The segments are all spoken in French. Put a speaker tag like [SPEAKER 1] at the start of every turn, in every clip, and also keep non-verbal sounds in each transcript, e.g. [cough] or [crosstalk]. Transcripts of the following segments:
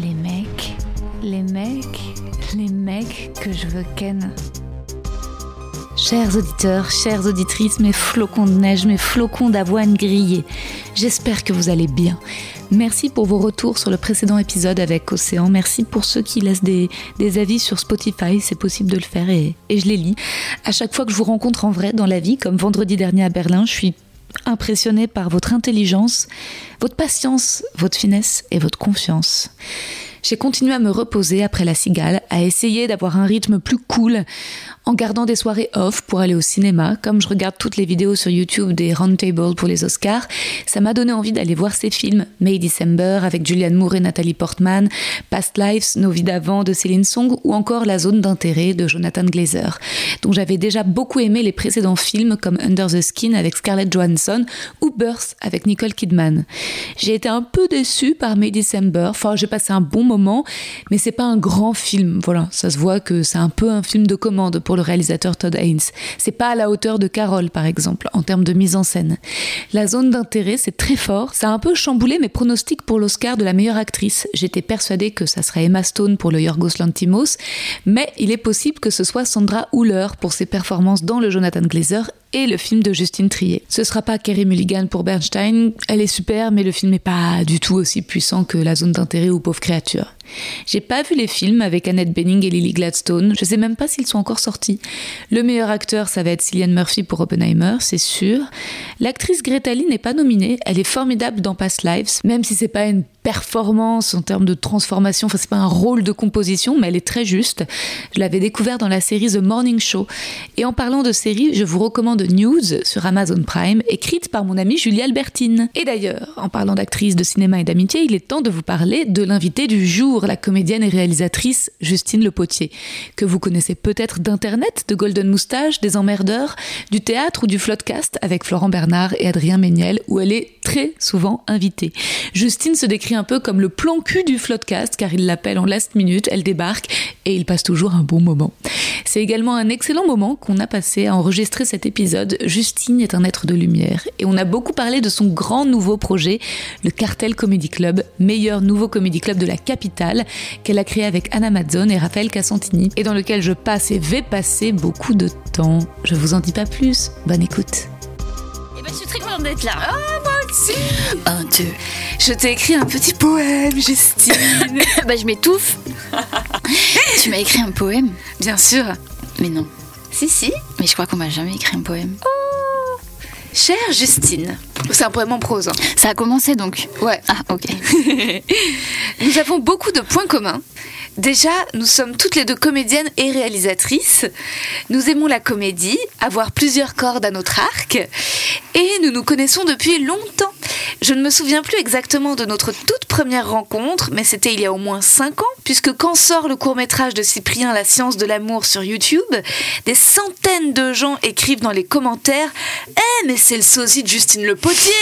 [SPEAKER 1] Les mecs, les mecs, les mecs que je veux ken. Chers auditeurs, chères auditrices, mes flocons de neige, mes flocons d'avoine grillés, j'espère que vous allez bien. Merci pour vos retours sur le précédent épisode avec Océan. Merci pour ceux qui laissent des, des avis sur Spotify, c'est possible de le faire et, et je les lis. À chaque fois que je vous rencontre en vrai dans la vie, comme vendredi dernier à Berlin, je suis impressionnée par votre intelligence, votre patience, votre finesse et votre confiance. J'ai continué à me reposer après la cigale, à essayer d'avoir un rythme plus cool, en gardant des soirées off pour aller au cinéma. Comme je regarde toutes les vidéos sur YouTube des roundtables pour les Oscars, ça m'a donné envie d'aller voir ces films. May December avec Julianne Moore et Nathalie Portman, Past Lives, Nos vies d'avant de Céline Song ou encore La zone d'intérêt de Jonathan Glazer, dont j'avais déjà beaucoup aimé les précédents films comme Under the Skin avec Scarlett Johansson ou Birth avec Nicole Kidman. J'ai été un peu déçue par May December. Enfin, j'ai passé un bon moment, mais c'est pas un grand film. Voilà, ça se voit que c'est un peu un film de commande pour le réalisateur Todd Haynes. C'est pas à la hauteur de Carole, par exemple, en termes de mise en scène. La zone d'intérêt, c'est très fort. Ça a un peu chamboulé mes pronostics pour l'Oscar de la meilleure actrice. J'étais persuadée que ça serait Emma Stone pour le Yorgos Lantimos, mais il est possible que ce soit Sandra Huller pour ses performances dans le Jonathan Glazer et le film de Justine Trier. Ce sera pas Kerry Mulligan pour Bernstein, elle est super, mais le film n'est pas du tout aussi puissant que La Zone d'intérêt ou Pauvre créature. J'ai pas vu les films avec Annette Bening et Lily Gladstone, je sais même pas s'ils sont encore sortis. Le meilleur acteur, ça va être Cillian Murphy pour Oppenheimer, c'est sûr. L'actrice Greta Lee n'est pas nominée, elle est formidable dans Past Lives, même si c'est pas une performance en termes de transformation, enfin c'est pas un rôle de composition, mais elle est très juste. Je l'avais découvert dans la série The Morning Show. Et en parlant de série, je vous recommande News sur Amazon Prime, écrite par mon amie Julie Albertine. Et d'ailleurs, en parlant d'actrice de cinéma et d'amitié, il est temps de vous parler de l'invité du jour, la comédienne et réalisatrice Justine Lepotier, que vous connaissez peut-être d'Internet, de Golden Moustache, des Emmerdeurs, du théâtre ou du Floodcast avec Florent Bernard et Adrien Méniel, où elle est très souvent invitée. Justine se décrit un peu comme le plan cul du Floodcast, car il l'appelle en last minute, elle débarque et il passe toujours un bon moment. C'est également un excellent moment qu'on a passé à enregistrer cet épisode Justine est un être de lumière et on a beaucoup parlé de son grand nouveau projet, le Cartel Comedy Club, meilleur nouveau comedy club de la capitale, qu'elle a créé avec Anna Mazzone et Raphaël Cassantini et dans lequel je passe et vais passer beaucoup de temps. Je vous en dis pas plus, bonne écoute.
[SPEAKER 2] Eh ben, je suis très contente d'être là.
[SPEAKER 1] Un, deux. Je t'ai écrit un petit poème, Justine.
[SPEAKER 2] bah, je
[SPEAKER 1] [laughs]
[SPEAKER 2] m'étouffe. tu m'as écrit un poème
[SPEAKER 1] Bien sûr.
[SPEAKER 2] Mais non.
[SPEAKER 1] Si, si. Oh.
[SPEAKER 2] Mais je crois qu'on m'a jamais écrit un poème.
[SPEAKER 1] Chère Justine. C'est un poème en prose. hein.
[SPEAKER 2] Ça a commencé donc
[SPEAKER 1] Ouais.
[SPEAKER 2] Ah, ok.
[SPEAKER 1] Nous avons beaucoup de points communs. Déjà, nous sommes toutes les deux comédiennes et réalisatrices. Nous aimons la comédie, avoir plusieurs cordes à notre arc. Et nous nous connaissons depuis longtemps. Je ne me souviens plus exactement de notre toute première rencontre, mais c'était il y a au moins 5 ans, puisque quand sort le court-métrage de Cyprien La science de l'amour sur YouTube, des centaines de gens écrivent dans les commentaires Eh, mais c'est le sosie de Justine Le Potier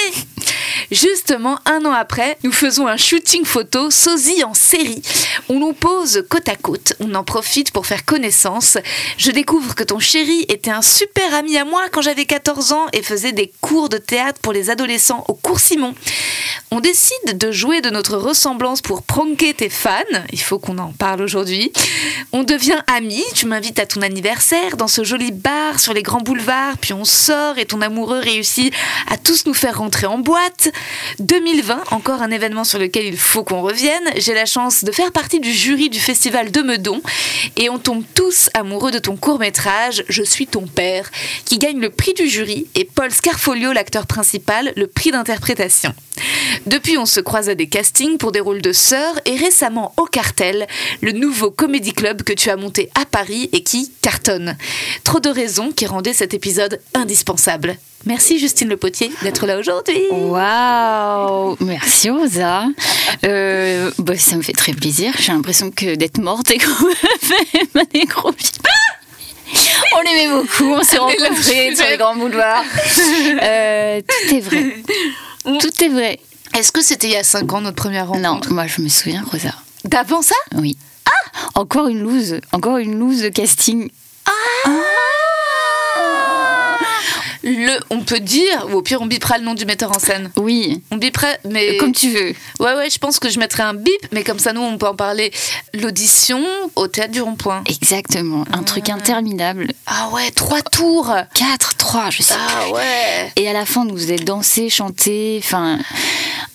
[SPEAKER 1] Justement, un an après, nous faisons un shooting photo sosie en série. On nous pose côte à côte, on en profite pour faire connaissance. Je découvre que ton chéri était un super ami à moi quand j'avais 14 ans et faisait des cours de théâtre pour les adolescents au cours Simon. On décide de jouer de notre ressemblance pour pranker tes fans, il faut qu'on en parle aujourd'hui. On devient amis, tu m'invites à ton anniversaire dans ce joli bar sur les grands boulevards, puis on sort et ton amoureux réussit à tous nous faire rentrer en boîte. 2020, encore un événement sur lequel il faut qu'on revienne, j'ai la chance de faire partie du jury du festival de Meudon et on tombe tous amoureux de ton court-métrage Je suis ton père, qui gagne le prix du jury et Paul Scarfolio, l'acteur principal, le prix d'interprétation. Depuis, on se croise à des castings pour des rôles de sœurs et récemment au Cartel, le nouveau comédie club que tu as monté à Paris et qui cartonne. Trop de raisons qui rendaient cet épisode indispensable. Merci Justine Le Potier d'être là aujourd'hui.
[SPEAKER 2] Oh, Waouh Merci Rosa. Euh, bah, ça me fait très plaisir. J'ai l'impression que d'être morte et qu'on me fait ma nécropsie. Ah On l'aimait beaucoup, on s'est
[SPEAKER 1] Ah,
[SPEAKER 2] rencontrés sur les grands [laughs] boulevards. Euh, tout est vrai. Tout est vrai.
[SPEAKER 1] Est-ce que c'était il y a 5 ans notre première
[SPEAKER 2] Non,
[SPEAKER 1] rencontre
[SPEAKER 2] moi je me souviens, Rosa.
[SPEAKER 1] D'avant ça
[SPEAKER 2] Oui. Ah Encore une loose. Encore une loose de casting.
[SPEAKER 1] Le, on peut dire, ou au pire on bipera le nom du metteur en scène.
[SPEAKER 2] Oui.
[SPEAKER 1] On bipera, mais...
[SPEAKER 2] Euh, Comme tu veux.
[SPEAKER 1] Ouais, ouais, je pense que je mettrai un bip, mais comme ça, nous, on peut en parler. L'audition au théâtre du Rond-Point.
[SPEAKER 2] Exactement. Un truc interminable.
[SPEAKER 1] Ah ouais, trois tours
[SPEAKER 2] 4, 3, je sais
[SPEAKER 1] Ah ouais
[SPEAKER 2] Et à la fin, on nous faisait danser, chanter, enfin,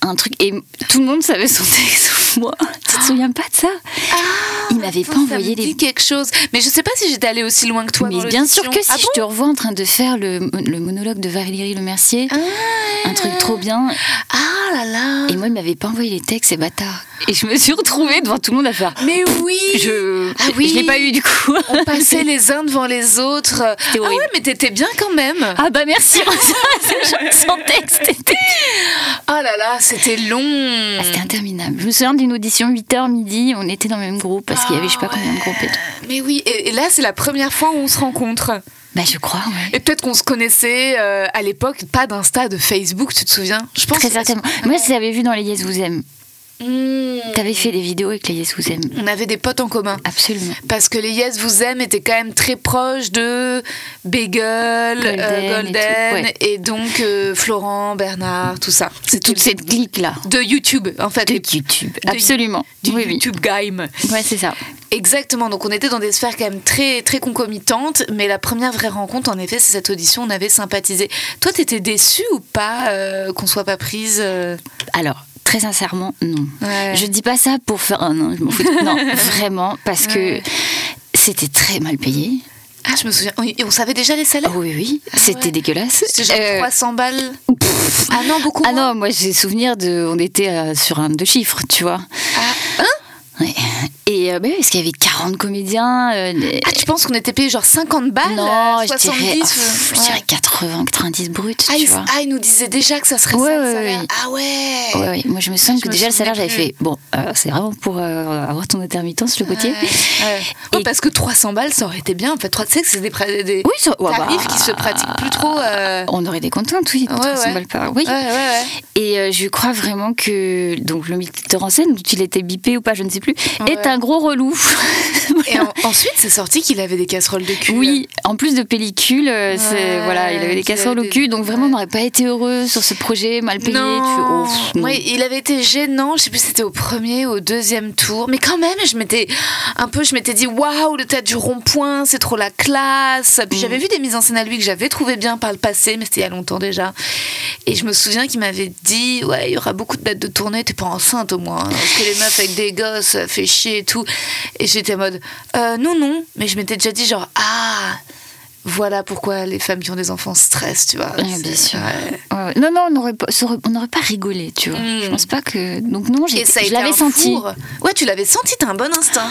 [SPEAKER 2] un truc. Et tout le monde savait son texte, sauf moi. Tu te souviens pas de ça Il m'avait pas
[SPEAKER 1] Ah. Ça
[SPEAKER 2] envoyé
[SPEAKER 1] me
[SPEAKER 2] les.
[SPEAKER 1] dit quelque chose. Mais je sais pas si j'étais allée aussi loin que toi dans
[SPEAKER 2] Mais bien sûr
[SPEAKER 1] l'audition.
[SPEAKER 2] que si
[SPEAKER 1] Ah
[SPEAKER 2] je te
[SPEAKER 1] bon
[SPEAKER 2] revois en train de faire le, le monologue de Valérie Lemercier, un truc trop bien.
[SPEAKER 1] Ah là là
[SPEAKER 2] Et moi, il m'avait pas envoyé les textes, ces bâtards. Et je me suis retrouvée devant tout le monde à faire.
[SPEAKER 1] Mais oui
[SPEAKER 2] Je.
[SPEAKER 1] Ah oui.
[SPEAKER 2] Je l'ai pas eu du coup.
[SPEAKER 1] On
[SPEAKER 2] [laughs]
[SPEAKER 1] passait les uns devant les autres. Ah
[SPEAKER 2] horrible.
[SPEAKER 1] ouais, mais t'étais bien quand même
[SPEAKER 2] Ah bah merci, [laughs] Rosa, sans texte.
[SPEAKER 1] Ah là là, c'était long
[SPEAKER 2] Ah, C'était interminable. Je me souviens d'une audition 8h midi, on était dans le même groupe parce qu'il y avait je sais pas combien de groupes et tout.
[SPEAKER 1] Mais oui, et, et là, c'est la première fois où on se rencontre.
[SPEAKER 2] Bah je crois, ouais.
[SPEAKER 1] Et peut-être qu'on se connaissait euh, à l'époque, pas d'Insta, de Facebook, tu te souviens Je pense
[SPEAKER 2] Très
[SPEAKER 1] que-
[SPEAKER 2] certainement. Moi, je les avais vus dans les Yes Vous Aime.
[SPEAKER 1] Hmm.
[SPEAKER 2] T'avais fait des vidéos avec les Yes Vous Aime.
[SPEAKER 1] on avait des potes en commun.
[SPEAKER 2] Absolument.
[SPEAKER 1] Parce que les Yes Vous Aime étaient quand même très proches de Bagel, euh, Golden,
[SPEAKER 2] Golden et tout, ouais.
[SPEAKER 1] et donc euh, Florent, Bernard, tout ça.
[SPEAKER 2] C'est toute cette clique-là.
[SPEAKER 1] De YouTube, en fait.
[SPEAKER 2] De
[SPEAKER 1] les-
[SPEAKER 2] YouTube.
[SPEAKER 1] de-
[SPEAKER 2] Absolument.
[SPEAKER 1] Du
[SPEAKER 2] oui, oui.
[SPEAKER 1] YouTube game.
[SPEAKER 2] Ouais, c'est ça.
[SPEAKER 1] Exactement, donc on était dans des sphères quand même très, très concomitantes, mais la première vraie rencontre, en effet, c'est cette audition, on avait sympathisé. Toi, t'étais déçue ou pas euh, qu'on soit pas prise euh,
[SPEAKER 2] Alors, très sincèrement, non.
[SPEAKER 1] Ouais.
[SPEAKER 2] Je dis pas ça pour faire. Ah non,
[SPEAKER 1] [laughs]
[SPEAKER 2] je m'en fous. non, vraiment, parce que c'était très mal payé.
[SPEAKER 1] Ah, je me souviens, on, et on savait déjà les
[SPEAKER 2] Oh
[SPEAKER 1] salaires
[SPEAKER 2] oui, oui. C'était
[SPEAKER 1] Ah ouais.
[SPEAKER 2] dégueulasse.
[SPEAKER 1] C'était genre
[SPEAKER 2] Euh,
[SPEAKER 1] 300 balles Ah non, beaucoup
[SPEAKER 2] Ah
[SPEAKER 1] moins
[SPEAKER 2] non, moi j'ai souvenir de. On était euh, sur un deux chiffres, tu vois.
[SPEAKER 1] Ah,
[SPEAKER 2] Ouais. Et euh, bah, oui, parce qu'il y avait 40 comédiens. euh, les-
[SPEAKER 1] Ah, tu penses qu'on était payé genre 50 balles
[SPEAKER 2] non,
[SPEAKER 1] euh,
[SPEAKER 2] je dirais,
[SPEAKER 1] 70,
[SPEAKER 2] oh, pff,
[SPEAKER 1] euh,
[SPEAKER 2] je
[SPEAKER 1] ouais.
[SPEAKER 2] dirais 80, 90 bruts,
[SPEAKER 1] ah,
[SPEAKER 2] tu
[SPEAKER 1] ils,
[SPEAKER 2] vois.
[SPEAKER 1] ah, ils nous disaient déjà que ça serait
[SPEAKER 2] Ouais,
[SPEAKER 1] ça le
[SPEAKER 2] ouais,
[SPEAKER 1] salaire.
[SPEAKER 2] ouais.
[SPEAKER 1] Ah ouais,
[SPEAKER 2] Ouais, ouais. Moi, je me souviens
[SPEAKER 1] Je
[SPEAKER 2] que
[SPEAKER 1] me
[SPEAKER 2] déjà le
[SPEAKER 1] souvenais
[SPEAKER 2] salaire, j'avais
[SPEAKER 1] plus.
[SPEAKER 2] fait bon, euh, c'est vraiment pour euh, avoir ton intermittence, le côté.
[SPEAKER 1] Ouais. Ouais,
[SPEAKER 2] Et-
[SPEAKER 1] parce que 300 balles, ça aurait été bien. En fait, tu sais que c'est des, pra- des
[SPEAKER 2] Oui, ça- ouais,
[SPEAKER 1] tarifs
[SPEAKER 2] bah,
[SPEAKER 1] qui se pratiquent plus trop. euh,
[SPEAKER 2] On aurait des contentes, oui,
[SPEAKER 1] Ouais,
[SPEAKER 2] 300
[SPEAKER 1] ouais.
[SPEAKER 2] balles par oui.
[SPEAKER 1] Ouais, ouais, ouais.
[SPEAKER 2] Et euh, je crois vraiment que donc le metteur en scène, dont il était bipé ou pas, je ne sais plus, est
[SPEAKER 1] Ouais.
[SPEAKER 2] un gros relou. [laughs]
[SPEAKER 1] Et en- ensuite, c'est sorti qu'il avait des casseroles de cul.
[SPEAKER 2] Oui, en plus de pellicule, euh, c'est
[SPEAKER 1] Ouais,
[SPEAKER 2] voilà, il avait des
[SPEAKER 1] qu'il
[SPEAKER 2] casseroles au
[SPEAKER 1] avait des-
[SPEAKER 2] cul, donc vraiment
[SPEAKER 1] ouais.
[SPEAKER 2] on n'aurait pas été heureux sur ce projet mal payé. Tu fais, oh,
[SPEAKER 1] Non.
[SPEAKER 2] pff, non.
[SPEAKER 1] Ouais, il avait été gênant, je sais plus si c'était au premier ou au deuxième tour, mais quand même, je m'étais un peu, je m'étais dit waouh, le théâtre du rond-point, c'est trop la classe.
[SPEAKER 2] Mm.
[SPEAKER 1] Puis j'avais vu des mises en scène à lui que j'avais trouvé bien par le passé, mais c'était il y a longtemps déjà. Et je me souviens qu'il m'avait dit ouais, il y aura beaucoup de dates de tournée, t'es pas enceinte au moins, hein, parce que les meufs avec des gosses, ça fait chier et tout. Et j'étais en mode Euh, non non, mais je m'étais déjà dit genre ah. Voilà pourquoi les femmes qui ont des enfants stressent, tu vois.
[SPEAKER 2] Ouais,
[SPEAKER 1] C'est-
[SPEAKER 2] bien sûr.
[SPEAKER 1] ouais.
[SPEAKER 2] Ouais, ouais. Non, non, on n'aurait pas, ça aurait- on n'aurait pas rigolé, tu vois.
[SPEAKER 1] Mm.
[SPEAKER 2] Je pense pas que. Donc, non, j'ai-
[SPEAKER 1] Et ça a
[SPEAKER 2] je
[SPEAKER 1] été
[SPEAKER 2] l'avais
[SPEAKER 1] un
[SPEAKER 2] senti.
[SPEAKER 1] four. Ouais, tu l'avais senti, t'as un bon instinct.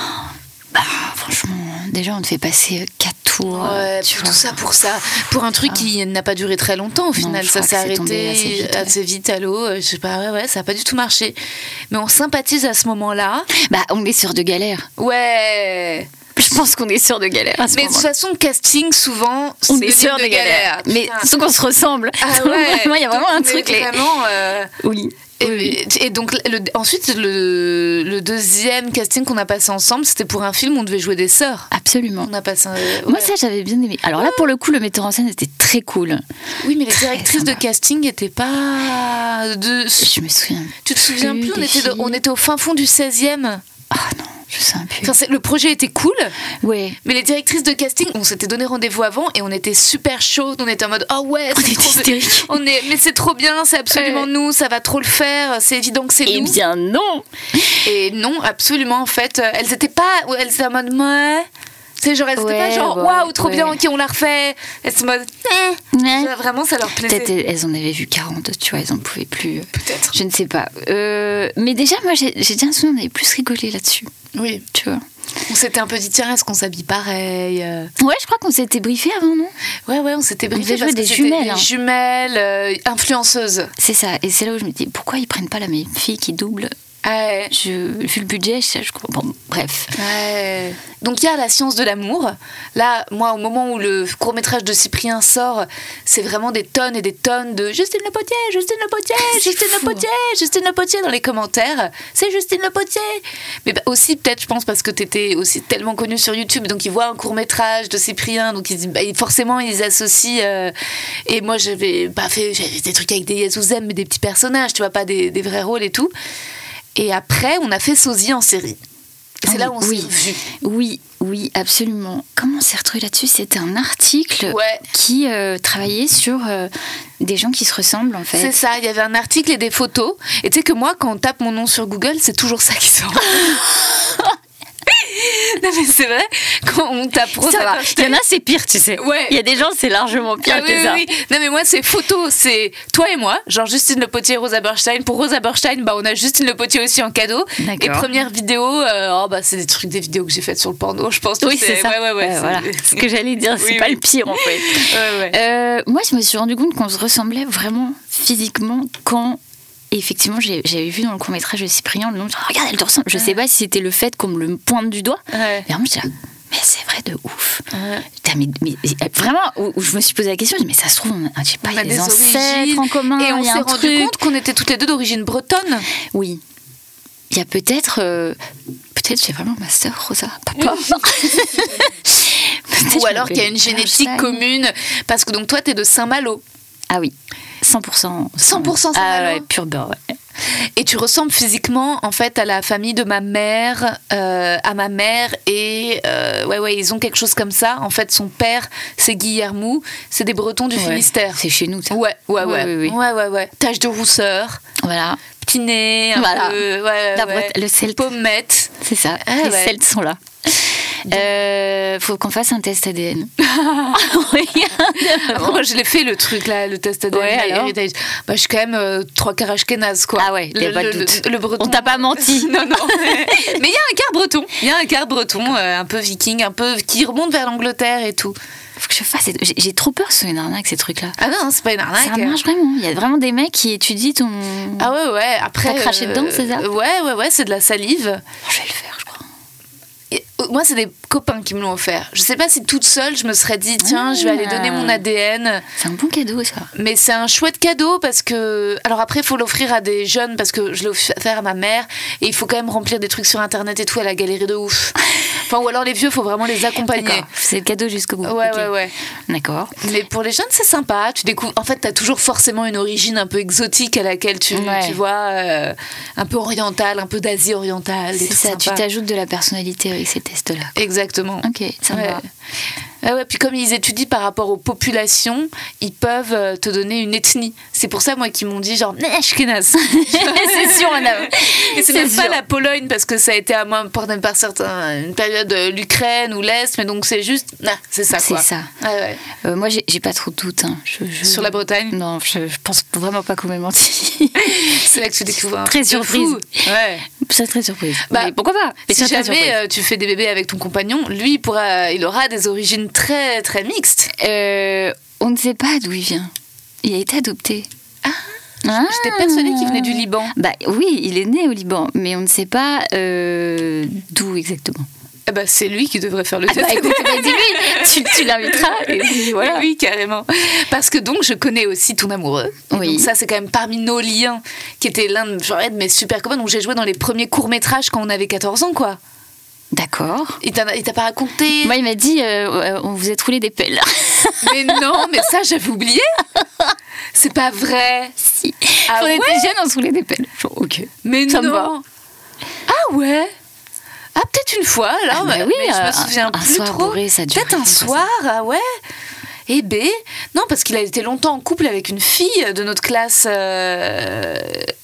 [SPEAKER 2] Bah, franchement, déjà, on te fait passer euh, quatre tours. euh,
[SPEAKER 1] Ouais,
[SPEAKER 2] tu
[SPEAKER 1] tout
[SPEAKER 2] vois. Ah.
[SPEAKER 1] ça pour ça. Pour un truc qui n'a pas duré très longtemps au final.
[SPEAKER 2] je
[SPEAKER 1] ça
[SPEAKER 2] crois
[SPEAKER 1] s'est
[SPEAKER 2] que c'est tombé
[SPEAKER 1] arrêté
[SPEAKER 2] assez vite, ouais.
[SPEAKER 1] à l'eau. Euh, Je sais pas, ouais, ouais, ça a pas du tout marché. Mais on sympathise à ce moment-là.
[SPEAKER 2] Bah, on est sur de galères.
[SPEAKER 1] Ouais.
[SPEAKER 2] Je pense qu'on est sûr de galère à ce
[SPEAKER 1] Mais de toute
[SPEAKER 2] moment-là.
[SPEAKER 1] façon, casting, souvent,
[SPEAKER 2] On
[SPEAKER 1] c'est
[SPEAKER 2] est sûr de galère. Mais
[SPEAKER 1] Putain.
[SPEAKER 2] surtout qu'on se ressemble.
[SPEAKER 1] Ah
[SPEAKER 2] Donc,
[SPEAKER 1] ouais,
[SPEAKER 2] [laughs] vraiment, il y a vraiment
[SPEAKER 1] donc
[SPEAKER 2] un
[SPEAKER 1] on est
[SPEAKER 2] truc. les-
[SPEAKER 1] Vraiment, euh,
[SPEAKER 2] Oui.
[SPEAKER 1] et,
[SPEAKER 2] Oui.
[SPEAKER 1] et donc, le- ensuite, le, le deuxième casting qu'on a passé ensemble, c'était pour un film où on devait jouer des sœurs.
[SPEAKER 2] Absolument.
[SPEAKER 1] On a passé un- ouais.
[SPEAKER 2] Moi, ça, j'avais bien aimé. Alors là, pour le coup, le metteur en scène était très cool.
[SPEAKER 1] Oui, mais les
[SPEAKER 2] Très
[SPEAKER 1] directrices de
[SPEAKER 2] sympa.
[SPEAKER 1] casting n'étaient pas. De...
[SPEAKER 2] Je me souviens.
[SPEAKER 1] Tu te souviens plus,
[SPEAKER 2] plus
[SPEAKER 1] on
[SPEAKER 2] des
[SPEAKER 1] était, de-
[SPEAKER 2] filles.
[SPEAKER 1] on était au fin fond du 16e.
[SPEAKER 2] Ah non, je sais plus.
[SPEAKER 1] Enfin, c'est- le projet était cool,
[SPEAKER 2] Ouais.
[SPEAKER 1] mais les directrices de casting, on s'était donné rendez-vous avant et on était super chaudes. On était en mode Oh ouais,
[SPEAKER 2] On
[SPEAKER 1] c'est
[SPEAKER 2] était
[SPEAKER 1] trop bien.
[SPEAKER 2] hystériques.
[SPEAKER 1] On est, mais c'est trop bien, c'est absolument
[SPEAKER 2] Ouais.
[SPEAKER 1] nous, ça va trop le faire, c'est évident que c'est
[SPEAKER 2] Eh
[SPEAKER 1] nous.
[SPEAKER 2] bien non
[SPEAKER 1] Et non, absolument, en fait, euh, elles étaient pas, ouais, elles étaient en mode ouais. C'est genre, elles étaient
[SPEAKER 2] Ouais,
[SPEAKER 1] pas genre
[SPEAKER 2] ouais,
[SPEAKER 1] waouh, trop
[SPEAKER 2] ouais.
[SPEAKER 1] bien, ok, on la refait. Elles étaient en mode eh.
[SPEAKER 2] Ouais.
[SPEAKER 1] Ça, Vraiment, ça leur
[SPEAKER 2] Peut-être
[SPEAKER 1] plaisait.
[SPEAKER 2] elles en avaient vu 40, tu vois, elles en pouvaient plus. euh,
[SPEAKER 1] Peut-être.
[SPEAKER 2] Je ne sais pas. Euh, mais déjà, moi, j'ai j'ai déjà un souvenir, on avait plus rigolé là-dessus,
[SPEAKER 1] Oui.
[SPEAKER 2] tu vois.
[SPEAKER 1] On s'était un peu dit, tiens, est-ce qu'on s'habille pareil euh,
[SPEAKER 2] Ouais, je crois qu'on s'était briefé avant, non
[SPEAKER 1] Ouais, ouais, on s'était
[SPEAKER 2] devait
[SPEAKER 1] briefé
[SPEAKER 2] jouer
[SPEAKER 1] parce que
[SPEAKER 2] des
[SPEAKER 1] c'était
[SPEAKER 2] jumelles, hein.
[SPEAKER 1] jumelles, euh, influenceuses.
[SPEAKER 2] C'est ça. Et c'est là où je me dis, pourquoi ils prennent pas la même fille qui double
[SPEAKER 1] Ouais.
[SPEAKER 2] je, Vu le budget, je, je comprends. Bon, bref.
[SPEAKER 1] Ouais. Donc il y a la science de l'amour. Là, moi, au moment où le court métrage de Cyprien sort, c'est vraiment des tonnes et des tonnes de Justine Le Potier, Justine Le Potier,
[SPEAKER 2] Ah, C'est
[SPEAKER 1] Justine
[SPEAKER 2] fou.
[SPEAKER 1] Le Potier, Justine Le Potier dans les commentaires. C'est Justine Le Potier. Mais bah, aussi peut-être, je pense, parce que t'étais aussi tellement connue sur YouTube, donc ils voient un court métrage de Cyprien, donc ils, se disent- bah, forcément ils associent. euh, et moi, j'avais pas fait, j'avais fait des trucs avec des Yazouzem, mais des petits personnages, tu vois, pas des, des vrais rôles et tout. Et après, on a fait Sosie en série. Et c'est
[SPEAKER 2] Ah
[SPEAKER 1] là où on
[SPEAKER 2] oui.
[SPEAKER 1] s'est revus.
[SPEAKER 2] Oui, oui, absolument. Comment on s'est retrouvé là-dessus C'était un article
[SPEAKER 1] Ouais.
[SPEAKER 2] qui euh, travaillait sur euh, des gens qui se ressemblent, en
[SPEAKER 1] C'est
[SPEAKER 2] fait.
[SPEAKER 1] ça, il y avait un article et des photos. Et tu sais que moi, quand on tape mon nom sur Google, c'est toujours ça qui
[SPEAKER 2] [laughs]
[SPEAKER 1] sort. non mais c'est vrai, quand on tape Rosa [laughs]
[SPEAKER 2] Ça va.
[SPEAKER 1] Pastel-
[SPEAKER 2] Il y en a, c'est pire, tu sais.
[SPEAKER 1] Ouais.
[SPEAKER 2] Il y a des gens, c'est largement pire
[SPEAKER 1] Ah oui,
[SPEAKER 2] que
[SPEAKER 1] oui,
[SPEAKER 2] ça.
[SPEAKER 1] oui. Non mais moi c'est photo, c'est toi et moi, genre Justine Le Potier et Rosa Berstein. Pour Rosa Berstein, bah, on a Justine Le Potier aussi en cadeau.
[SPEAKER 2] D'accord.
[SPEAKER 1] Et première vidéo, euh, oh, bah, c'est des trucs, des vidéos que j'ai faites sur le porno, je pense.
[SPEAKER 2] Oui, c'est ça.
[SPEAKER 1] Ouais, ouais, ouais,
[SPEAKER 2] Euh,
[SPEAKER 1] c'est- [laughs]
[SPEAKER 2] voilà. Ce que j'allais dire, c'est
[SPEAKER 1] Oui,
[SPEAKER 2] pas
[SPEAKER 1] oui.
[SPEAKER 2] le pire, en fait.
[SPEAKER 1] Ouais, ouais.
[SPEAKER 2] Euh, moi, je me suis rendu compte qu'on se ressemblait vraiment physiquement quand. et effectivement, j'ai- j'avais vu dans le court métrage de Cyprien le nom. genre, regarde, elle te ressemble. Je sais pas si c'était le fait qu'on me le pointe du doigt.
[SPEAKER 1] Ouais.
[SPEAKER 2] Mais vraiment, j'étais là. Mais c'est vrai de ouf.
[SPEAKER 1] Ouais.
[SPEAKER 2] Putain, mais, mais- euh, vraiment, où, où je me suis posé la question, je me dis, mais ça se trouve, on a, je sais pas,
[SPEAKER 1] Ah,
[SPEAKER 2] il y a Bah, des, ancêtres
[SPEAKER 1] origines.
[SPEAKER 2] en commun.
[SPEAKER 1] Et on
[SPEAKER 2] il y a
[SPEAKER 1] s'est
[SPEAKER 2] un
[SPEAKER 1] rendu
[SPEAKER 2] truc.
[SPEAKER 1] compte qu'on était toutes les deux d'origine bretonne.
[SPEAKER 2] Oui. Il y a peut-être. euh, peut-être j'ai vraiment ma sœur, Rosa,
[SPEAKER 1] [laughs]
[SPEAKER 2] [laughs] papa. Peut-être
[SPEAKER 1] Ou
[SPEAKER 2] je
[SPEAKER 1] alors qu'il y a
[SPEAKER 2] m'appelle
[SPEAKER 1] une génétique
[SPEAKER 2] Bernstein.
[SPEAKER 1] commune. Parce que donc toi, t'es de Saint-Malo.
[SPEAKER 2] Ah oui, 100%.
[SPEAKER 1] 100%
[SPEAKER 2] Ah
[SPEAKER 1] Saint-Malo.
[SPEAKER 2] ouais, pur beurre, ouais.
[SPEAKER 1] Et tu ressembles physiquement, en fait, à la famille de ma mère, euh, à ma mère. Et euh, ouais, ouais, ils ont quelque chose comme ça. En fait, son père, c'est Guillermou. C'est des Bretons du
[SPEAKER 2] Ouais.
[SPEAKER 1] Finistère.
[SPEAKER 2] C'est chez nous, ça.
[SPEAKER 1] Ouais, ouais, ouais.
[SPEAKER 2] Ouais, oui, oui.
[SPEAKER 1] Ouais, ouais, ouais. Tache de rousseur,
[SPEAKER 2] Voilà,
[SPEAKER 1] petit nez, un
[SPEAKER 2] Voilà.
[SPEAKER 1] peu, ouais,
[SPEAKER 2] La
[SPEAKER 1] Euh, ouais.
[SPEAKER 2] Bretagne- le Celte.
[SPEAKER 1] Pommette.
[SPEAKER 2] c'est ça.
[SPEAKER 1] Ah
[SPEAKER 2] Les
[SPEAKER 1] ouais.
[SPEAKER 2] Celtes sont là. Euh, faut qu'on fasse un
[SPEAKER 1] [laughs]
[SPEAKER 2] test ADN. Regarde.
[SPEAKER 1] Après, moi, je l'ai fait le truc là, le test ADN.
[SPEAKER 2] Ouais, alors
[SPEAKER 1] héritage. Bah, je suis quand même euh, trois quarts ashkénazes, quoi.
[SPEAKER 2] Ah ouais, y a
[SPEAKER 1] Le-
[SPEAKER 2] pas de
[SPEAKER 1] le-
[SPEAKER 2] doute.
[SPEAKER 1] Le, le breton.
[SPEAKER 2] On t'a pas menti.
[SPEAKER 1] [laughs] non, non. Mais il y a un quart breton. Il y a un quart breton, euh, un peu viking, un peu qui remonte vers l'Angleterre et tout.
[SPEAKER 2] Faut que je fasse. cette- J'ai j'ai trop peur sur une arnaque, ces trucs-là.
[SPEAKER 1] Ah non, c'est pas une arnaque.
[SPEAKER 2] Ça marche vraiment. Il y a vraiment des mecs qui étudient ton.
[SPEAKER 1] Ah ouais, ouais. Après. euh,
[SPEAKER 2] T'as craché dedans, c'est ça
[SPEAKER 1] Ouais, ouais, ouais, c'est de la salive.
[SPEAKER 2] Je vais le faire, je crois.
[SPEAKER 1] Et, euh, moi, c'est des copains qui me l'ont offert. Je sais pas si toute seule, je me serais dit, tiens, je vais aller donner mon ADN.
[SPEAKER 2] C'est un bon cadeau, ça.
[SPEAKER 1] Mais c'est un chouette cadeau parce que. Alors après, il faut l'offrir à des jeunes parce que je l'ai offert à ma mère et il faut quand même remplir des trucs sur internet et tout. Elle a galéré de
[SPEAKER 2] [laughs]
[SPEAKER 1] ouf. Enfin, ou alors les vieux, faut vraiment les accompagner.
[SPEAKER 2] D'accord. C'est le cadeau jusqu'au bout.
[SPEAKER 1] Ouais,
[SPEAKER 2] Ok.
[SPEAKER 1] ouais, ouais.
[SPEAKER 2] D'accord.
[SPEAKER 1] Mais pour les jeunes, c'est sympa. Tu découvres. En fait, t'as toujours forcément une origine un peu exotique à laquelle tu,
[SPEAKER 2] Ouais.
[SPEAKER 1] tu vois, euh, un peu orientale, un peu d'Asie orientale. des
[SPEAKER 2] C'est
[SPEAKER 1] trucs
[SPEAKER 2] ça. Tu
[SPEAKER 1] sympas.
[SPEAKER 2] t'ajoutes de la personnalité avec ces tests-là.
[SPEAKER 1] Exactement.
[SPEAKER 2] Ok, ça me
[SPEAKER 1] Ouais.
[SPEAKER 2] va.
[SPEAKER 1] Ah ouais, puis comme ils étudient par rapport aux populations, ils peuvent euh, te donner une ethnie. C'est pour ça, moi, qu'ils m'ont dit genre, [laughs] Ashkenaz.
[SPEAKER 2] c'est sûr, [laughs] madame.
[SPEAKER 1] Et c'est
[SPEAKER 2] C'est
[SPEAKER 1] même pas
[SPEAKER 2] sûr.
[SPEAKER 1] la Pologne parce que ça a été à moi pendant par certains une période euh, l'Ukraine ou l'Est, mais donc c'est juste, ah, c'est ça
[SPEAKER 2] C'est
[SPEAKER 1] quoi.
[SPEAKER 2] ça.
[SPEAKER 1] Ouais, ouais. Mm.
[SPEAKER 2] Euh, moi, j'ai j'ai pas trop de doutes. hein. Je- je-
[SPEAKER 1] Sur la Bretagne,
[SPEAKER 2] Non, je, je pense vraiment pas qu'on
[SPEAKER 1] [laughs]
[SPEAKER 2] m'ait menti.
[SPEAKER 1] c'est là que tu découvres un
[SPEAKER 2] Très
[SPEAKER 1] truc de
[SPEAKER 2] surprise.
[SPEAKER 1] fou. Ouais.
[SPEAKER 2] Je serais très surprise.
[SPEAKER 1] Bah,
[SPEAKER 2] Mais pourquoi pas Mais
[SPEAKER 1] si
[SPEAKER 2] je serais très
[SPEAKER 1] jamais
[SPEAKER 2] surprise.
[SPEAKER 1] euh, tu fais des bébés avec ton compagnon, lui il pourra, euh, il aura des origines très très mixtes.
[SPEAKER 2] Euh, on ne sait pas d'où il vient. Il a été adopté. Ah,
[SPEAKER 1] J'étais persuadée qu'il venait du Liban. [laughs]
[SPEAKER 2] Bah oui, il est né au Liban, mais on ne sait pas euh, d'où exactement.
[SPEAKER 1] ah bah, c'est lui qui devrait faire le
[SPEAKER 2] Ah bah
[SPEAKER 1] test.
[SPEAKER 2] écoute, vas-y, lui, tu, tu l'inviteras.
[SPEAKER 1] [laughs]
[SPEAKER 2] Et puis voilà.
[SPEAKER 1] Oui, carrément. Parce que donc, je connais aussi ton amoureux. Et
[SPEAKER 2] Oui.
[SPEAKER 1] donc ça, c'est quand même parmi nos liens, qui était l'un de, genre, de mes super copains. Donc, j'ai joué dans les premiers courts-métrages quand on avait 14 ans, quoi.
[SPEAKER 2] D'accord.
[SPEAKER 1] Et t'as il t'a pas raconté
[SPEAKER 2] Moi, il m'a dit, euh, euh, on vous est roulé des pelles. [laughs]
[SPEAKER 1] Mais non, mais ça, j'avais oublié. C'est pas vrai.
[SPEAKER 2] si.
[SPEAKER 1] Ah
[SPEAKER 2] Quand on
[SPEAKER 1] ouais
[SPEAKER 2] était jeunes, on se roulait des pelles. Genre, ok.
[SPEAKER 1] Mais
[SPEAKER 2] Ça me
[SPEAKER 1] non.
[SPEAKER 2] va.
[SPEAKER 1] Ah ouais. Ah peut-être une fois alors.
[SPEAKER 2] Ah bah
[SPEAKER 1] mais-
[SPEAKER 2] oui,
[SPEAKER 1] mais je me
[SPEAKER 2] un-
[SPEAKER 1] souviens
[SPEAKER 2] un
[SPEAKER 1] plus
[SPEAKER 2] soir
[SPEAKER 1] trop.
[SPEAKER 2] bourré, ça a duré
[SPEAKER 1] Peut-être un
[SPEAKER 2] longtemps, ça.
[SPEAKER 1] soir. Ah ouais. Eh B. Non parce qu'il a été longtemps en couple avec une fille de notre classe. euh,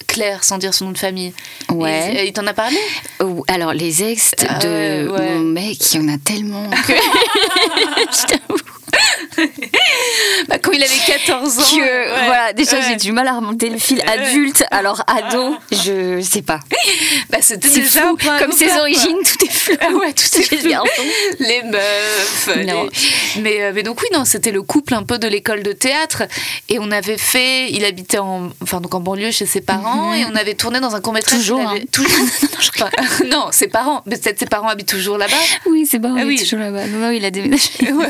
[SPEAKER 1] Claire, sans dire son nom de famille.
[SPEAKER 2] Ouais.
[SPEAKER 1] Et- et il t'en a parlé
[SPEAKER 2] Ou Alors, les ex
[SPEAKER 1] Ah
[SPEAKER 2] de
[SPEAKER 1] ouais, ouais.
[SPEAKER 2] mon mec, il y en a tellement [laughs] que. Je t'avoue
[SPEAKER 1] bah, Quand [laughs] il avait 14 ans.
[SPEAKER 2] que,
[SPEAKER 1] ouais,
[SPEAKER 2] euh, voilà, déjà,
[SPEAKER 1] ouais.
[SPEAKER 2] j'ai du mal à remonter le fil adulte, alors ado, je sais pas.
[SPEAKER 1] Bah, c'était
[SPEAKER 2] [laughs] C'est
[SPEAKER 1] déjà
[SPEAKER 2] fou.
[SPEAKER 1] un point
[SPEAKER 2] Comme ses
[SPEAKER 1] ouvert, quoi.
[SPEAKER 2] origines, tout est [laughs] flou.
[SPEAKER 1] Ah ouais, tout est
[SPEAKER 2] J'ai le
[SPEAKER 1] flou.
[SPEAKER 2] garçon.
[SPEAKER 1] Les meufs.
[SPEAKER 2] Non.
[SPEAKER 1] les- Mais, euh, mais donc oui, non, c'était le couple un peu de l'école de théâtre. Et on avait fait, il habitait en, enfin, donc en banlieue chez ses parents et on avait tourné dans un court-métrage. qu'il
[SPEAKER 2] Toujours,
[SPEAKER 1] avait-
[SPEAKER 2] hein.
[SPEAKER 1] Mhm. Toujours. Enfin, [laughs] non, ses parents. Mais peut-être ses parents habitent toujours [laughs] là-bas.
[SPEAKER 2] [laughs] Oui, c'est bon,
[SPEAKER 1] Ah
[SPEAKER 2] il
[SPEAKER 1] oui.
[SPEAKER 2] est toujours là-bas. Non, non, il a déménagé.
[SPEAKER 1] Ouais, ouais.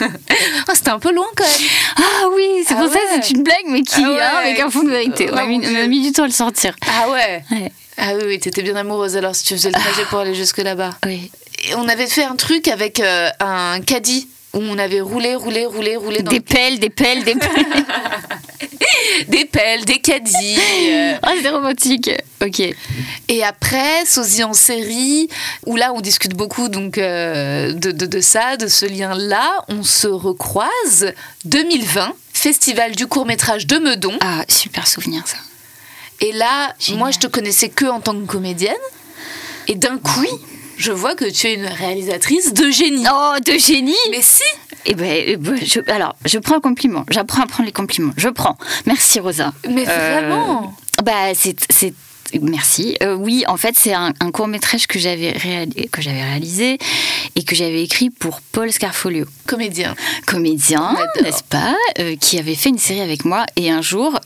[SPEAKER 1] Ah, c'était un peu loin quand même.
[SPEAKER 2] [laughs] Ah oui, c'est
[SPEAKER 1] Ah
[SPEAKER 2] pour ça
[SPEAKER 1] ouais.
[SPEAKER 2] que c'est une blague, mais qui
[SPEAKER 1] Ah ouais.
[SPEAKER 2] hein, avec un fond de vérité. On a
[SPEAKER 1] Oh,
[SPEAKER 2] mis,
[SPEAKER 1] mon
[SPEAKER 2] on a
[SPEAKER 1] Dieu.
[SPEAKER 2] mis du temps à le sortir.
[SPEAKER 1] Ah ouais.
[SPEAKER 2] Ouais.
[SPEAKER 1] Ah oui, oui, t'étais bien amoureuse alors si tu faisais le trajet pour aller jusque là-bas.
[SPEAKER 2] Oui.
[SPEAKER 1] Et on avait fait un truc avec euh, un caddie où on avait roulé, roulé, roulé, roulé dans
[SPEAKER 2] Des pelles, des pelles, des [laughs] pelles.
[SPEAKER 1] des pelles, des [laughs] caddies. euh,
[SPEAKER 2] Ah, c'est romantique. Ok.
[SPEAKER 1] Et après, Sosie en série, où là on discute beaucoup donc euh, de, de- de ça, de ce lien-là, on se recroise 2020, festival du court-métrage de Meudon.
[SPEAKER 2] Ah, super souvenir ça.
[SPEAKER 1] Et là,
[SPEAKER 2] Génial.
[SPEAKER 1] moi je te connaissais que en tant que comédienne, et d'un coup, je vois que tu es une réalisatrice de génie.
[SPEAKER 2] Oh, de génie
[SPEAKER 1] Mais si
[SPEAKER 2] Eh ben, eh ben, je- alors, je prends un compliment. J'apprends à prendre les compliments. Je prends. Merci, Rosa.
[SPEAKER 1] Mais
[SPEAKER 2] Euh,
[SPEAKER 1] vraiment
[SPEAKER 2] Bah, c'est. c'est- Merci. Euh, oui, en fait, c'est un, un court métrage que j'avais réalisé, que j'avais réalisé et que j'avais écrit pour Paul Scarfolio,
[SPEAKER 1] Comédien.
[SPEAKER 2] comédien, n'est-ce pas, euh, qui avait fait une série avec moi. Et un jour,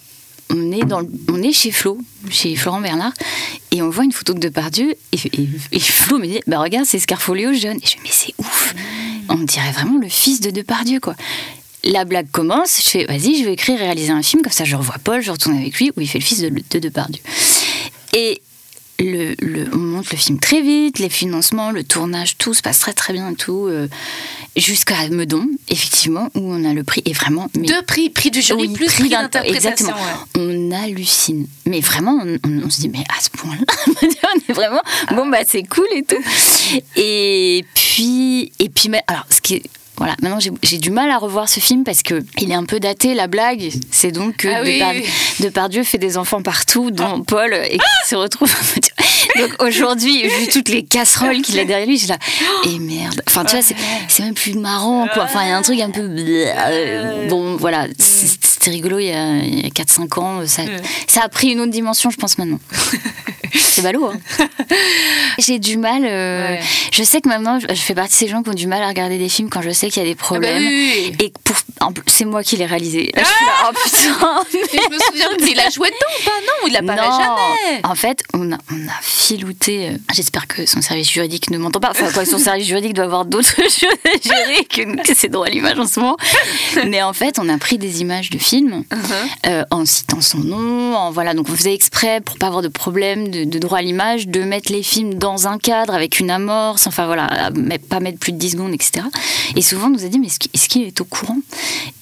[SPEAKER 2] on est dans, le- on est chez Flo, chez Florent Bernard, et on voit une photo de Depardieu. Et, et, et Flo me dit, bah regarde, c'est Scarfolio jeune. Et je mais c'est ouf. On dirait vraiment le fils de Depardieu, quoi. La blague commence, je fais vas-y, je vais écrire, réaliser un film, comme ça je revois Paul, je retourne avec lui, où il fait le fils de, de Depardieu. Et le, le- on monte le film très vite, les financements, le tournage, tout se passe très très bien, et tout, euh, jusqu'à Meudon, effectivement, où on a le prix, et vraiment, mais-
[SPEAKER 1] Deux prix, prix du jury
[SPEAKER 2] oui,
[SPEAKER 1] plus prix
[SPEAKER 2] d'int-
[SPEAKER 1] d'interprétation.
[SPEAKER 2] Exactement.
[SPEAKER 1] ouais.
[SPEAKER 2] On hallucine. Mais vraiment, on, on- on se dit, mais à ce point-là, [laughs] on est vraiment,
[SPEAKER 1] Ah.
[SPEAKER 2] bon, bah, c'est cool et tout. Et puis, et puis, mais- alors, ce qui est. Voilà, maintenant j'ai- j'ai du mal à revoir ce film parce que il est un peu daté, la blague. C'est donc que
[SPEAKER 1] Ah oui,
[SPEAKER 2] Depard-
[SPEAKER 1] oui.
[SPEAKER 2] Depardieu fait des enfants partout,
[SPEAKER 1] Ah.
[SPEAKER 2] dont Paul, et qui se retrouve. donc aujourd'hui,
[SPEAKER 1] Ah.
[SPEAKER 2] vu toutes les casseroles qu'il a derrière lui, je suis là,
[SPEAKER 1] Oh.
[SPEAKER 2] et merde. Enfin, tu vois, c'est-
[SPEAKER 1] Ah.
[SPEAKER 2] c'est même plus marrant, quoi. Enfin, il y a un truc un peu.
[SPEAKER 1] Ah.
[SPEAKER 2] euh, Bon, voilà,
[SPEAKER 1] Mm.
[SPEAKER 2] c- c'était rigolo il y a, il y a 4-5 ans. euh, Ça, ça a pris une autre dimension, je
[SPEAKER 1] [laughs]
[SPEAKER 2] pense, maintenant. c'est ballot, hein. J'ai du mal. euh,
[SPEAKER 1] Ouais.
[SPEAKER 2] Je sais que maintenant, je je fais partie de ces gens qui ont du mal à regarder des films quand je sais qu'il y a des
[SPEAKER 1] Ah bah
[SPEAKER 2] problèmes.
[SPEAKER 1] oui, oui. Ah.
[SPEAKER 2] Et pour, en plus, c'est moi qui l'ai réalisé. Je suis là,
[SPEAKER 1] [laughs]
[SPEAKER 2] oh putain,
[SPEAKER 1] Mais je me souviens, mais il a joué dedans ou pas Non, il apparaît
[SPEAKER 2] non.
[SPEAKER 1] jamais.
[SPEAKER 2] En fait, on a, on a filouté. euh, J'espère que son service juridique ne m'entend pas. Enfin, quoi, son service juridique doit avoir d'autres [laughs] jurés que, que ses droits à l'image en ce moment. Mais en fait, on a pris des images de films euh, en citant son nom. En, voilà, donc on faisait exprès pour pas avoir de problème de, de droit à l'image, de mettre les films dans un cadre avec une amorce. Enfin voilà, à mettre- pas mettre plus de 10 secondes, etc. Et souvent, on nous a dit, mais est-ce qu'il- est-ce qu'il est au courant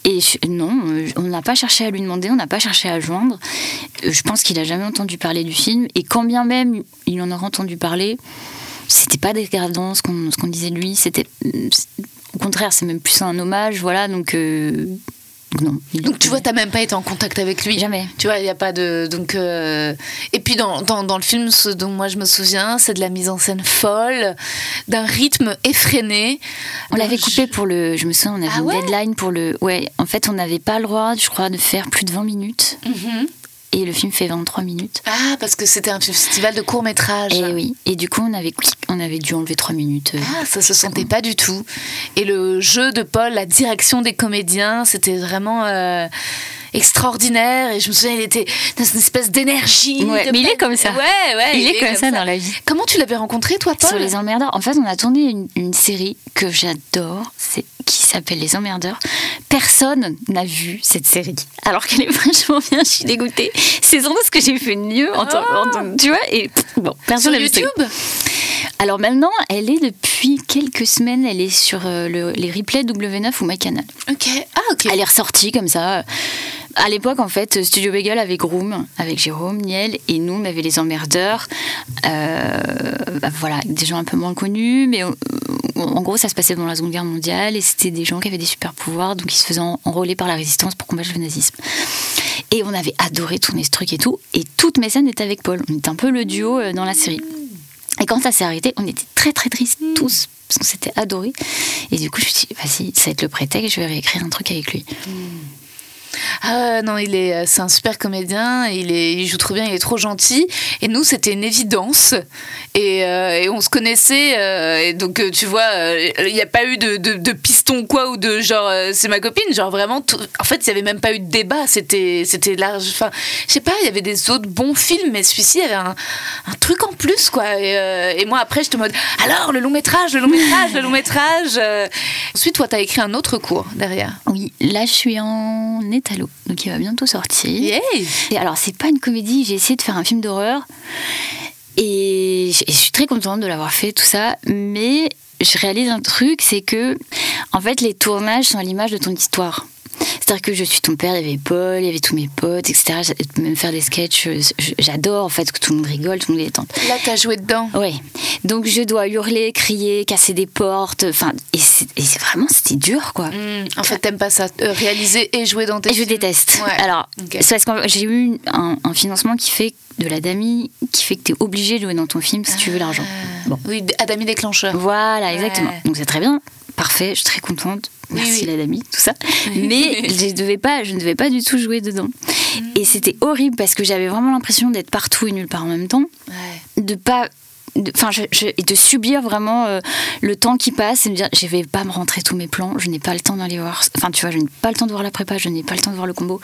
[SPEAKER 2] et je- non, euh, on n'a pas cherché à lui demander, on n'a pas cherché à le joindre. Euh, Je pense qu'il a jamais entendu parler du film. Et quand bien même il en aurait entendu parler, c'était pas dégradant ce qu'on ce qu'on disait de lui. C'était c'est- au contraire, c'est même plus un hommage, voilà. Donc euh, non. il- euh,
[SPEAKER 1] Donc tu vois, t'as même pas été en contact avec lui.
[SPEAKER 2] jamais.
[SPEAKER 1] Tu vois, il n'y a pas de. Donc, euh, Et puis, dans, dans- dans le film, ce dont moi je me souviens, c'est de la mise en scène folle, d'un rythme effréné.
[SPEAKER 2] On
[SPEAKER 1] d'un
[SPEAKER 2] l'avait
[SPEAKER 1] jeu-
[SPEAKER 2] coupé pour le. Je me souviens, on avait
[SPEAKER 1] Ah
[SPEAKER 2] une
[SPEAKER 1] ouais
[SPEAKER 2] deadline pour le. Ouais, en fait, on n'avait pas le droit, je crois, de faire plus de 20 minutes.
[SPEAKER 1] Mhm.
[SPEAKER 2] Et le film fait 23 minutes.
[SPEAKER 1] Ah, parce que c'était un festival de court-métrage.
[SPEAKER 2] Et Eh oui. Et du coup, on avait, on avait dû enlever 3 minutes. euh,
[SPEAKER 1] Ah, ça se sentait pas du tout. Et le jeu de Paul, la direction des comédiens, c'était vraiment. euh, extraordinaire. Et je me souviens, il était dans une espèce d'énergie.
[SPEAKER 2] Ouais,
[SPEAKER 1] de
[SPEAKER 2] mais il
[SPEAKER 1] pleine-
[SPEAKER 2] est comme ça.
[SPEAKER 1] Ouais, ouais.
[SPEAKER 2] Ah, Il est comme ça dans la vie.
[SPEAKER 1] Comment tu l'avais rencontré, toi, Paul
[SPEAKER 2] Sur les emmerdeurs. En fait, on a tourné une, une série que j'adore, c'est qui s'appelle Les emmerdeurs. Personne n'a vu cette série, alors qu'elle est [laughs] vachement bien. Je suis dégoûtée. C'est sans doute ce que j'ai fait de mieux en tant en tant- tu vois. Et pff, bon,
[SPEAKER 1] Sur
[SPEAKER 2] personne n'a vu cette
[SPEAKER 1] YouTube
[SPEAKER 2] série. Alors maintenant, elle est depuis quelques semaines. Elle est sur euh, le- les replays W9 ou MyCanal.
[SPEAKER 1] Ok. Ah, ok.
[SPEAKER 2] Elle est ressortie comme ça. À l'époque, en fait, Studio Bagel avait Groom avec Jérôme, Niel, et nous, on avait Les Emmerdeurs. Euh, bah voilà, des gens un peu moins connus, mais euh, en gros, ça se passait dans la Seconde Guerre mondiale, et c'était des gens qui avaient des super pouvoirs, donc ils se faisaient enrôler par la résistance pour combattre le nazisme. Et on avait adoré tourner ce truc et tout, et toutes mes scènes étaient avec Paul. On était un peu le duo euh, dans la série. Et quand ça s'est arrêté, on était très très tristes tous, parce qu'on s'était adorés. Et du coup, je me suis dit, vas-y, ça va être le prétexte, je vais réécrire un truc avec lui.
[SPEAKER 1] Ah non, il est, euh, c'est un super comédien, il, est, il joue trop bien, il est trop gentil. Et nous, c'était une évidence. Et, euh, et on se connaissait. euh, et donc, euh, tu vois, euh, il n'y a pas eu de, de, de piston quoi, ou de genre, euh, c'est ma copine. Genre, vraiment, tout- en fait, il n'y avait même pas eu de débat. C'était, c'était large. Enfin, je sais pas, il y avait des autres bons films, mais celui-ci avait un, un truc en plus, quoi. Et, euh, et moi, après, j'étais en mode, alors, le long métrage, le long métrage, le long métrage. euh. Ensuite, toi, t'as écrit un autre cours derrière.
[SPEAKER 2] Oui, là, je suis en étalo, donc il va bientôt sortir. Et alors, c'est pas une comédie, j'ai essayé de faire un film d'horreur. Et je, et je suis très contente de l'avoir fait, tout ça. Mais je réalise un truc, c'est que, en fait, les tournages sont à l'image de ton histoire. C'est-à-dire que je suis ton père, il y avait Paul, il y avait tous mes potes, etc. J'a- Même faire des sketchs, euh, je- je- j'adore en fait que tout le monde rigole, tout le monde est détente.
[SPEAKER 1] Là, t'as joué dedans.
[SPEAKER 2] Ouais. Donc je dois hurler, crier, casser des portes. Enfin, et c'est et c'est vraiment, c'était dur quoi.
[SPEAKER 1] Hmm, en fait, t'aimes pas ça, euh, réaliser et jouer dans tes
[SPEAKER 2] Et je
[SPEAKER 1] films.
[SPEAKER 2] déteste.
[SPEAKER 1] Ouais.
[SPEAKER 2] Alors,
[SPEAKER 1] Ok.
[SPEAKER 2] c'est parce que j'ai eu un, un financement qui fait de la DAMI, qui fait que tu es obligé de jouer dans ton film si tu veux l'argent. Bon.
[SPEAKER 1] Oui, Adami déclencheur.
[SPEAKER 2] Voilà, exactement.
[SPEAKER 1] Ah. Ouais.
[SPEAKER 2] Donc c'est très bien. Parfait, je suis très contente. Merci
[SPEAKER 1] oui.
[SPEAKER 2] la DAMI, tout ça.
[SPEAKER 1] [laughs]
[SPEAKER 2] Mais je, devais pas, je ne devais pas du tout jouer dedans.
[SPEAKER 1] Mm.
[SPEAKER 2] Et c'était horrible parce que j'avais vraiment l'impression d'être partout et nulle part en même temps
[SPEAKER 1] Ouais.
[SPEAKER 2] de pas de- enfin je, je- et de subir vraiment euh, le temps qui passe et de me dire je vais pas me rentrer tous mes plans je n'ai pas le temps d'aller voir enfin tu vois je n'ai pas le temps de voir la prépa je n'ai pas le temps de voir le combo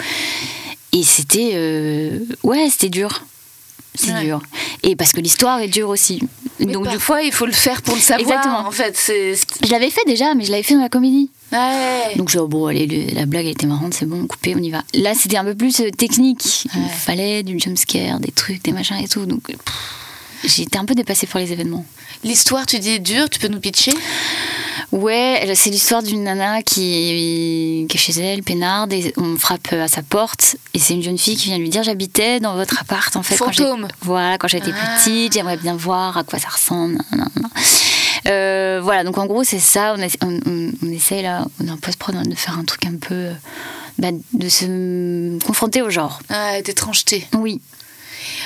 [SPEAKER 2] et c'était euh, ouais c'était dur c'est
[SPEAKER 1] Ouais.
[SPEAKER 2] dur et parce que l'histoire est dure aussi donc
[SPEAKER 1] Donc,
[SPEAKER 2] du coup
[SPEAKER 1] parfois, il faut le faire pour le savoir.
[SPEAKER 2] Exactement.
[SPEAKER 1] En fait, c'est.
[SPEAKER 2] je l'avais fait déjà mais je l'avais fait dans la comédie
[SPEAKER 1] Ouais.
[SPEAKER 2] donc je dis, bon, allez, le- la blague, elle était marrante, c'est bon, coupé, on y va. Là, c'était un peu plus euh, technique. Il me
[SPEAKER 1] Ouais.
[SPEAKER 2] fallait du jumpscare, des trucs, des machins et tout. Donc, j'étais un peu dépassée pour les événements.
[SPEAKER 1] L'histoire, tu dis, est dure, tu peux nous pitcher
[SPEAKER 2] Ouais, elle- c'est l'histoire d'une nana qui, qui est chez elle, peinarde, et on frappe à sa porte. Et c'est une jeune fille qui vient lui dire J'habitais dans votre appart, en fait. quand j'ai-
[SPEAKER 1] Fantôme.
[SPEAKER 2] Voilà, quand j'étais
[SPEAKER 1] Ah.
[SPEAKER 2] petite, j'aimerais bien voir à quoi ça ressemble. nan, nan, nan. Euh, voilà, donc en gros, c'est ça. On, essa- on, on- on essaye, là, on est en post-prod, de faire un truc un peu. euh, bah, de se confronter au genre.
[SPEAKER 1] Ouais, d'étrangeté.
[SPEAKER 2] Oui,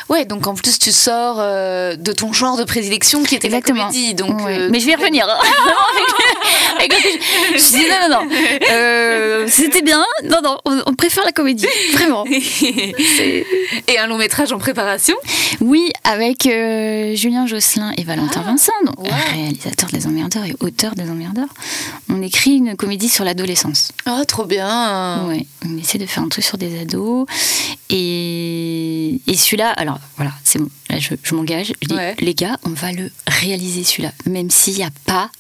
[SPEAKER 1] Ouais, donc en plus, tu sors euh, de ton genre de prédilection qui était
[SPEAKER 2] exactement.
[SPEAKER 1] la comédie. Donc,
[SPEAKER 2] Ouais.
[SPEAKER 1] euh,
[SPEAKER 2] Mais je vais y revenir. [laughs] Avec- avec- je me suis dit, non, non, non. Euh, C'était bien. Non, non, on, on préfère la comédie.
[SPEAKER 1] [laughs]
[SPEAKER 2] Vraiment.
[SPEAKER 1] Et un long métrage en préparation.
[SPEAKER 2] Oui, avec euh, Julien Josselin et Valentin Vincent, donc,
[SPEAKER 1] Ah, ouais.
[SPEAKER 2] réalisateur des Emmerdeurs et auteur des Emmerdeurs. On écrit une comédie sur l'adolescence.
[SPEAKER 1] Oh, trop bien.
[SPEAKER 2] Ouais, on essaie de faire un truc sur des ados. Et, et celui-là, alors voilà, c'est bon, là je, je m'engage. Je dis,
[SPEAKER 1] Ouais.
[SPEAKER 2] les gars, on va le réaliser celui-là, même s'il n'y a pas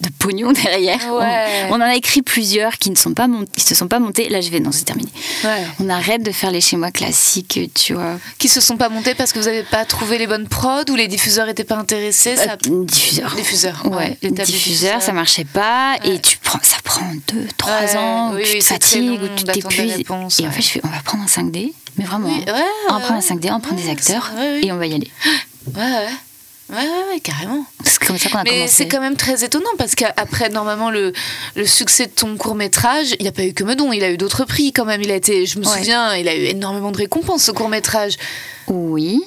[SPEAKER 2] de pognon [laughs] derrière. On-
[SPEAKER 1] Ouais.
[SPEAKER 2] On, en a écrit plusieurs qui ne sont pas mon- qui se sont pas montés. Là, je vais, non, c'est terminé.
[SPEAKER 1] Ouais.
[SPEAKER 2] On arrête de faire les chez moi classiques, tu vois.
[SPEAKER 1] Qui se sont pas montés parce que vous avez pas trouvé les bonnes prods ou les diffuseurs étaient pas intéressés. ça-
[SPEAKER 2] Euh, diffuseur.
[SPEAKER 1] Diffuseur.
[SPEAKER 2] Ouais,
[SPEAKER 1] les tables
[SPEAKER 2] diffuseur, ça marchait pas. Et tu prends, ça prend 2, 3
[SPEAKER 1] Ouais,
[SPEAKER 2] ans, où
[SPEAKER 1] oui,
[SPEAKER 2] tu
[SPEAKER 1] oui,
[SPEAKER 2] te
[SPEAKER 1] c'est très
[SPEAKER 2] fatigues,
[SPEAKER 1] long
[SPEAKER 2] où tu
[SPEAKER 1] d'attendre des
[SPEAKER 2] t'épuises.
[SPEAKER 1] réponses,
[SPEAKER 2] et en
[SPEAKER 1] ouais.
[SPEAKER 2] fait, je fais, on va prendre un 5D, mais vraiment.
[SPEAKER 1] Oui,
[SPEAKER 2] hein.
[SPEAKER 1] ouais,
[SPEAKER 2] on
[SPEAKER 1] Ah ouais,
[SPEAKER 2] prend un 5D, on prend
[SPEAKER 1] ouais,
[SPEAKER 2] des acteurs,
[SPEAKER 1] c'est vrai, oui.
[SPEAKER 2] et on va y aller.
[SPEAKER 1] Ouais, ouais. Ouais, ouais, ouais, carrément.
[SPEAKER 2] C'est comme ça qu'on a
[SPEAKER 1] Mais
[SPEAKER 2] commencé.
[SPEAKER 1] c'est quand même très étonnant parce qu'après, normalement, le, le succès de ton court métrage, il n'y a pas eu que Meudon, il a eu d'autres prix quand même. Il a été, je me
[SPEAKER 2] Ouais.
[SPEAKER 1] souviens, il a eu énormément de récompenses ce court métrage.
[SPEAKER 2] Oui.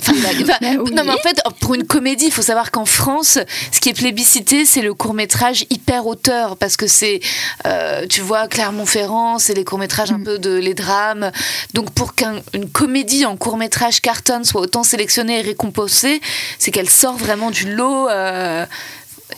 [SPEAKER 1] Enfin, il a- enfin,
[SPEAKER 2] Bah oui.
[SPEAKER 1] Non, mais en fait, pour une comédie, il faut savoir qu'en France, ce qui est plébiscité, c'est le court métrage hyper auteur parce que c'est, euh, tu vois, Clermont-Ferrand, c'est les courts métrages
[SPEAKER 2] Mm.
[SPEAKER 1] un peu de les drames. Donc, pour qu'une comédie en court métrage cartonne soit autant sélectionnée et récompensée, c'est qu'elle sort vraiment du lot. euh,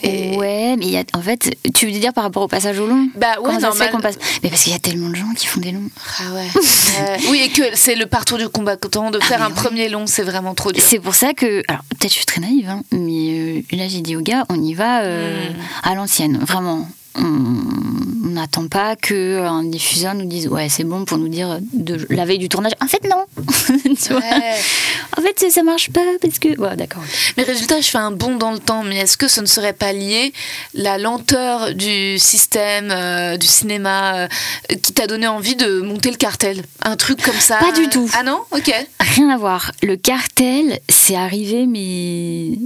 [SPEAKER 1] Et...
[SPEAKER 2] Ouais, mais il y a, en fait, tu veux dire par rapport au passage au long
[SPEAKER 1] Bah ouais,
[SPEAKER 2] Comment ça se
[SPEAKER 1] normal.
[SPEAKER 2] fait qu'on passe Mais parce qu'il y a tellement de gens qui font des longs.
[SPEAKER 1] Ah ouais. Euh, oui, et que c'est le parcours du combattant de faire
[SPEAKER 2] Ah, mais
[SPEAKER 1] un
[SPEAKER 2] oui.
[SPEAKER 1] premier long, c'est vraiment trop dur.
[SPEAKER 2] C'est pour ça que, alors peut-être je suis très naïve, hein, mais euh, là j'ai dit aux gars, on y va
[SPEAKER 1] Hmm.
[SPEAKER 2] euh, à l'ancienne, vraiment. On on n'attend pas que euh, un diffuseur nous dise ouais c'est bon pour nous dire de la veille du tournage. En fait non. [laughs] Tu vois
[SPEAKER 1] Ouais.
[SPEAKER 2] en fait ça- ça marche pas parce que ouais d'accord.
[SPEAKER 1] Mais résultat, je fais un bond dans le temps. Mais est-ce que ce ne serait pas lié la lenteur du système euh, du cinéma euh, qui t'a donné envie de monter le cartel Un truc comme ça
[SPEAKER 2] Pas du tout.
[SPEAKER 1] Ah non Ok.
[SPEAKER 2] Rien à voir. Le cartel, c'est arrivé, mais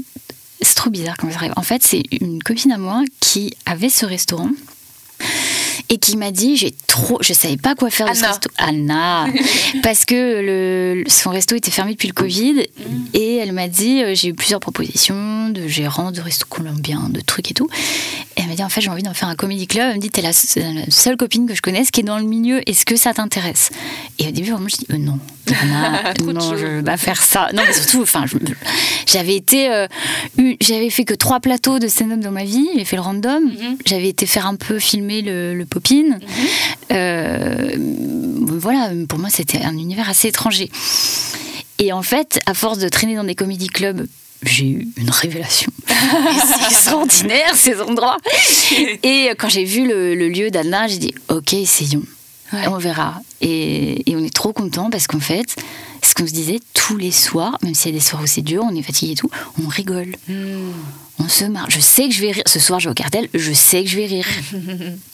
[SPEAKER 2] c'est trop bizarre quand ça arrive. En fait, c'est une copine à moi qui avait ce restaurant et qui m'a dit j'ai trop je savais pas quoi faire de ce
[SPEAKER 1] Anna.
[SPEAKER 2] resto
[SPEAKER 1] [laughs]
[SPEAKER 2] Anna parce que le, le- son resto était fermé depuis le Covid
[SPEAKER 1] Mm.
[SPEAKER 2] et elle m'a dit euh, j'ai eu plusieurs propositions de gérants de restos colombiens de trucs et tout et elle m'a dit en fait j'ai envie d'en faire un comedy club elle me dit t'es la, se- la seule copine que je connaisse qui est dans le milieu est-ce que ça t'intéresse et au début vraiment je dis euh,
[SPEAKER 1] [laughs]
[SPEAKER 2] non Anna,
[SPEAKER 1] Trop de
[SPEAKER 2] non
[SPEAKER 1] choses.
[SPEAKER 2] je vais pas faire ça non mais surtout enfin je- j'avais été euh, une- j'avais fait que trois plateaux de stand-up dans ma vie j'ai fait le random j'avais été faire un peu filmer le, le Popin Euh, voilà pour moi c'était un univers assez étranger et en fait à force de traîner dans des comédie clubs j'ai eu une révélation. [laughs] c'est extraordinaire ces endroits. Et quand j'ai vu le, le lieu d'Anna, j'ai dit ok, essayons.
[SPEAKER 1] Ouais.
[SPEAKER 2] On verra. Et, et on est trop contents parce qu'en fait, ce qu'on se disait tous les soirs, même s'il y a des soirs où c'est dur, on est fatigué et tout, on rigole. On se marre. Je sais que je vais rire. Ce soir, je vais au cartel, je sais que je vais rire.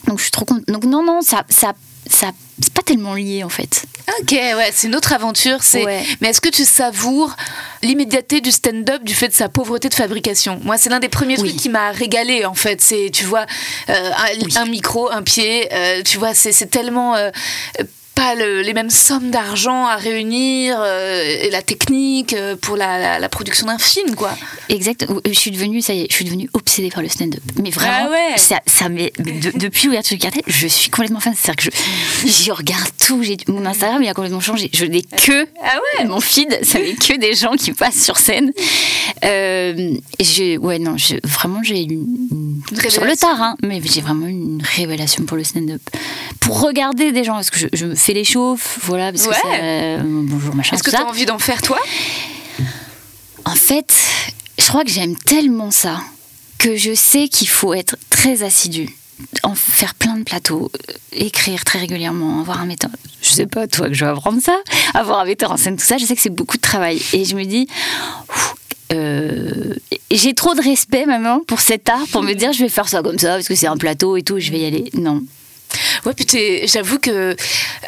[SPEAKER 2] Donc je suis trop contente. Donc non, non, ça, ça, ça c'est pas tellement lié en fait.
[SPEAKER 1] Ok, ouais, c'est une autre aventure. C'est.
[SPEAKER 2] Ouais.
[SPEAKER 1] Mais est-ce que tu savoures l'immédiateté du stand-up du fait de sa pauvreté de fabrication Moi, c'est l'un des premiers
[SPEAKER 2] Oui.
[SPEAKER 1] trucs qui m'a régalé en fait. C'est, tu vois, euh, un,
[SPEAKER 2] Oui.
[SPEAKER 1] un micro, un pied. euh, tu vois, c'est c'est tellement. euh, pas le- les mêmes sommes d'argent à réunir euh, et la technique euh, pour la, la- la production d'un film quoi.
[SPEAKER 2] Exact. euh, Je suis devenue, ça y est, je suis devenue obsédée par le stand-up. Mais vraiment,
[SPEAKER 1] Ah ouais.
[SPEAKER 2] ça, ça m'est- de- depuis l'ouverture du cartel, je suis complètement fan. C'est-à-dire que je, j'y regarde tout. J'ai, mon Instagram, il a complètement changé. Je n'ai que
[SPEAKER 1] Ah ouais
[SPEAKER 2] mon feed, ça n'est que des gens qui passent sur scène. Euh, et j'ai- ouais, non, je- vraiment, j'ai eu une,
[SPEAKER 1] Une
[SPEAKER 2] sur le
[SPEAKER 1] révélation.
[SPEAKER 2] tard, hein, mais j'ai vraiment eu une révélation pour le stand-up. Pour regarder des gens, parce que je, je fais les chauffe, voilà, parce
[SPEAKER 1] Ouais.
[SPEAKER 2] que ça, euh, bonjour machin,
[SPEAKER 1] Est-ce que
[SPEAKER 2] tout
[SPEAKER 1] tu
[SPEAKER 2] ça.
[SPEAKER 1] as envie d'en faire toi
[SPEAKER 2] En fait, je crois que j'aime tellement ça que je sais qu'il faut être très assidu, en faire plein de plateaux, euh, écrire très régulièrement, avoir un metteur. Je sais pas toi que je vais apprendre ça, [laughs] avoir un metteur en scène, tout ça. Je sais que c'est beaucoup de travail et je me dis. ouf, euh, j'ai trop de respect maintenant pour cet art pour me dire je vais faire ça comme ça parce que c'est un plateau et tout je vais y aller non
[SPEAKER 1] Ouais, puis t'es- j'avoue que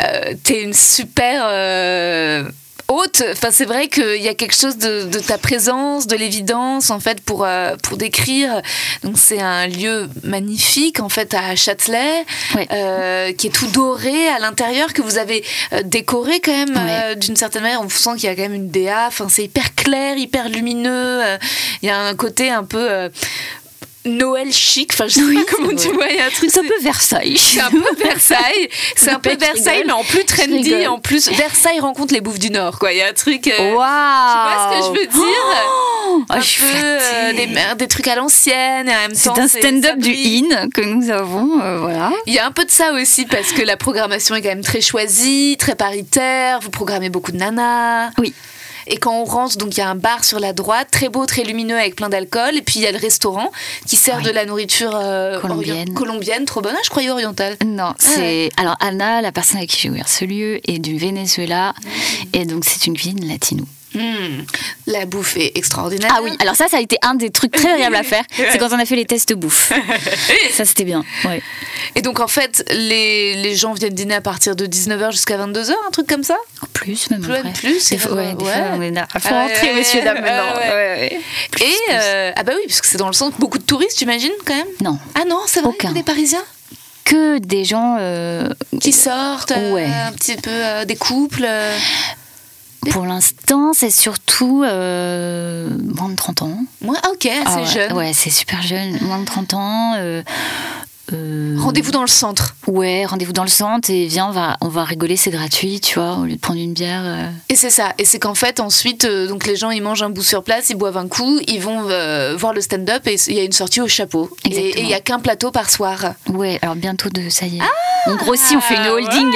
[SPEAKER 1] euh, t'es une super euh, hôte. Enfin, c'est vrai qu'il y a quelque chose de, de ta présence, de l'évidence, en fait, pour, euh, pour décrire. Donc, c'est un lieu magnifique, en fait, à Châtelet,
[SPEAKER 2] Ouais.
[SPEAKER 1] euh, qui est tout doré à l'intérieur, que vous avez euh, décoré quand même,
[SPEAKER 2] Ouais.
[SPEAKER 1] euh, d'une certaine manière. On sent qu'il y a quand même une DA. Enfin, c'est hyper clair, hyper lumineux. Euh, Il y a un côté un peu. euh, Noël chic, enfin je sais
[SPEAKER 2] Oui,
[SPEAKER 1] pas comment tu
[SPEAKER 2] c'est vrai.
[SPEAKER 1] vois, il y a un truc
[SPEAKER 2] c'est un peu Versailles
[SPEAKER 1] c'est un peu Versailles. C'est un peu
[SPEAKER 2] Je rigole.
[SPEAKER 1] Versailles, mais en plus
[SPEAKER 2] Je
[SPEAKER 1] trendy.
[SPEAKER 2] rigole.
[SPEAKER 1] En plus, Versailles rencontre les Bouffes du Nord, quoi. Il y a un truc. euh,
[SPEAKER 2] waouh
[SPEAKER 1] Tu vois ce que je veux dire
[SPEAKER 2] Oh,
[SPEAKER 1] Un
[SPEAKER 2] je suis
[SPEAKER 1] peu euh,
[SPEAKER 2] flattée.
[SPEAKER 1] des, des trucs à l'ancienne. et en même
[SPEAKER 2] c'est
[SPEAKER 1] temps,
[SPEAKER 2] un stand-up
[SPEAKER 1] ça
[SPEAKER 2] du
[SPEAKER 1] brille.
[SPEAKER 2] in que nous avons euh, voilà
[SPEAKER 1] Il y a un peu de ça aussi parce que la programmation est quand même très choisie, très paritaire. Vous programmez beaucoup de nanas.
[SPEAKER 2] Oui.
[SPEAKER 1] Et quand on rentre, donc il y a un bar sur la droite, très beau, très lumineux, avec plein d'alcool. Et puis il y a le restaurant qui sert
[SPEAKER 2] Oui.
[SPEAKER 1] de la nourriture euh,
[SPEAKER 2] Colombienne.
[SPEAKER 1] orient- colombienne, trop bonne, Ah, je croyais orientale.
[SPEAKER 2] Non, c'est alors Anna, la personne avec qui j'ai ouvert ce lieu, est du Venezuela et donc c'est une cuisine latino.
[SPEAKER 1] Hmm. La bouffe est extraordinaire.
[SPEAKER 2] Ah oui, alors ça, ça a été un des trucs très agréables à [laughs] faire, c'est quand on a fait les tests [laughs] bouffe. ça c'était bien. Ouais.
[SPEAKER 1] Et donc en fait, les, les gens viennent dîner à partir de 19h jusqu'à 22h, un truc comme ça
[SPEAKER 2] En plus même
[SPEAKER 1] Plus-
[SPEAKER 2] après.
[SPEAKER 1] plus,
[SPEAKER 2] des
[SPEAKER 1] c'est
[SPEAKER 2] fois, ouais, des
[SPEAKER 1] ouais.
[SPEAKER 2] fois, on est là. Faut
[SPEAKER 1] Ah
[SPEAKER 2] rentrer,
[SPEAKER 1] ouais,
[SPEAKER 2] monsieur, dame,
[SPEAKER 1] ouais,
[SPEAKER 2] maintenant.
[SPEAKER 1] ouais.
[SPEAKER 2] Ouais, ouais. Plus,
[SPEAKER 1] Et
[SPEAKER 2] plus.
[SPEAKER 1] euh, ah bah oui, parce que c'est dans le centre, beaucoup de touristes, j'imagine quand même.
[SPEAKER 2] Non,
[SPEAKER 1] Ah non, c'est vrai, que
[SPEAKER 2] Aucun.
[SPEAKER 1] des Parisiens
[SPEAKER 2] que des gens euh,
[SPEAKER 1] qui sortent, euh,
[SPEAKER 2] Ouais.
[SPEAKER 1] un petit peu euh, des couples. euh.
[SPEAKER 2] Pour l'instant, c'est surtout euh, moins de 30 ans.
[SPEAKER 1] Moi, ah, ok,
[SPEAKER 2] Ah
[SPEAKER 1] c'est
[SPEAKER 2] ouais,
[SPEAKER 1] jeune.
[SPEAKER 2] Ouais, c'est super jeune, moins de 30 ans. euh, euh,
[SPEAKER 1] Rendez-vous dans le centre.
[SPEAKER 2] Ouais, rendez-vous dans le centre et viens, on va, on va rigoler, c'est gratuit, tu vois, au lieu de prendre une bière. euh.
[SPEAKER 1] Et c'est ça. Et c'est qu'en fait, ensuite, euh, donc les gens, ils mangent un bout sur place, ils boivent un coup, ils vont euh, voir le stand-up et il y a une sortie au chapeau. Et- Et
[SPEAKER 2] Exactement.
[SPEAKER 1] il n'y a qu'un plateau par soir.
[SPEAKER 2] Ouais, alors bientôt, de, ça
[SPEAKER 1] Ah,
[SPEAKER 2] y est. on grossit, on fait une holding.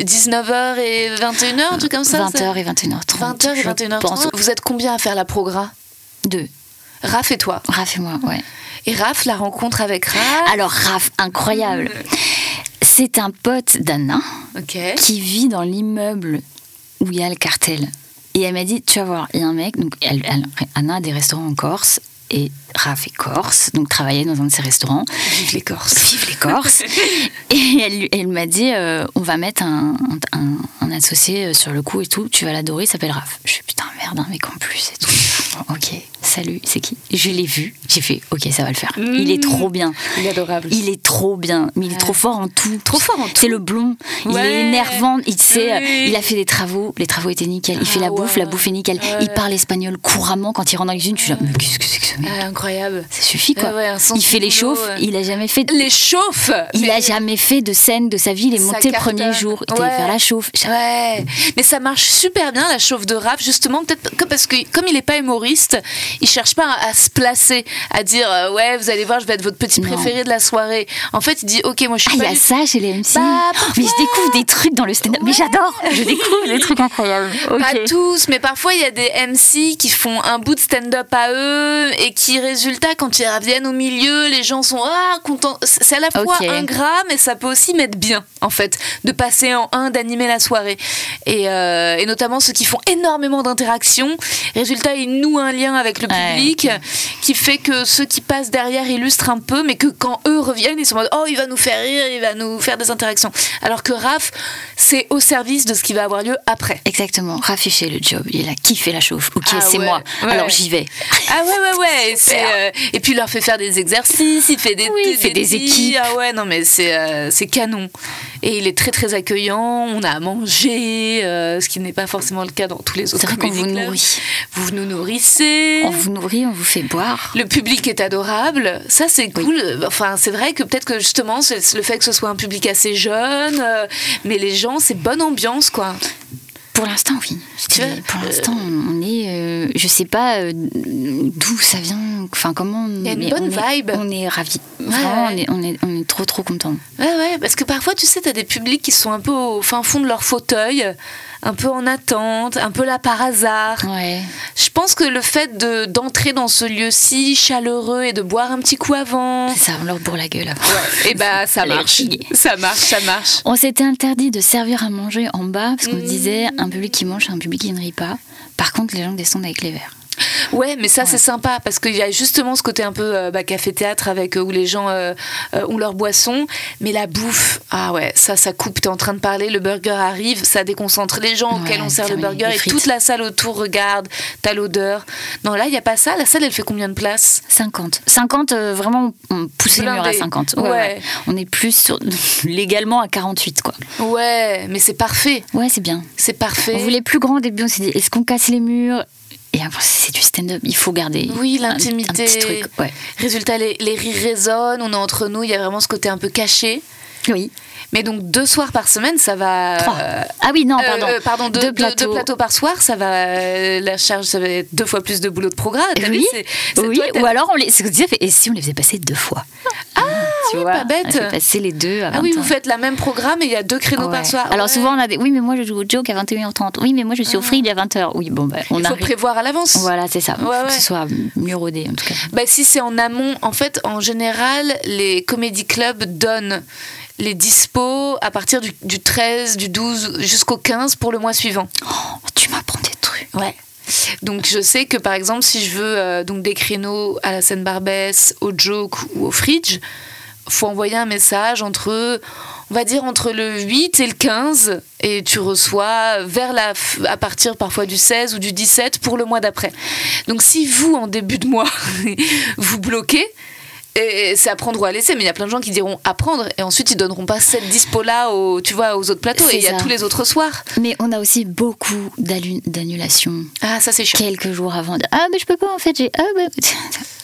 [SPEAKER 1] 19h et 21h, un truc comme ça.
[SPEAKER 2] 20h et 21h30.
[SPEAKER 1] 20h et
[SPEAKER 2] je
[SPEAKER 1] 21h30.
[SPEAKER 2] pense.
[SPEAKER 1] Vous êtes combien à faire la progra
[SPEAKER 2] Deux.
[SPEAKER 1] Raph et toi.
[SPEAKER 2] Raph et moi, ouais.
[SPEAKER 1] Et Raph, la rencontre avec Raph.
[SPEAKER 2] Alors, Raph, incroyable. C'est un pote d'Anna
[SPEAKER 1] Ok. Euh,
[SPEAKER 2] qui vit dans l'immeuble où il y a le cartel. Et elle m'a dit, tu vas voir, il y a un mec, donc elle- elle- Anna a des restaurants en Corse, et Raph est corse, donc travaillait dans un de ses restaurants.
[SPEAKER 1] Vive les Corses.
[SPEAKER 2] Vive
[SPEAKER 1] [laughs]
[SPEAKER 2] les Corses Et elle, lui- elle m'a dit, euh, on va mettre un, un- un associé euh, sur le coup et tout, tu vas l'adorer, il s'appelle Raph. Je suis putain, merde, un mec en plus et tout. Bon, ok, salut, c'est qui Je l'ai vu, j'ai fait, ok, ça va le faire. Il est trop bien.
[SPEAKER 1] Mmh. Il est adorable.
[SPEAKER 2] Il est trop bien, mais il est trop fort en tout. Trop
[SPEAKER 1] fort en
[SPEAKER 2] C'est le blond. Il
[SPEAKER 1] Ouais.
[SPEAKER 2] est énervant. Il sait, euh,
[SPEAKER 1] Oui.
[SPEAKER 2] il a fait des travaux. Les travaux étaient nickel. Il fait
[SPEAKER 1] Ah
[SPEAKER 2] la bouffe, la
[SPEAKER 1] ouais.
[SPEAKER 2] bouffe est nickel. Il parle espagnol couramment quand il rentre dans l'usine. Tu dis, mais qu'est-ce que c'est que ce mec
[SPEAKER 1] Ah, incroyable.
[SPEAKER 2] Ça suffit quoi.
[SPEAKER 1] Ah ouais, un sens
[SPEAKER 2] il fait
[SPEAKER 1] du
[SPEAKER 2] les
[SPEAKER 1] boulot,
[SPEAKER 2] chauffes.
[SPEAKER 1] ouais.
[SPEAKER 2] Il a jamais fait.
[SPEAKER 1] Les chauffes
[SPEAKER 2] Il
[SPEAKER 1] mais-
[SPEAKER 2] a jamais fait de scène de sa vie. Il est
[SPEAKER 1] Ça
[SPEAKER 2] monté le premier
[SPEAKER 1] cartonne.
[SPEAKER 2] jour. Il est allé
[SPEAKER 1] Ouais.
[SPEAKER 2] faire la chauffe. Ah,
[SPEAKER 1] Ouais, mais ça marche super bien la chauffe de rap, justement, peut-être que parce que comme il n'est pas humoriste, il cherche pas à se placer, à dire euh, ouais, vous allez voir, je vais être votre petit
[SPEAKER 2] Non.
[SPEAKER 1] préféré de la soirée. En fait, il dit ok, moi je
[SPEAKER 2] Ah,
[SPEAKER 1] suis
[SPEAKER 2] il y
[SPEAKER 1] pas
[SPEAKER 2] a
[SPEAKER 1] du-
[SPEAKER 2] ça chez les MC.
[SPEAKER 1] Bah,
[SPEAKER 2] Oh, mais je découvre des trucs dans le stand-up. Mais j'adore. Je découvre des trucs incroyables. Ok.
[SPEAKER 1] Pas tous, mais parfois il y a des MC qui font un bout de stand-up à eux et qui, résultat, quand ils reviennent au milieu, les gens sont ah, contents. C'est à la fois
[SPEAKER 2] Ok.
[SPEAKER 1] ingrat, mais ça peut aussi mettre bien, en fait, de passer en un, d'animer la soirée. Et, euh, et notamment ceux qui font énormément d'interactions. Résultat, ils nouent un lien avec le
[SPEAKER 2] Ouais,
[SPEAKER 1] public qui fait que ceux qui passent derrière illustrent un peu, mais que quand eux reviennent, ils sont en mode oh, il va nous faire rire, il va nous faire des interactions. Alors que Raph, c'est au service de ce qui va avoir lieu après.
[SPEAKER 2] Exactement, raffiché le job, il a kiffé la chauffe. Ok,
[SPEAKER 1] Ah
[SPEAKER 2] c'est
[SPEAKER 1] ouais,
[SPEAKER 2] moi,
[SPEAKER 1] ouais.
[SPEAKER 2] alors j'y vais.
[SPEAKER 1] Ah ouais, ouais, ouais. c'est, euh, et puis il leur fait faire des exercices, il fait des,
[SPEAKER 2] Oui, il fait des
[SPEAKER 1] dits.
[SPEAKER 2] équipes.
[SPEAKER 1] Ah ouais, non, mais c'est euh, c'est canon. Et il est très, très accueillant. On a à manger, euh, ce qui n'est pas forcément le cas dans tous les autres
[SPEAKER 2] C'est vrai qu'on
[SPEAKER 1] comedy
[SPEAKER 2] vous
[SPEAKER 1] clubs.
[SPEAKER 2] nourrit.
[SPEAKER 1] Vous nous nourrissez.
[SPEAKER 2] On vous nourrit, on vous fait boire.
[SPEAKER 1] Le public est adorable, ça c'est cool. Enfin, c'est vrai que peut-être que justement, c'est le fait que ce soit un public assez jeune, euh, mais les gens, c'est bonne ambiance quoi.
[SPEAKER 2] Pour l'instant, oui.
[SPEAKER 1] Tu
[SPEAKER 2] Mais
[SPEAKER 1] vois,
[SPEAKER 2] pour
[SPEAKER 1] euh,
[SPEAKER 2] l'instant, on est. euh, je sais pas euh, d'où ça vient, enfin comment. Il
[SPEAKER 1] y a une bonne vibe.
[SPEAKER 2] On est ravis. Vraiment,
[SPEAKER 1] ouais.
[SPEAKER 2] On, est, on, est, on est trop, trop contents.
[SPEAKER 1] Ouais, ouais, parce que parfois, tu sais, t'as des publics qui sont un peu au fin fond de leur fauteuil, un peu en attente, un peu là par hasard.
[SPEAKER 2] Ouais.
[SPEAKER 1] Je pense que le fait de- d'entrer dans ce lieu si chaleureux et de boire un petit coup avant,
[SPEAKER 2] C'est ça, on leur bourre la gueule après.
[SPEAKER 1] et bah ça
[SPEAKER 2] Allez,
[SPEAKER 1] marche.
[SPEAKER 2] crier.
[SPEAKER 1] Ça marche, ça marche.
[SPEAKER 2] [laughs] On s'était interdit de servir à manger en bas parce qu'on
[SPEAKER 1] Mmh.
[SPEAKER 2] se disait un public qui mange, c'est un public qui ne rit pas. Par contre, les gens descendent avec les verres.
[SPEAKER 1] Ouais, mais ça c'est sympa parce qu'il y a justement ce côté un peu euh, bah, café-théâtre avec euh, où les gens euh, euh, ont leur boisson, mais la bouffe, ah ouais, ça ça coupe. T'es en train de parler, le burger arrive, ça déconcentre les gens
[SPEAKER 2] Ouais,
[SPEAKER 1] auxquels on sert le
[SPEAKER 2] terminé,
[SPEAKER 1] burger
[SPEAKER 2] les
[SPEAKER 1] et
[SPEAKER 2] frites.
[SPEAKER 1] toute la salle autour regarde. T'as l'odeur. Non là il y a pas ça. La salle elle fait combien de places
[SPEAKER 2] 50. 50, euh, vraiment, on poussait le mur à
[SPEAKER 1] Blindé.
[SPEAKER 2] 50. Ouais,
[SPEAKER 1] Ouais.
[SPEAKER 2] ouais. On est plus sur- [laughs] légalement à 48, quoi.
[SPEAKER 1] Ouais, mais c'est parfait,
[SPEAKER 2] Ouais, c'est bien.
[SPEAKER 1] c'est parfait.
[SPEAKER 2] On voulait plus grand au début, on s'est dit, est-ce qu'on casse les murs Et après, c'est du stand-up, il faut garder.
[SPEAKER 1] Oui,
[SPEAKER 2] un- Un
[SPEAKER 1] l'intimité.
[SPEAKER 2] petit truc, ouais.
[SPEAKER 1] Résultat, les, les rires résonnent, on est entre nous, il y a vraiment ce côté un peu caché.
[SPEAKER 2] Oui.
[SPEAKER 1] Mais donc deux soirs par semaine, ça va.
[SPEAKER 2] Trois.
[SPEAKER 1] euh,
[SPEAKER 2] ah oui, non,
[SPEAKER 1] Euh,
[SPEAKER 2] pardon.
[SPEAKER 1] euh, pardon, deux, deux- deux plateaux. par soir, ça va. euh, la charge, ça va être deux fois plus de boulot de programme. T'as vu,
[SPEAKER 2] Eh Oui,
[SPEAKER 1] c'est- c'est
[SPEAKER 2] oui,
[SPEAKER 1] toi, t'as-
[SPEAKER 2] ou alors on les. c'est ce que je disais, fait, et si on les faisait passer deux fois Ah, tu vois,
[SPEAKER 1] pas bête.
[SPEAKER 2] On fait passer les deux à
[SPEAKER 1] Ah oui,
[SPEAKER 2] 20
[SPEAKER 1] vous faites la même programme et il y a deux créneaux
[SPEAKER 2] Ouais.
[SPEAKER 1] par soir.
[SPEAKER 2] Alors
[SPEAKER 1] Ouais. Ah.
[SPEAKER 2] souvent on a des. Oui, mais moi je joue au joke à 21h30. Oui, mais moi je suis au free à 20h. Oui, bon, bah, on
[SPEAKER 1] Il faut
[SPEAKER 2] arrive.
[SPEAKER 1] prévoir à l'avance.
[SPEAKER 2] Voilà, c'est ça. Il
[SPEAKER 1] Ouais,
[SPEAKER 2] faut que
[SPEAKER 1] ouais.
[SPEAKER 2] ce soit mieux rodé en tout cas.
[SPEAKER 1] Bah, si c'est en amont, en fait, en général, les comédie clubs donnent les dispos à partir du, du 13, du 12 jusqu'au 15 pour le mois suivant.
[SPEAKER 2] Oh, tu m'apprends des trucs.
[SPEAKER 1] Ouais. Donc je sais que par exemple si je veux euh, donc des créneaux à la scène Barbès, au Joke ou au Fridge, faut envoyer un message entre on va dire entre le 8 et le 15 et tu reçois vers la f- à partir parfois du 16 ou du [laughs] 17 pour le mois d'après. Donc si vous en début de mois vous bloquez Et c'est à prendre ou à laisser, mais il y a plein de gens qui diront à prendre et ensuite ils donneront pas cette dispo-là aux, tu vois, aux autres plateaux
[SPEAKER 2] C'est
[SPEAKER 1] et il y a
[SPEAKER 2] ça.
[SPEAKER 1] tous les autres soirs.
[SPEAKER 2] Mais on a aussi beaucoup d'allu- d'annulations.
[SPEAKER 1] Ah, ça c'est chiant.
[SPEAKER 2] Quelques jours avant, de, ah mais je peux pas en fait, j'ai ah bah...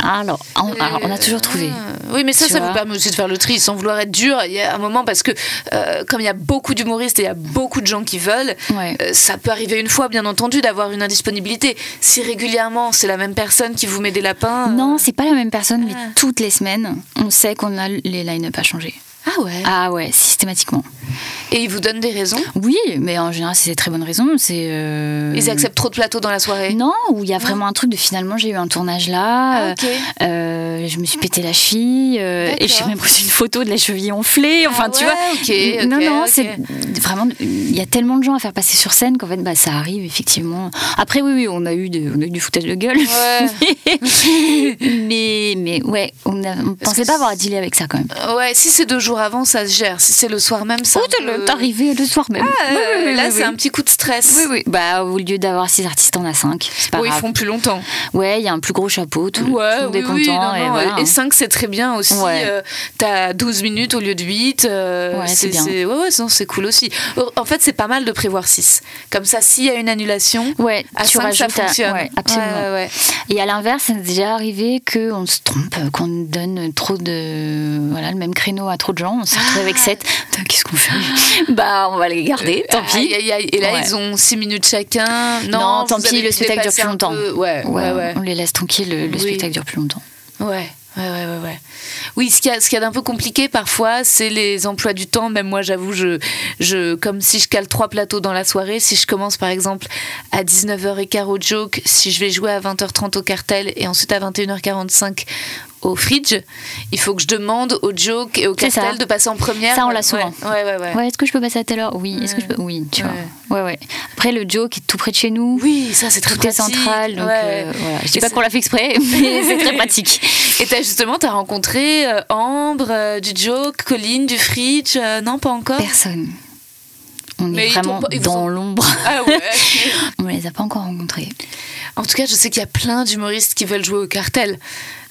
[SPEAKER 2] [laughs] alors, on, alors, on a toujours trouvé.
[SPEAKER 1] Ah, oui, mais ça,
[SPEAKER 2] Tu
[SPEAKER 1] ça
[SPEAKER 2] vois.
[SPEAKER 1] me permet aussi de faire le tri sans vouloir être dur. Il y a un moment parce que euh, comme il y a beaucoup d'humoristes et il y a beaucoup de gens qui veulent,
[SPEAKER 2] Ouais.
[SPEAKER 1] euh, ça peut arriver une fois, bien entendu, d'avoir une indisponibilité. Si régulièrement c'est la même personne qui vous met des lapins. euh,
[SPEAKER 2] Non, c'est pas la même personne, mais
[SPEAKER 1] Ah.
[SPEAKER 2] toutes les semaines, on sait qu'on a les line-up à changer.
[SPEAKER 1] Ah ouais.
[SPEAKER 2] Ah ouais, systématiquement.
[SPEAKER 1] Et ils vous donnent des raisons.
[SPEAKER 2] Oui, mais en général, c'est des très bonnes raisons. C'est euh,
[SPEAKER 1] Ils acceptent trop de plateaux dans la soirée.
[SPEAKER 2] Non, où il y a vraiment un truc de finalement j'ai eu un tournage là,
[SPEAKER 1] Ah, ok.
[SPEAKER 2] euh, je me suis pété la cheville, euh, et
[SPEAKER 1] D'accord. Ah
[SPEAKER 2] j'ai même reçu une photo de la cheville enflée, enfin tu
[SPEAKER 1] ouais,
[SPEAKER 2] vois.
[SPEAKER 1] ok, ok,
[SPEAKER 2] non, non,
[SPEAKER 1] ok.
[SPEAKER 2] c'est vraiment, il y a tellement de gens à faire passer sur scène qu'en fait bah, ça arrive effectivement. Après oui, oui, on a eu, de- on a eu du foutage de gueule. [laughs] mais, mais ouais, on, a, on pensait
[SPEAKER 1] que
[SPEAKER 2] pas avoir à dealer avec ça quand même.
[SPEAKER 1] Euh, Ouais, si c'est deux jours avant, ça se gère. Si c'est le soir même, ça. Euh,
[SPEAKER 2] Oh, t'es le- t'es arrivé le soir même. Oui, oui, oui,
[SPEAKER 1] Ah, là,
[SPEAKER 2] oui,
[SPEAKER 1] c'est un petit coup de stress.
[SPEAKER 2] oui, oui. Bah, au lieu d'avoir six artistes, on a cinq. C'est pas
[SPEAKER 1] Bon, ils
[SPEAKER 2] grave.
[SPEAKER 1] font plus longtemps.
[SPEAKER 2] Ouais, il y a un plus gros chapeau, tout, tout le monde est content.
[SPEAKER 1] non,
[SPEAKER 2] et
[SPEAKER 1] non,
[SPEAKER 2] voilà. hein.
[SPEAKER 1] et 5, c'est très bien aussi.
[SPEAKER 2] Ouais.
[SPEAKER 1] euh, T'as 12 minutes au lieu de 8.
[SPEAKER 2] Ouais, c'est bien.
[SPEAKER 1] Ouais, ouais, sinon, c'est cool aussi. En fait, c'est pas mal de prévoir 6. Comme ça, s'il y a une annulation,
[SPEAKER 2] Ouais,
[SPEAKER 1] à
[SPEAKER 2] tu
[SPEAKER 1] 5, ça
[SPEAKER 2] rajoutes à-
[SPEAKER 1] fonctionne.
[SPEAKER 2] ouais, absolument.
[SPEAKER 1] Ouais, ouais, ouais.
[SPEAKER 2] Et à l'inverse, c'est déjà arrivé qu'on se trompe, qu'on donne trop de. Voilà, le même créneau à trop de gens. On se retrouve avec 7.
[SPEAKER 1] Ah,
[SPEAKER 2] Qu'est-ce qu'on fait
[SPEAKER 1] [laughs]
[SPEAKER 2] Bah, on va les garder, tant
[SPEAKER 1] Aïe,
[SPEAKER 2] pis.
[SPEAKER 1] aïe, aïe. Et là,
[SPEAKER 2] Ouais.
[SPEAKER 1] ils ont 6 minutes chacun. Non,
[SPEAKER 2] Non, tant
[SPEAKER 1] vous
[SPEAKER 2] pis,
[SPEAKER 1] avez
[SPEAKER 2] le spectacle dure
[SPEAKER 1] dépassé
[SPEAKER 2] plus
[SPEAKER 1] un
[SPEAKER 2] longtemps.
[SPEAKER 1] peu. Ouais, ouais, ouais.
[SPEAKER 2] On les laisse tranquilles, le, le
[SPEAKER 1] Oui.
[SPEAKER 2] spectacle dure plus longtemps.
[SPEAKER 1] Ouais. Ouais, ouais, ouais, ouais. Oui, ce qu'il y a, ce qu'il y a d'un peu compliqué parfois, c'est les emplois du temps. Même moi, j'avoue, je, je, comme si je cale trois plateaux dans la soirée, si je commence par exemple à 19h15 au joke, si je vais jouer à 20h30 au cartel et ensuite à 21h45 au fridge, il faut que je demande au joke et au
[SPEAKER 2] C'est ça.
[SPEAKER 1] cartel de passer en première.
[SPEAKER 2] Ça, on l'a souvent.
[SPEAKER 1] Ouais, ouais, ouais. ouais.
[SPEAKER 2] Ouais, est-ce que je peux passer à telle heure Oui, est-ce que je peux Oui, tu vois. Ouais, ouais. Après, le Joe qui est tout près de chez nous.
[SPEAKER 1] Oui, ça, c'est très
[SPEAKER 2] Tout est
[SPEAKER 1] pratique.
[SPEAKER 2] central, donc
[SPEAKER 1] Ouais.
[SPEAKER 2] euh, voilà. Je
[SPEAKER 1] Et
[SPEAKER 2] dis pas
[SPEAKER 1] c'est-
[SPEAKER 2] qu'on l'a fait exprès, [laughs] mais c'est très pratique.
[SPEAKER 1] Et t'as justement, t'as rencontré euh, Ambre, euh, du joke, Colline, du fridge, euh, non, pas encore
[SPEAKER 2] Personne. On
[SPEAKER 1] Mais
[SPEAKER 2] est
[SPEAKER 1] ils
[SPEAKER 2] vraiment
[SPEAKER 1] t'ont pas- ils vous
[SPEAKER 2] dans
[SPEAKER 1] ont-
[SPEAKER 2] l'ombre. [laughs]
[SPEAKER 1] Ah ouais
[SPEAKER 2] On les a pas encore rencontrés.
[SPEAKER 1] [laughs] En tout cas, je sais qu'il y a plein d'humoristes qui veulent jouer au cartel.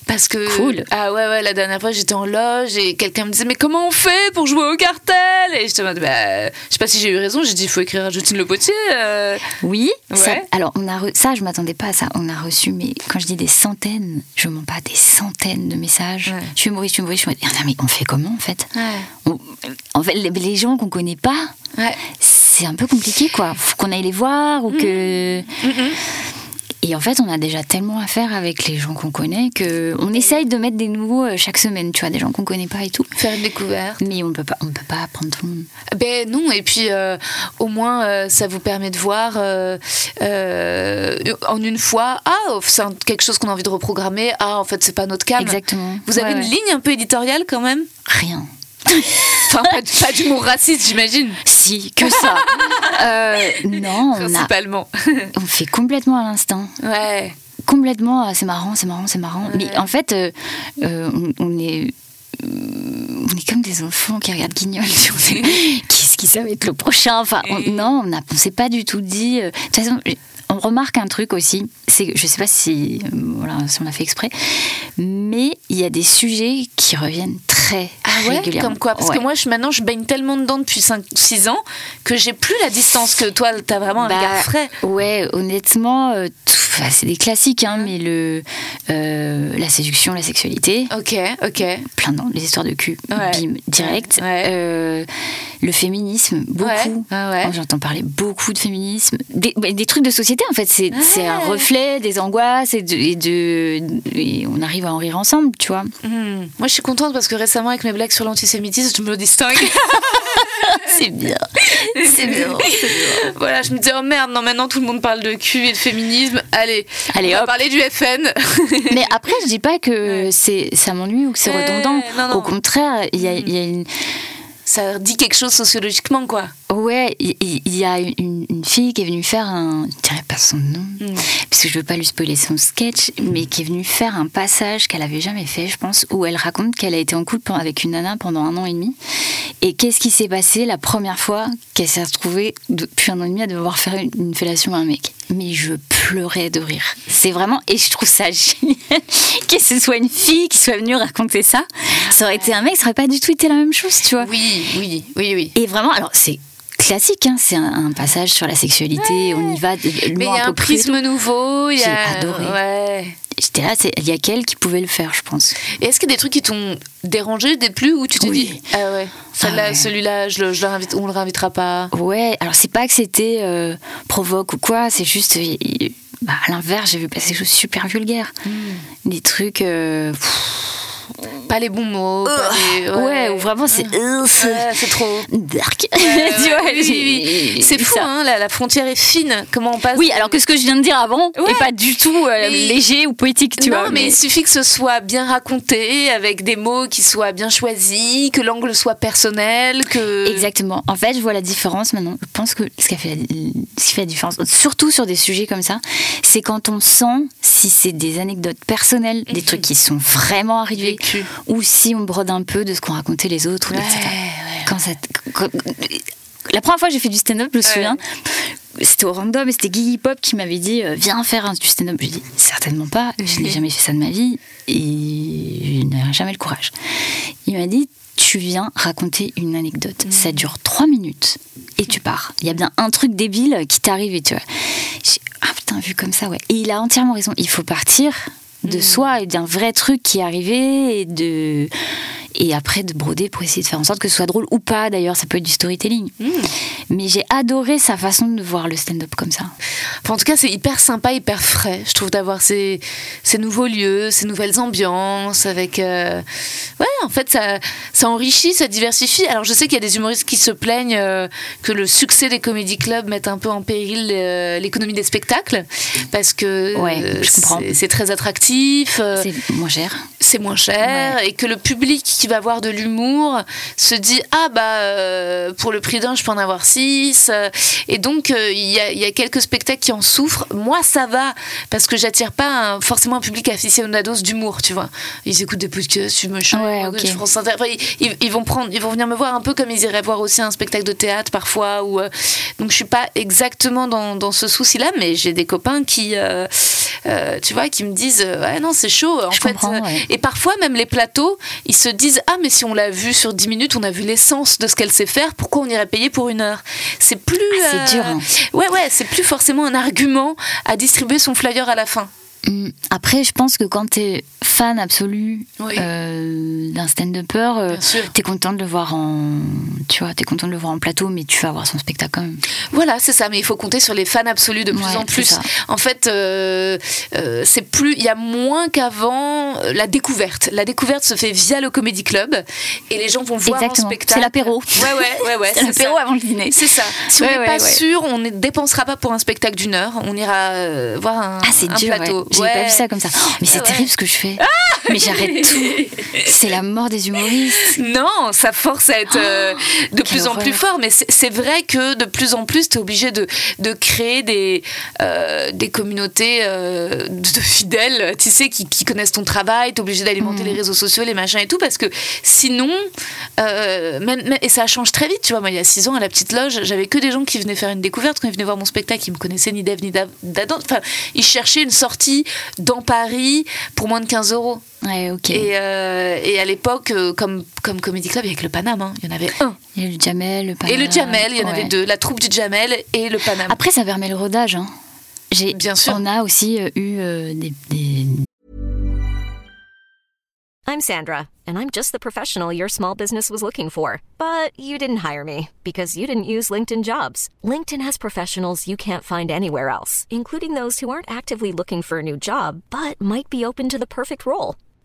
[SPEAKER 1] Parce que.
[SPEAKER 2] Cool.
[SPEAKER 1] Ah ouais, ouais, la dernière fois, j'étais en loge et quelqu'un me disait Mais comment on fait pour jouer au cartel Et j'étais en mode Bah, je sais pas si j'ai eu raison, j'ai dit Il faut écrire à Justine Le Potier. euh.
[SPEAKER 2] Oui. ça-
[SPEAKER 1] Ouais.
[SPEAKER 2] alors on a re- ça, je m'attendais pas à ça. On a reçu, mais quand je dis des centaines, je mens pas, des centaines de messages.
[SPEAKER 1] Ouais.
[SPEAKER 2] Je suis humoriste, je suis humoriste. Je me dis, Ah, mais on fait comment en fait
[SPEAKER 1] Ouais.
[SPEAKER 2] On- En fait, les, les gens qu'on connaît pas,
[SPEAKER 1] Ouais.
[SPEAKER 2] c'est un peu compliqué quoi. Faut qu'on aille les voir
[SPEAKER 1] Mm-hmm.
[SPEAKER 2] ou que. Et en fait, on a déjà tellement à faire avec les gens qu'on connaît que on essaye de mettre des nouveaux euh, chaque semaine. Tu vois, des gens qu'on connaît pas et tout.
[SPEAKER 1] Faire une découverte.
[SPEAKER 2] Mais on peut pas, on peut pas apprendre tout le monde.
[SPEAKER 1] Ben non, et puis euh, au moins euh, ça vous permet de voir euh, euh, en une fois, ah, c'est un- quelque chose qu'on a envie de reprogrammer, ah, en fait, c'est pas notre cam.
[SPEAKER 2] Exactement.
[SPEAKER 1] Vous avez
[SPEAKER 2] Ouais,
[SPEAKER 1] une
[SPEAKER 2] ouais.
[SPEAKER 1] ligne un peu éditoriale quand même
[SPEAKER 2] Rien.
[SPEAKER 1] Enfin, pas, d- pas d'humour raciste, j'imagine.
[SPEAKER 2] Si,
[SPEAKER 1] [laughs]
[SPEAKER 2] que ça. Euh, non, on, a,
[SPEAKER 1] Principalement.
[SPEAKER 2] on fait complètement à l'instant.
[SPEAKER 1] [laughs] Ouais.
[SPEAKER 2] Complètement, ah, c'est marrant, c'est marrant, c'est marrant. Mais en fait, euh, euh, on, on est. euh, On est comme des enfants qui regardent Guignol. tu vois, c'est-
[SPEAKER 1] [laughs]
[SPEAKER 2] Qu'est-ce qui ça va être le prochain Enfin, on- non, on n'a- on s'est pas du tout dit. euh, De toute façon, j- on remarque un truc aussi. C'est, que- je sais pas si, euh, voilà, si on l'a fait exprès, mais il y a des sujets qui reviennent très
[SPEAKER 1] Ah ouais
[SPEAKER 2] régulièrement.
[SPEAKER 1] Comme quoi Parce
[SPEAKER 2] Ouais.
[SPEAKER 1] que moi, je, maintenant, je baigne tellement dedans depuis 6 ans que j'ai plus la distance que toi, t'as vraiment un
[SPEAKER 2] Bah,
[SPEAKER 1] regard frais.
[SPEAKER 2] Ouais, honnêtement, euh, tout- enfin, c'est des classiques, hein, mais le, euh, la séduction, la sexualité,
[SPEAKER 1] Ok, ok.
[SPEAKER 2] plein de les histoires de cul,
[SPEAKER 1] Ouais.
[SPEAKER 2] bim, direct.
[SPEAKER 1] Ouais.
[SPEAKER 2] Euh, le féminisme, beaucoup.
[SPEAKER 1] Ouais, ouais, ouais.
[SPEAKER 2] Oh, J'entends parler beaucoup de féminisme. Des, bah, des trucs de société, en fait. C'est c'est un
[SPEAKER 1] Ouais.
[SPEAKER 2] reflet des angoisses et, de, et de- et on arrive à en rire ensemble, tu vois.
[SPEAKER 1] Hmm. Moi, je suis contente parce que récemment, avec mes blagues sur l'antisémitisme, je me [laughs] distingue.
[SPEAKER 2] C'est
[SPEAKER 1] [laughs]
[SPEAKER 2] bien. C'est bien.
[SPEAKER 1] voilà, je me dis, oh merde, non, maintenant, tout le monde parle de cul et de féminisme. Allez,
[SPEAKER 2] Allez,
[SPEAKER 1] on va
[SPEAKER 2] hop.
[SPEAKER 1] parler du [laughs] FN.
[SPEAKER 2] Mais après, je dis pas que c'est ça m'ennuie ou que c'est
[SPEAKER 1] Ouais,
[SPEAKER 2] redondant.
[SPEAKER 1] non, non.
[SPEAKER 2] Au contraire, il y a- il y a une.
[SPEAKER 1] Ça dit quelque chose sociologiquement, quoi.
[SPEAKER 2] Ouais, il il- il y, a une, une fille qui est venue faire un. Je dirais pas son nom, parce que je veux pas lui spoiler son sketch, mais qui est venue faire un passage qu'elle avait jamais fait, je pense, où elle raconte qu'elle a été en couple pen- avec une nana pendant un an et demi. Et qu'est-ce qui s'est passé la première fois qu'elle s'est retrouvée depuis un an et demi à devoir faire une, une fellation à un mec Mais je pleurais de rire. C'est vraiment. Et je trouve ça [laughs] génial que ce soit une fille qui soit venue raconter ça. Ça aurait été un mec, ça aurait pas du tout été la même chose, tu vois.
[SPEAKER 1] Oui, oui, oui, oui.
[SPEAKER 2] Et vraiment, alors c'est classique, hein, c'est un, un passage sur la sexualité, on y va.
[SPEAKER 1] Mais il y a un prisme nouveau. il y
[SPEAKER 2] J'ai
[SPEAKER 1] a-
[SPEAKER 2] adoré.
[SPEAKER 1] Ouais.
[SPEAKER 2] J'étais là, c'est- il y a qu'elle qui pouvait le faire, je pense.
[SPEAKER 1] Et est-ce qu'il y a des trucs qui t'ont dérangé, des plus, où tu t'es
[SPEAKER 2] Oui.
[SPEAKER 1] dit Ah ouais, celle-là,
[SPEAKER 2] Ah ouais.
[SPEAKER 1] celui-là, je le, je le réinvite- on le réinvitera pas
[SPEAKER 2] Ouais, alors c'est pas que c'était euh, provoque ou quoi, c'est juste. euh, il- bah, à l'inverse, j'ai vu passer des choses super vulgaires.
[SPEAKER 1] Hmm.
[SPEAKER 2] Des trucs. euh, pff,
[SPEAKER 1] Pas les bons mots. pas les-
[SPEAKER 2] Oh. ouais, où vraiment c'est. euh, c'est
[SPEAKER 1] Ah. Ouais, c'est
[SPEAKER 2] [laughs]
[SPEAKER 1] trop.
[SPEAKER 2] Dark.
[SPEAKER 1] Ouais,
[SPEAKER 2] Tu vois,
[SPEAKER 1] ouais, oui, oui,
[SPEAKER 2] j'ai-
[SPEAKER 1] oui. C'est fou,
[SPEAKER 2] ça.
[SPEAKER 1] hein, la, la frontière est fine. Comment on passe
[SPEAKER 2] Oui, alors que ce que je viens de dire avant
[SPEAKER 1] Ouais.
[SPEAKER 2] est pas du tout euh,
[SPEAKER 1] Mais-
[SPEAKER 2] léger ou poétique, tu
[SPEAKER 1] non,
[SPEAKER 2] vois.
[SPEAKER 1] mais il suffit que ce soit bien raconté, avec des mots qui soient bien choisis, que l'angle soit personnel, que.
[SPEAKER 2] Exactement. En fait, je vois la différence maintenant. Je pense que ce qui, a fait la, ce qui fait la différence, surtout sur des sujets comme ça, c'est quand on sent si c'est des anecdotes personnelles, des trucs qui sont vraiment arrivés,
[SPEAKER 1] Vécu.
[SPEAKER 2] ou si on brode un peu de ce qu'ont raconté les autres,
[SPEAKER 1] Ouais,
[SPEAKER 2] etc.
[SPEAKER 1] ouais.
[SPEAKER 2] Quand ça, quand- la première fois que j'ai fait du stand-up, je me
[SPEAKER 1] Ouais.
[SPEAKER 2] souviens, c'était au random et c'était Guigui Pop qui m'avait dit euh, Viens faire un- du stand-up. J'ai dit Certainement pas, je n'ai jamais fait ça de ma vie et je n'ai jamais le courage. Il m'a dit Tu viens raconter une anecdote. Ça dure trois minutes et tu pars. Il y a bien un truc débile qui t'est arrivé, tu vois. J'ai Ah putain, vu comme ça, ouais. Et il a entièrement raison. Il faut partir de soi et d'un vrai truc qui est arrivé et de. Et après de broder pour essayer de faire en sorte que ce soit drôle ou pas d'ailleurs, ça peut être du storytelling. Mais j'ai adoré sa façon de voir le stand-up comme ça.
[SPEAKER 1] Enfin, en tout cas, c'est hyper sympa, hyper frais, je trouve, d'avoir ces, ces nouveaux lieux, ces nouvelles ambiances, avec... euh, Ouais, en fait, ça, ça enrichit, ça diversifie. Alors, je sais qu'il y a des humoristes qui se plaignent euh, que le succès des comédie clubs mette un peu en péril euh, l'économie des spectacles, parce que
[SPEAKER 2] Ouais,
[SPEAKER 1] euh,
[SPEAKER 2] je comprends.
[SPEAKER 1] c'est- c'est très attractif. euh,
[SPEAKER 2] C'est moins cher.
[SPEAKER 1] c'est moins cher et que le public qui va voir de l'humour se dit ah bah euh, pour le prix d'un je peux en avoir six Euh, et donc euh, il y, a- il y a quelques spectacles qui en souffrent moi ça va parce que j'attire pas un- forcément un public aficionados d'humour tu vois ils écoutent des podcasts du machin
[SPEAKER 2] Ouais,
[SPEAKER 1] de
[SPEAKER 2] ok.
[SPEAKER 1] France Inter Enfin, ils- ils, ils vont prendre ils vont venir me voir un peu comme ils iraient voir aussi un spectacle de théâtre parfois ou euh, donc je suis pas exactement dans, dans ce souci là mais j'ai des copains qui euh, euh, tu vois qui me disent euh, ouais non c'est chaud en
[SPEAKER 2] Je
[SPEAKER 1] fait
[SPEAKER 2] comprends,
[SPEAKER 1] euh,
[SPEAKER 2] ouais.
[SPEAKER 1] et parfois, même les plateaux, ils se disent Ah, mais si on l'a vu sur 10 minutes, on a vu l'essence de ce qu'elle sait faire, pourquoi on irait payer pour une heure C'est plus. euh,
[SPEAKER 2] Ah, c'est dur, hein.
[SPEAKER 1] Ouais, ouais, c'est plus forcément un argument à distribuer son flyer à la fin.
[SPEAKER 2] Hum, Après, je pense que quand t'es fan absolu
[SPEAKER 1] Oui.
[SPEAKER 2] euh, d'un stand-upper, euh,
[SPEAKER 1] Bien sûr.
[SPEAKER 2] t'es content de le voir en, tu vois, t'es content de le voir en plateau, mais tu vas voir son spectacle quand même.
[SPEAKER 1] Voilà, c'est ça, mais il faut compter sur les fans absolus de plus
[SPEAKER 2] Ouais,
[SPEAKER 1] en
[SPEAKER 2] c'est
[SPEAKER 1] plus.
[SPEAKER 2] ça.
[SPEAKER 1] En fait, euh, euh, c'est plus, il y a moins qu'avant euh, la découverte. La découverte se fait via le comedy club et les gens vont voir
[SPEAKER 2] Exactement.
[SPEAKER 1] en
[SPEAKER 2] C'est
[SPEAKER 1] spectacle.
[SPEAKER 2] l'apéro.
[SPEAKER 1] Ouais, ouais, ouais,
[SPEAKER 2] [laughs]
[SPEAKER 1] ouais.
[SPEAKER 2] C'est l'apéro
[SPEAKER 1] ça.
[SPEAKER 2] avant le dîner.
[SPEAKER 1] C'est ça. Si on
[SPEAKER 2] Ouais,
[SPEAKER 1] n'est
[SPEAKER 2] ouais,
[SPEAKER 1] pas
[SPEAKER 2] ouais.
[SPEAKER 1] sûr, on ne dépensera pas pour un spectacle d'une heure. On ira euh, voir un,
[SPEAKER 2] Ah, c'est
[SPEAKER 1] un
[SPEAKER 2] dur.
[SPEAKER 1] plateau.
[SPEAKER 2] ouais. J'ai
[SPEAKER 1] Ouais. Ah,
[SPEAKER 2] pas vu ça comme ça. Oh, mais c'est
[SPEAKER 1] Ouais.
[SPEAKER 2] terrible ce que je fais. mais j'arrête
[SPEAKER 1] [laughs]
[SPEAKER 2] tout. C'est la mort des humoristes.
[SPEAKER 1] Non, ça force à être euh, de plus en
[SPEAKER 2] horreur.
[SPEAKER 1] plus fort. Mais c'est c'est vrai que de plus en plus, tu es obligé de, de créer des, euh, des communautés euh, de fidèles, tu sais, qui, qui connaissent ton travail. Tu es obligé d'alimenter les réseaux sociaux, les machins et tout. Parce que sinon, euh, même, même- et ça change très vite. Tu vois, moi, il y a six ans, à la petite loge, j'avais que des gens qui venaient faire une découverte. Quand ils venaient voir mon spectacle, ils me connaissaient ni d'Ève ni d'A- d'Adam. Enfin, ils cherchaient une sortie dans Paris pour moins de 15 euros.
[SPEAKER 2] Ouais, ok.
[SPEAKER 1] Et, euh, et à l'époque, euh, comme, comme Comedy Club, il y avait que le Paname, hein. il y en avait un.
[SPEAKER 2] Il y a le Jamel, le
[SPEAKER 1] Et le
[SPEAKER 2] Paname.
[SPEAKER 1] Jamel, il y en
[SPEAKER 2] Ouais.
[SPEAKER 1] avait deux. La troupe du Jamel et le Paname.
[SPEAKER 2] Après, ça permet le rodage. Hein. J'ai-
[SPEAKER 1] Ah. Bien sûr.
[SPEAKER 2] On a aussi euh, eu euh, des- des,
[SPEAKER 3] I'm Sandra, and I'm just the professional your small business was looking for. But you didn't hire me because you didn't use LinkedIn jobs. LinkedIn has professionals you can't find anywhere else, including those who aren't actively looking for a new job but might be open to the perfect role,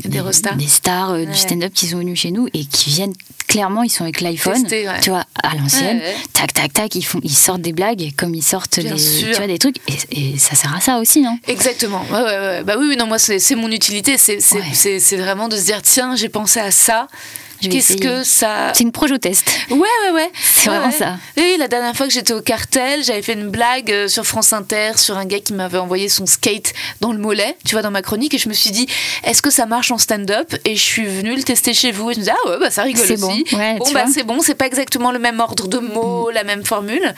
[SPEAKER 1] Il y a des restas.
[SPEAKER 2] Des stars euh,
[SPEAKER 1] Ah. Ouais.
[SPEAKER 2] du stand-up qui sont venus chez nous et qui viennent clairement, ils sont avec l'iPhone,
[SPEAKER 1] Tester, ouais.
[SPEAKER 2] tu vois, à l'ancienne,
[SPEAKER 1] Ouais, ouais.
[SPEAKER 2] tac tac tac, ils font, ils sortent des blagues comme ils sortent
[SPEAKER 1] Bien
[SPEAKER 2] les-
[SPEAKER 1] sûr.
[SPEAKER 2] tu vois, des trucs et, et ça sert à ça aussi, non
[SPEAKER 1] Exactement. Ouais, ouais, ouais. Bah oui, oui, non, moi, c'est c'est mon utilité. C'est c'est-
[SPEAKER 2] Ouais.
[SPEAKER 1] c'est- c'est vraiment de se dire, tiens, j'ai pensé à ça.
[SPEAKER 2] Je vais
[SPEAKER 1] Qu'est-ce
[SPEAKER 2] essayer.
[SPEAKER 1] que ça.
[SPEAKER 2] C'est une projo test.
[SPEAKER 1] Ouais, ouais, ouais.
[SPEAKER 2] C'est
[SPEAKER 1] Ouais,
[SPEAKER 2] vraiment
[SPEAKER 1] ouais.
[SPEAKER 2] ça.
[SPEAKER 1] Oui, la dernière fois que j'étais au cartel, j'avais fait une blague euh, sur France Inter sur un gars qui m'avait envoyé son skate dans le mollet, tu vois, dans ma chronique, et je me suis dit, est-ce que ça marche en stand-up Et je suis venue le tester chez vous, et je me disais, ah ouais, bah ça rigole
[SPEAKER 2] C'est
[SPEAKER 1] aussi.
[SPEAKER 2] bon, ouais,
[SPEAKER 1] bon,
[SPEAKER 2] tu
[SPEAKER 1] bah
[SPEAKER 2] vois.
[SPEAKER 1] c'est bon, c'est pas exactement le même ordre de mots, la même formule.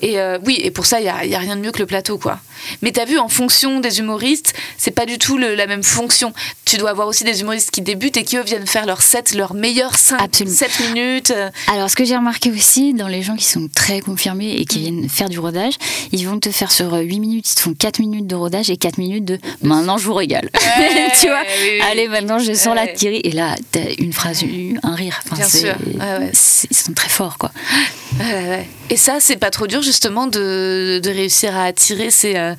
[SPEAKER 1] Et euh, oui, et pour ça, il n'y a, y a rien de mieux que le plateau, quoi. Mais t'as vu, en fonction des humoristes, c'est pas du tout le- la même fonction. Tu dois avoir aussi des humoristes qui débutent et qui, eux, viennent faire leur set, leur meilleur 5,
[SPEAKER 2] Absolument.
[SPEAKER 1] 7 minutes. euh,
[SPEAKER 2] Alors, ce que j'ai remarqué aussi dans les gens qui sont très confirmés et
[SPEAKER 1] Mm.
[SPEAKER 2] qui viennent faire du rodage, ils vont te faire sur euh, 8 minutes, ils te font 4 minutes de rodage et 4 minutes de maintenant je vous régale.
[SPEAKER 1] Ouais,
[SPEAKER 2] [laughs] tu vois
[SPEAKER 1] oui, oui.
[SPEAKER 2] Allez, maintenant je sors la
[SPEAKER 1] Ouais. Mm.
[SPEAKER 2] tirée. Et là, t'as une phrase, une- un rire. Enfin,
[SPEAKER 1] Bien
[SPEAKER 2] c'est-
[SPEAKER 1] sûr. Ouais, ouais.
[SPEAKER 2] c'est- Ils sont très
[SPEAKER 1] [gasps]
[SPEAKER 2] forts, quoi.
[SPEAKER 1] Ouais, ouais. Et ça, c'est pas trop dur justement de, de réussir à attirer ces, euh,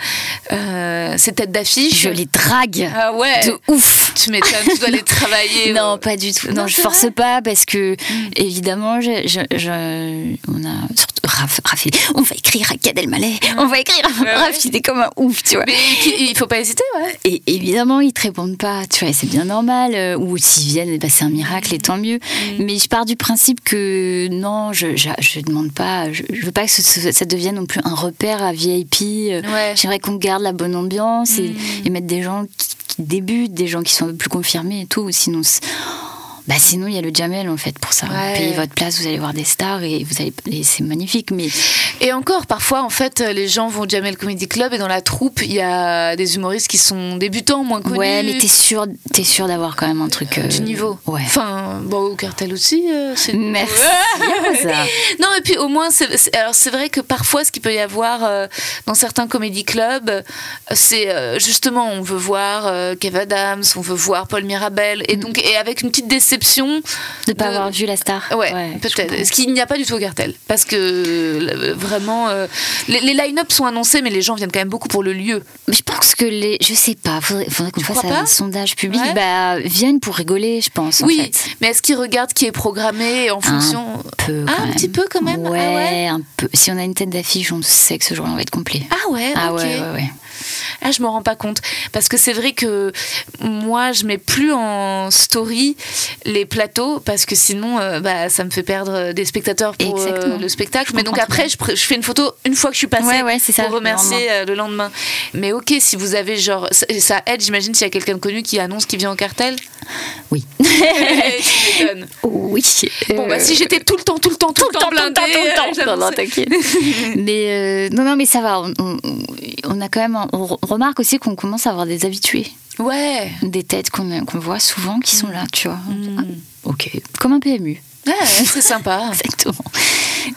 [SPEAKER 1] euh, ces têtes d'affiche.
[SPEAKER 2] Je les drague
[SPEAKER 1] Ah ouais.
[SPEAKER 2] de ouf.
[SPEAKER 1] Tu m'étonnes, tu
[SPEAKER 2] [laughs]
[SPEAKER 1] dois les travailler.
[SPEAKER 2] Non,
[SPEAKER 1] euh.
[SPEAKER 2] pas du tout.
[SPEAKER 1] Non,
[SPEAKER 2] Non, je
[SPEAKER 1] c'est
[SPEAKER 2] force
[SPEAKER 1] vrai. Mm.
[SPEAKER 2] pas parce que, évidemment, je, je- je- on a surtout Raph- Raph, il- on va écrire à Gad Elmaleh, on va écrire à
[SPEAKER 1] Mm. Ouais,
[SPEAKER 2] Raph, il est comme un ouf, tu vois.
[SPEAKER 1] Mais il il faut pas hésiter, ouais.
[SPEAKER 2] Et évidemment, ils te répondent pas, tu vois, et c'est bien normal. euh, Ou s'ils viennent, bah, c'est un miracle et tant mieux.
[SPEAKER 1] Mm.
[SPEAKER 2] Mais je pars du principe que non, je, je, je demande pas, je, je veux pas que ce- ce- ça devienne non plus un repère à VIP. euh,
[SPEAKER 1] Ouais. Mm.
[SPEAKER 2] J'aimerais qu'on garde la bonne ambiance et, et mettre des gens qui, qui débutent, des gens qui sont un peu plus confirmés et tout. Sinon, c'est- bah, sinon il y a le Jamel en fait pour ça.
[SPEAKER 1] Ouais.
[SPEAKER 2] Payez votre place, vous allez voir des stars et, vous allez, et c'est magnifique. Mais
[SPEAKER 1] Et encore, parfois, en fait, les gens vont au Jamel Comedy Club et dans la troupe, il y a des humoristes qui sont débutants, moins connus.
[SPEAKER 2] ouais, mais t'es sûr, t'es sûr d'avoir quand même un truc euh,
[SPEAKER 1] du niveau.
[SPEAKER 2] Ouais.
[SPEAKER 1] Enfin, bon, au cartel aussi. euh, c'est-
[SPEAKER 2] Merci. Rosa.
[SPEAKER 1] Non, et puis au moins, c'est, c'est- alors c'est vrai que parfois, ce qu'il peut y avoir euh, dans certains comédie clubs, euh, c'est euh, justement, on veut voir euh, Kev Adams, on veut voir Paul Mirabel, et donc, et avec une petite déception.
[SPEAKER 2] [laughs] Mm. De pas
[SPEAKER 1] de-
[SPEAKER 2] avoir vu la star.
[SPEAKER 1] Ouais,
[SPEAKER 2] je
[SPEAKER 1] peut-être.
[SPEAKER 2] comprends.
[SPEAKER 1] Ce qu'il n'y a pas du tout au cartel. Parce que euh, vraiment, euh, les, les line-up sont annoncés, mais les gens viennent quand même beaucoup pour le lieu.
[SPEAKER 2] Mais je pense que les. Je sais pas, faudrait, faudrait qu'on
[SPEAKER 1] Tu
[SPEAKER 2] fasse
[SPEAKER 1] crois pas
[SPEAKER 2] un sondage public.
[SPEAKER 1] Ouais.
[SPEAKER 2] Bah, viennent pour rigoler, je pense. en
[SPEAKER 1] oui,
[SPEAKER 2] fait.
[SPEAKER 1] mais est-ce qu'ils regardent qui est programmé en fonction.
[SPEAKER 2] Peu,
[SPEAKER 1] Ah,
[SPEAKER 2] quand
[SPEAKER 1] un
[SPEAKER 2] même.
[SPEAKER 1] petit peu quand même Ah
[SPEAKER 2] ouais,
[SPEAKER 1] ouais
[SPEAKER 2] un peu. Si on a une tête d'affiche, on sait que ce jour-là, on va être complet.
[SPEAKER 1] Ah ouais,
[SPEAKER 2] Ah
[SPEAKER 1] ok.
[SPEAKER 2] ouais, ouais, ouais.
[SPEAKER 1] Ah, je m'en rends pas compte. Parce que c'est vrai que moi, je mets plus en story les plateaux parce que sinon, euh, bah, ça me fait perdre des spectateurs pour euh,
[SPEAKER 2] Exactement.
[SPEAKER 1] le spectacle.
[SPEAKER 2] Je
[SPEAKER 1] Mais donc
[SPEAKER 2] comprends très
[SPEAKER 1] après, je, pr- je fais une photo une fois que je suis passée
[SPEAKER 2] Ouais, ouais, c'est ça,
[SPEAKER 1] pour remercier euh, le lendemain. Mais ok, si vous avez genre. Ça, ça aide, j'imagine, s'il y a quelqu'un de connu qui annonce qu'il vient au cartel. [laughs]
[SPEAKER 2] Oui.
[SPEAKER 1] Tu m'étonnes.
[SPEAKER 2] oui.
[SPEAKER 1] Bon, bah, si j'étais tout le temps, tout le temps, tout, le temps, blindée, euh,
[SPEAKER 2] Non, non,
[SPEAKER 1] j'annonçais- [laughs]
[SPEAKER 2] t'inquiète. mais euh, non, non, mais ça va. On, on- on a quand même. un- on re- remarque aussi qu'on commence à avoir des habitués,
[SPEAKER 1] Ouais.
[SPEAKER 2] des têtes qu'on qu'on voit souvent qui sont là, tu vois. Ah, ok, comme un PMU.
[SPEAKER 1] Ouais, [laughs] c'est sympa.
[SPEAKER 2] [laughs] Exactement.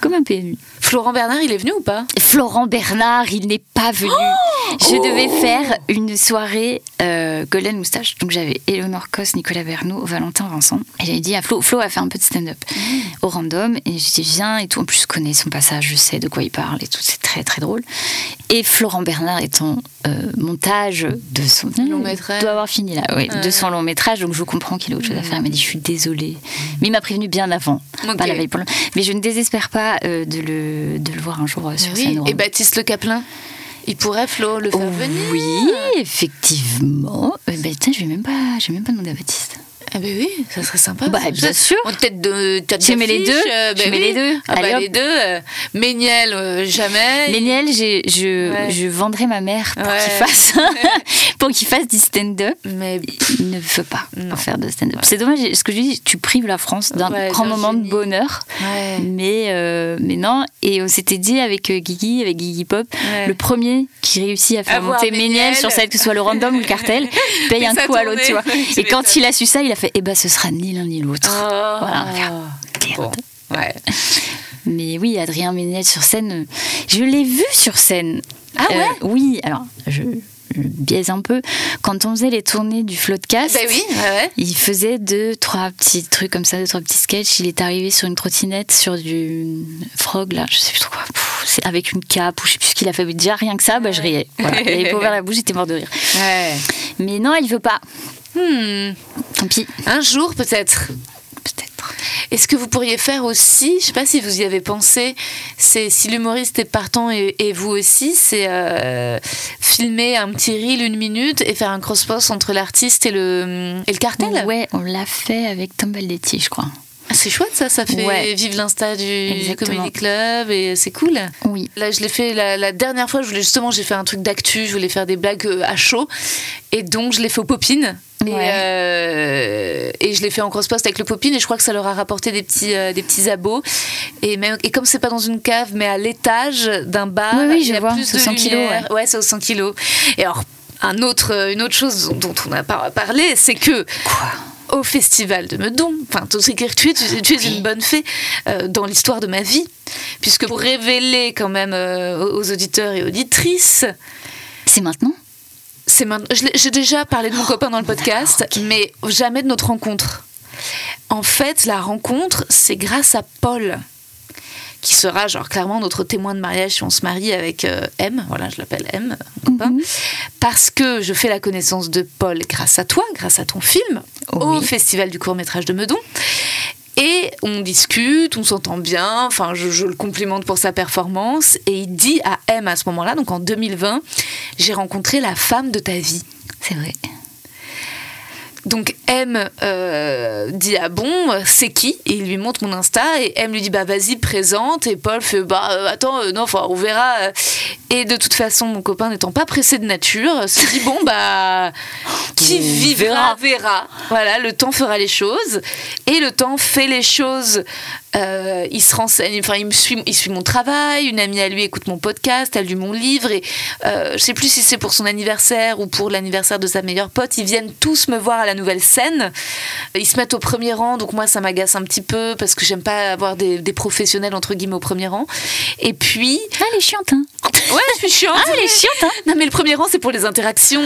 [SPEAKER 2] Comme un PMU.
[SPEAKER 1] Florent Bernard, il est venu ou pas
[SPEAKER 2] Florent Bernard, il n'est pas venu.
[SPEAKER 1] Oh
[SPEAKER 2] je devais faire une soirée euh, Golden Moustache. Donc j'avais Eleanor Cos, Nicolas Bernot, Valentin Vincent. Et j'avais dit à Flo, Flo a fait un peu de stand-up
[SPEAKER 1] Mmh.
[SPEAKER 2] au random. Et j'ai dit, viens et tout. En plus, je connais son passage, je sais de quoi il parle et tout. C'est très, très drôle. Et Florent Bernard est en euh, montage de son
[SPEAKER 1] Mmh. Long métrage.
[SPEAKER 2] doit avoir fini là, oui,
[SPEAKER 1] Ouais. Mmh.
[SPEAKER 2] de son long métrage. Donc je comprends qu'il a autre chose à faire. Il m'a dit, je suis désolée. Mais il m'a prévenu bien avant.
[SPEAKER 1] Ok.
[SPEAKER 2] Pas la veille pour le- Mais je ne désespère pas euh, de, le, de le voir un jour euh, sur
[SPEAKER 1] Oui,
[SPEAKER 2] scène. au
[SPEAKER 1] et
[SPEAKER 2] Random.
[SPEAKER 1] Baptiste Le Caplin, il pourrait, Flo, le faire venir.
[SPEAKER 2] Oui, effectivement. Euh, bah, tiens, je vais même pas, je vais même pas demander à Baptiste.
[SPEAKER 1] Ah ben oui, ça serait sympa.
[SPEAKER 2] Bah,
[SPEAKER 1] ça.
[SPEAKER 2] bien sûr.
[SPEAKER 1] En tête de tête
[SPEAKER 2] Tu mets les
[SPEAKER 1] d'affiche,
[SPEAKER 2] deux,
[SPEAKER 1] euh,
[SPEAKER 2] tu
[SPEAKER 1] ben
[SPEAKER 2] mets
[SPEAKER 1] oui.
[SPEAKER 2] les deux.
[SPEAKER 1] Ah bah,
[SPEAKER 2] Allez, hop.
[SPEAKER 1] les deux. euh, Méniel, euh, jamais.
[SPEAKER 2] Méniel, j'ai- je,
[SPEAKER 1] Ouais.
[SPEAKER 2] je vendrai ma mère pour
[SPEAKER 1] Ouais.
[SPEAKER 2] qu'il [laughs] fasse, pour qu'il fasse du stand-up.
[SPEAKER 1] Mais
[SPEAKER 2] Il ne veut pas en faire de stand-up. C'est dommage. Ce que je dis, tu prives la France d'un
[SPEAKER 1] Ouais,
[SPEAKER 2] grand
[SPEAKER 1] d'un
[SPEAKER 2] moment
[SPEAKER 1] génie.
[SPEAKER 2] de bonheur.
[SPEAKER 1] Ouais.
[SPEAKER 2] Mais, euh, mais non. Et on s'était dit avec euh, Guigui, avec Guigui Pop,
[SPEAKER 1] Ouais.
[SPEAKER 2] le premier qui réussit à faire
[SPEAKER 1] Avoir
[SPEAKER 2] monter Méniel,
[SPEAKER 1] Méniel.
[SPEAKER 2] sur scène, que ce soit le random ou le [laughs] cartel, paye
[SPEAKER 1] Fait
[SPEAKER 2] un
[SPEAKER 1] sa
[SPEAKER 2] coup à l'autre, tu vois.
[SPEAKER 1] tournée.
[SPEAKER 2] [laughs]
[SPEAKER 1] Tu
[SPEAKER 2] Et quand
[SPEAKER 1] m'étonnes.
[SPEAKER 2] il a su ça, Ah, il a fait, eh ben, ce sera ni l'un ni l'autre.
[SPEAKER 1] Oh.
[SPEAKER 2] Voilà. Merde.
[SPEAKER 1] Bon, ouais.
[SPEAKER 2] Mais oui, Adrien Méniel sur scène, euh, je l'ai vu sur scène. Euh,
[SPEAKER 1] Ah ouais
[SPEAKER 2] Oui, alors je, je biaise un peu. Quand on faisait les tournées du Floodcast,
[SPEAKER 1] Ben oui, ouais, ouais.
[SPEAKER 2] il faisait deux, trois petits trucs comme ça, deux, trois petits sketchs. Il est arrivé sur une trottinette, sur du frog, là, je sais plus trop quoi, Pff, c'est avec une cape, ou je sais plus ce qu'il a fait. Mais déjà, rien que ça, bah, je riais. Voilà. Il avait pas ouvert la bouche, j'étais mort de rire.
[SPEAKER 1] Ouais. Hmm.
[SPEAKER 2] Mais non, il veut pas. Tant pis.
[SPEAKER 1] Un jour peut-être.
[SPEAKER 2] Peut-être.
[SPEAKER 1] Et ce que vous pourriez faire aussi, je sais pas si vous y avez pensé, c'est si l'humoriste est partant et, et vous aussi, c'est euh, filmer un petit reel une minute et faire un cross-post entre l'artiste et le, et le cartel.
[SPEAKER 2] Ouais, on l'a fait avec Tom Baldetti, je crois.
[SPEAKER 1] Ah, C'est chouette ça, ça fait
[SPEAKER 2] Ouais.
[SPEAKER 1] vivre l'insta du
[SPEAKER 2] Exactement.
[SPEAKER 1] Comedy Club et c'est cool.
[SPEAKER 2] Oui.
[SPEAKER 1] Là, je l'ai fait la, la dernière fois, je voulais justement, j'ai fait un truc d'actu, je voulais faire des blagues euh, à chaud et donc je l'ai fait au Popin. Et,
[SPEAKER 2] Ouais.
[SPEAKER 1] euh, et je l'ai fait en cross-post avec le Popin et je crois que ça leur a rapporté des petits, euh, des petits abos. Et, même, et comme c'est pas dans une cave mais à l'étage d'un bar,
[SPEAKER 2] Oui, oui,
[SPEAKER 1] Ah il
[SPEAKER 2] je
[SPEAKER 1] y a
[SPEAKER 2] vois,
[SPEAKER 1] plus
[SPEAKER 2] c'est
[SPEAKER 1] de
[SPEAKER 2] 100 kilos,
[SPEAKER 1] lumière. Ouais, c'est aux 100 kilos. Et alors, un autre, une autre chose dont- dont on n'a pas parlé, c'est que. Au festival de Meudon, enfin, t'écrire tu es, tu, tu es une bonne fée euh, dans l'histoire de ma vie, puisque pour révéler quand même euh, aux- aux auditeurs et auditrices,
[SPEAKER 2] C'est maintenant
[SPEAKER 1] c'est maintenant. je l'ai- J'ai déjà parlé de mon copain dans le podcast,
[SPEAKER 2] Oh,
[SPEAKER 1] mais jamais de notre rencontre. En fait, la rencontre, c'est grâce à Paul, qui sera genre clairement notre témoin de mariage si on se marie avec euh, M. Voilà, je l'appelle M, mon copain, parce que je fais la connaissance de Paul grâce à toi, grâce à ton film au Festival du court métrage de Meudon. Et on discute, on s'entend bien, enfin je, je le complimente pour sa performance, et il dit à M à ce moment-là, donc en 2020, j'ai rencontré la femme de ta vie.
[SPEAKER 2] C'est vrai.
[SPEAKER 1] Donc M euh, dit ah bon euh, c'est qui et il lui montre mon Insta et M lui dit bah vas-y présente et Paul fait bah euh, attends euh, non enfin on verra euh. et de toute façon mon copain n'étant pas pressé de nature euh, se dit bon bah qui vivra verra voilà le temps fera les choses et le temps fait les choses Euh, il se renseigne enfin il me suit il suit mon travail une amie à lui écoute mon podcast elle lu mon livre et euh, je sais plus si c'est pour son anniversaire ou pour l'anniversaire de sa meilleure pote, ils viennent tous me voir à la nouvelle scène. Ils se mettent au premier rang, donc moi ça m'agace un petit peu parce que j'aime pas avoir des, des professionnels entre guillemets au premier rang. Et puis, [laughs]
[SPEAKER 2] Ah, elle est chiante, hein
[SPEAKER 1] ouais, je suis chiante.
[SPEAKER 2] Ah, elle est chiante, hein
[SPEAKER 1] Non mais le premier rang c'est pour les interactions.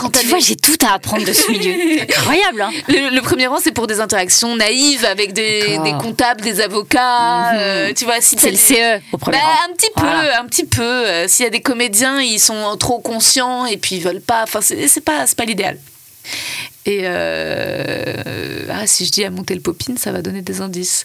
[SPEAKER 1] Quand
[SPEAKER 2] Tu
[SPEAKER 1] elle
[SPEAKER 2] vois,
[SPEAKER 1] est-
[SPEAKER 2] j'ai tout à apprendre de ce [laughs] milieu. Incroyable, hein
[SPEAKER 1] Le, le premier rang c'est pour des interactions naïves avec des,
[SPEAKER 2] D'accord. Mhm.
[SPEAKER 1] des comptables, des avocats. euh, tu vois, si t'as
[SPEAKER 2] C'est le
[SPEAKER 1] des-
[SPEAKER 2] CE au premier
[SPEAKER 1] Bah,
[SPEAKER 2] rang.
[SPEAKER 1] un petit peu,
[SPEAKER 2] Voilà.
[SPEAKER 1] un petit peu. Euh, S'il y a des comédiens, ils sont trop conscients et puis ils veulent pas. Enfin, c'est c'est pas, c'est pas l'idéal. Et euh, ah, si je dis à monter le popine, ça va donner des indices.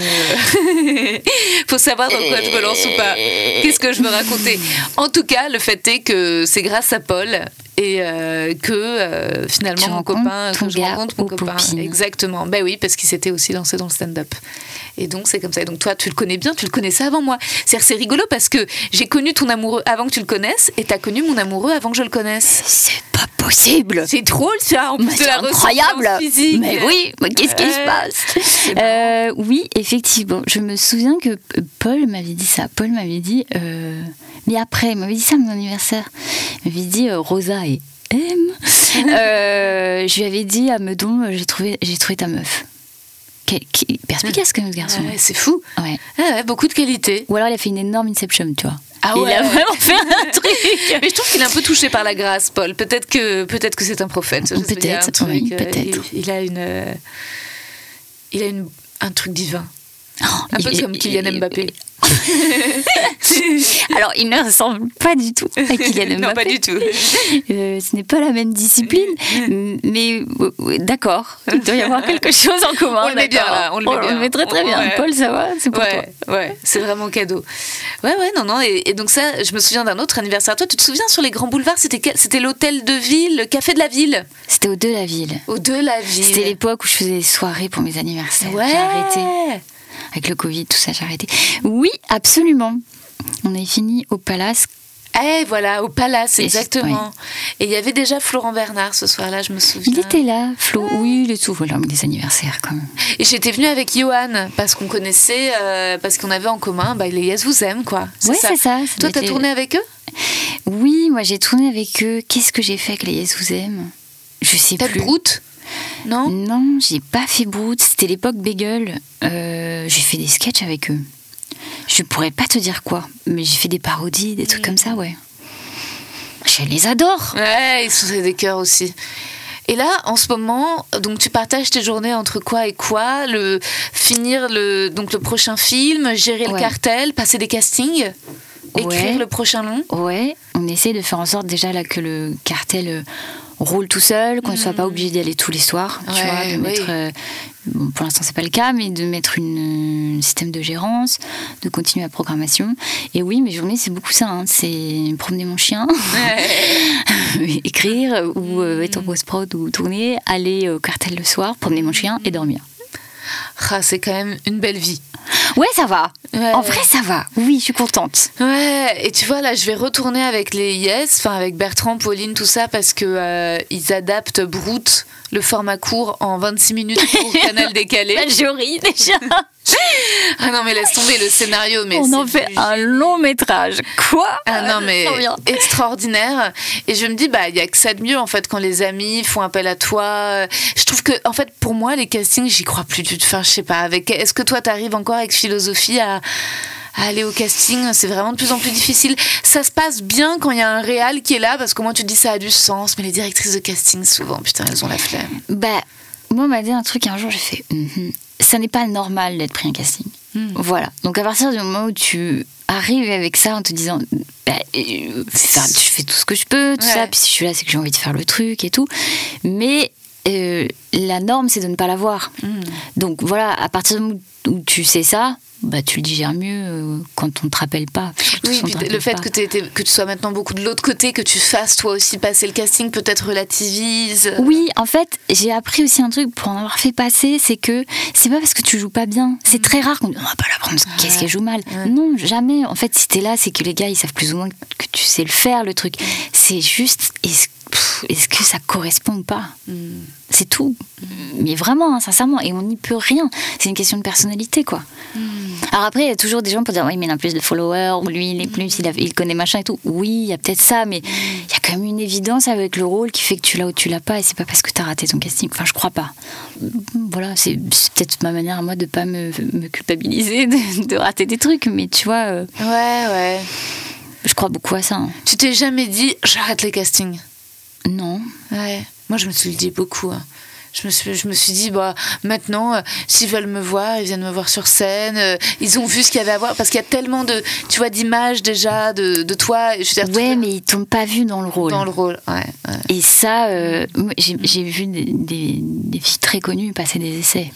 [SPEAKER 1] Euh, [laughs] Faut savoir dans quoi je me lance ou pas. Qu'est-ce que je veux raconter En tout cas, le fait est que c'est grâce à Paul et euh, que euh, finalement
[SPEAKER 2] Tu
[SPEAKER 1] mon
[SPEAKER 2] rencontres
[SPEAKER 1] copain,
[SPEAKER 2] ton
[SPEAKER 1] que je
[SPEAKER 2] gars
[SPEAKER 1] rencontre mon
[SPEAKER 2] au
[SPEAKER 1] copain.
[SPEAKER 2] Popine.
[SPEAKER 1] Exactement. Ben oui, parce qu'il s'était aussi lancé dans le stand-up. Et donc c'est comme ça. Et donc toi, tu le connais bien, tu le connaissais avant moi. C'est c'est rigolo parce que j'ai connu ton amoureux avant que tu le connaisses et t'as connu mon amoureux avant que je le connaisse.
[SPEAKER 2] C'est pas possible
[SPEAKER 1] C'est drôle ça. En
[SPEAKER 2] Mais
[SPEAKER 1] plus de
[SPEAKER 2] c'est
[SPEAKER 1] la
[SPEAKER 2] incroyable
[SPEAKER 1] ressemblance physique.
[SPEAKER 2] Mais oui, mais qu'est-ce qui se
[SPEAKER 1] Ouais.
[SPEAKER 2] passe Euh, Oui, effectivement, je me souviens que Paul m'avait dit ça. Paul m'avait dit, euh, mais après, il m'avait dit ça à mon anniversaire. Il m'avait dit euh, Rosa et
[SPEAKER 1] [laughs]
[SPEAKER 2] M. Euh, je lui avais dit à Meudon, euh, j'ai trouvé, j'ai trouvé ta meuf. Quel- qui- Perspicace comme ce
[SPEAKER 1] Ah
[SPEAKER 2] garçon.
[SPEAKER 1] ouais, c'est fou.
[SPEAKER 2] Ouais.
[SPEAKER 1] Ah ouais, beaucoup de qualité.
[SPEAKER 2] Ou alors il a fait une énorme inception, tu vois.
[SPEAKER 1] Ah
[SPEAKER 2] Il
[SPEAKER 1] ouais.
[SPEAKER 2] a vraiment fait
[SPEAKER 1] [laughs]
[SPEAKER 2] un truc.
[SPEAKER 1] Mais je trouve qu'il est un peu touché par la grâce, Paul. Peut-être que peut-être que c'est un prophète. Je sais pas, il y a un
[SPEAKER 2] Peut-être,
[SPEAKER 1] truc,
[SPEAKER 2] oui,
[SPEAKER 1] euh,
[SPEAKER 2] peut-être.
[SPEAKER 1] Il, il a une, euh, il a une, un truc divin. Un peu
[SPEAKER 2] Il-
[SPEAKER 1] comme Kylian
[SPEAKER 2] il-
[SPEAKER 1] Mbappé.
[SPEAKER 2] Alors, il ne ressemble pas du tout
[SPEAKER 1] [laughs]
[SPEAKER 2] à Ah, Kylian Mbappé.
[SPEAKER 1] Non, pas du tout.
[SPEAKER 2] Euh, ce n'est pas la
[SPEAKER 1] [laughs]
[SPEAKER 2] même discipline, m- mais euh, ouais, d'accord, il doit y avoir quelque chose en commun.
[SPEAKER 1] On le met bien,
[SPEAKER 2] d'accord.
[SPEAKER 1] là, on le met bien.
[SPEAKER 2] très très bien.
[SPEAKER 1] Ouais.
[SPEAKER 2] Paul, ça va, c'est [laughs] pour toi.
[SPEAKER 1] Ouais, ouais, c'est vraiment cadeau. Ouais, ouais, non, non. Et, et donc ça, je me souviens d'un autre anniversaire. Toi, tu te souviens sur les grands boulevards, c'était quel- c'était l'hôtel de ville, le café de la ville,
[SPEAKER 2] C'était aux deux la ville.
[SPEAKER 1] au de la ville.
[SPEAKER 2] C'était l'époque où je faisais des soirées pour mes anniversaires.
[SPEAKER 1] Ouais.
[SPEAKER 2] J'ai arrêté. Avec le Covid, tout ça, j'ai arrêté. Oui, absolument. On est fini au palace.
[SPEAKER 1] Eh voilà, au palace,
[SPEAKER 2] Et-
[SPEAKER 1] exactement. Et il y avait déjà Florent Bernard ce soir-là, je me souviens.
[SPEAKER 2] Il était là, Flo. Oui, il est souvent là, mais des anniversaires quand même.
[SPEAKER 1] Et j'étais venue avec Johan parce qu'on connaissait, euh, parce qu'on avait en commun, bah, les Yes vous aime quoi.
[SPEAKER 2] Ouais, c'est ça, ça
[SPEAKER 1] Toi,
[SPEAKER 2] doit
[SPEAKER 1] t'as
[SPEAKER 2] être-
[SPEAKER 1] tourné avec eux
[SPEAKER 2] Oui, moi j'ai tourné avec eux. Qu'est-ce que j'ai fait avec les Yes Vous Aime Je sais
[SPEAKER 1] T'as
[SPEAKER 2] plus.
[SPEAKER 1] Brout Non
[SPEAKER 2] Non, j'ai pas fait Brute. C'était l'époque Bagel. Euh, j'ai fait des sketchs avec eux. Je pourrais pas te dire quoi, mais j'ai fait des parodies, des trucs comme ça, ouais. Je les adore.
[SPEAKER 1] Ouais, ils sont des cœurs aussi. Et là, en ce moment, donc tu partages tes journées entre quoi et quoi le Finir le, donc le prochain film, gérer le
[SPEAKER 2] Ouais.
[SPEAKER 1] cartel, passer des castings,
[SPEAKER 2] Ouais.
[SPEAKER 1] écrire le prochain long
[SPEAKER 2] Ouais, on essaie de faire en sorte déjà là que le cartel euh, roule tout seul, qu'on ne soit pas obligé d'y aller tous les soirs. tu
[SPEAKER 1] Ouais,
[SPEAKER 2] vois, de
[SPEAKER 1] oui.
[SPEAKER 2] mettre, euh, bon, pour l'instant, c'est pas le cas, mais de mettre une, euh, un système de gérance, de continuer la programmation. Et oui, mes journées, c'est beaucoup ça. hein. C'est promener mon chien, [laughs] écrire, ou euh, être en post-prod, ou tourner, aller au cartel le soir, promener mon chien et dormir.
[SPEAKER 1] Ah, c'est quand même une belle vie.
[SPEAKER 2] Ouais, ça va.
[SPEAKER 1] Ouais.
[SPEAKER 2] En vrai, ça va. Oui, je suis contente.
[SPEAKER 1] Ouais, et tu vois, là, je vais retourner avec les Yes, enfin avec Bertrand, Pauline, tout ça, parce que euh, ils adaptent Brute, le format court, en 26 minutes
[SPEAKER 2] [laughs]
[SPEAKER 1] pour Canal Décalé.
[SPEAKER 2] Bah, je ris déjà.
[SPEAKER 1] Ah non, mais laisse tomber le scénario, mais
[SPEAKER 2] On en
[SPEAKER 1] c'est
[SPEAKER 2] fait
[SPEAKER 1] du-
[SPEAKER 2] un long métrage. Quoi Euh,
[SPEAKER 1] Ah non, mais
[SPEAKER 2] Trop bien. [laughs]
[SPEAKER 1] extraordinaire. Et je me dis, bah, il y a que ça de mieux, en fait, quand les amis font appel à toi. Je trouve que, en fait, pour moi, les castings, j'y crois plus du tout. Enfin, je sais pas. Avec... Est-ce que toi, t'arrives encore avec philosophie à. à aller au casting, c'est vraiment de plus en plus difficile. Ça se passe bien quand il y a un réal qui est là, parce qu'au moins tu te dis ça a du sens. Mais les directrices de casting, souvent, putain, elles ont la flemme.
[SPEAKER 2] Bah, moi, on m'a dit un truc un jour, j'ai fait Mhm. ça n'est pas normal d'être pris en casting. Voilà. Donc, à partir du moment où tu arrives avec ça en te disant bah, euh, faire- je fais tout ce que je peux, tout
[SPEAKER 1] Ouais.
[SPEAKER 2] ça, puis si je suis là, c'est que j'ai envie de faire le truc et tout. Mais euh, la norme, c'est de ne pas l'avoir. Donc, voilà, à partir du moment où tu sais ça, bah, tu le digères mieux euh, quand on ne te rappelle pas. Surtout
[SPEAKER 1] Oui,
[SPEAKER 2] si on
[SPEAKER 1] puis
[SPEAKER 2] te
[SPEAKER 1] le
[SPEAKER 2] rappelle
[SPEAKER 1] fait
[SPEAKER 2] pas.
[SPEAKER 1] que, t'aies été- que tu sois maintenant beaucoup de l'autre côté, que tu fasses toi aussi passer le casting, peut-être relativise.
[SPEAKER 2] Oui, en fait, j'ai appris aussi un truc pour en avoir fait passer, c'est que c'est pas parce que tu joues pas bien. C'est très rare qu'on dise, on va pas la prendre, qu'est-ce qu'elle joue mal. Non, jamais. En fait, si t'es là, c'est que les gars, ils savent plus ou moins que tu sais le faire, le truc. C'est juste, est-ce pff, est-ce que ça correspond ou pas C'est tout. Mais vraiment, hein, sincèrement, et on n'y peut rien. C'est une question de personnalité, quoi. Alors après, il y a toujours des gens pour dire oui, mais il a plus de followers, ou lui, il est plus, il, a- il connaît machin et tout. Oui, il y a peut-être ça, mais il y a quand même une évidence avec le rôle qui fait que tu l'as ou tu l'as pas, et c'est pas parce que t'as raté ton casting. Enfin, je crois pas. Voilà, c'est c'est peut-être ma manière à moi de pas me, me culpabiliser de, de rater des trucs, mais tu vois, euh,
[SPEAKER 1] Ouais, ouais.
[SPEAKER 2] je crois beaucoup à ça. hein.
[SPEAKER 1] Tu t'es jamais dit j'arrête les castings
[SPEAKER 2] Non.
[SPEAKER 1] Ouais. Moi, je me suis le dit beaucoup. hein. Je me, suis, je me suis dit, bah, maintenant, euh, s'ils veulent me voir, ils viennent me voir sur scène. euh, ils ont vu ce qu'il y avait à voir. Parce qu'il y a tellement de, tu vois, d'images déjà de, de toi. Je veux dire,
[SPEAKER 2] Ouais,
[SPEAKER 1] tout-
[SPEAKER 2] mais ils t'ont pas vu dans le rôle.
[SPEAKER 1] Dans le rôle. Ouais, ouais.
[SPEAKER 2] Et ça, euh, moi, j'ai j'ai vu des, des- des filles très connues passer des essais.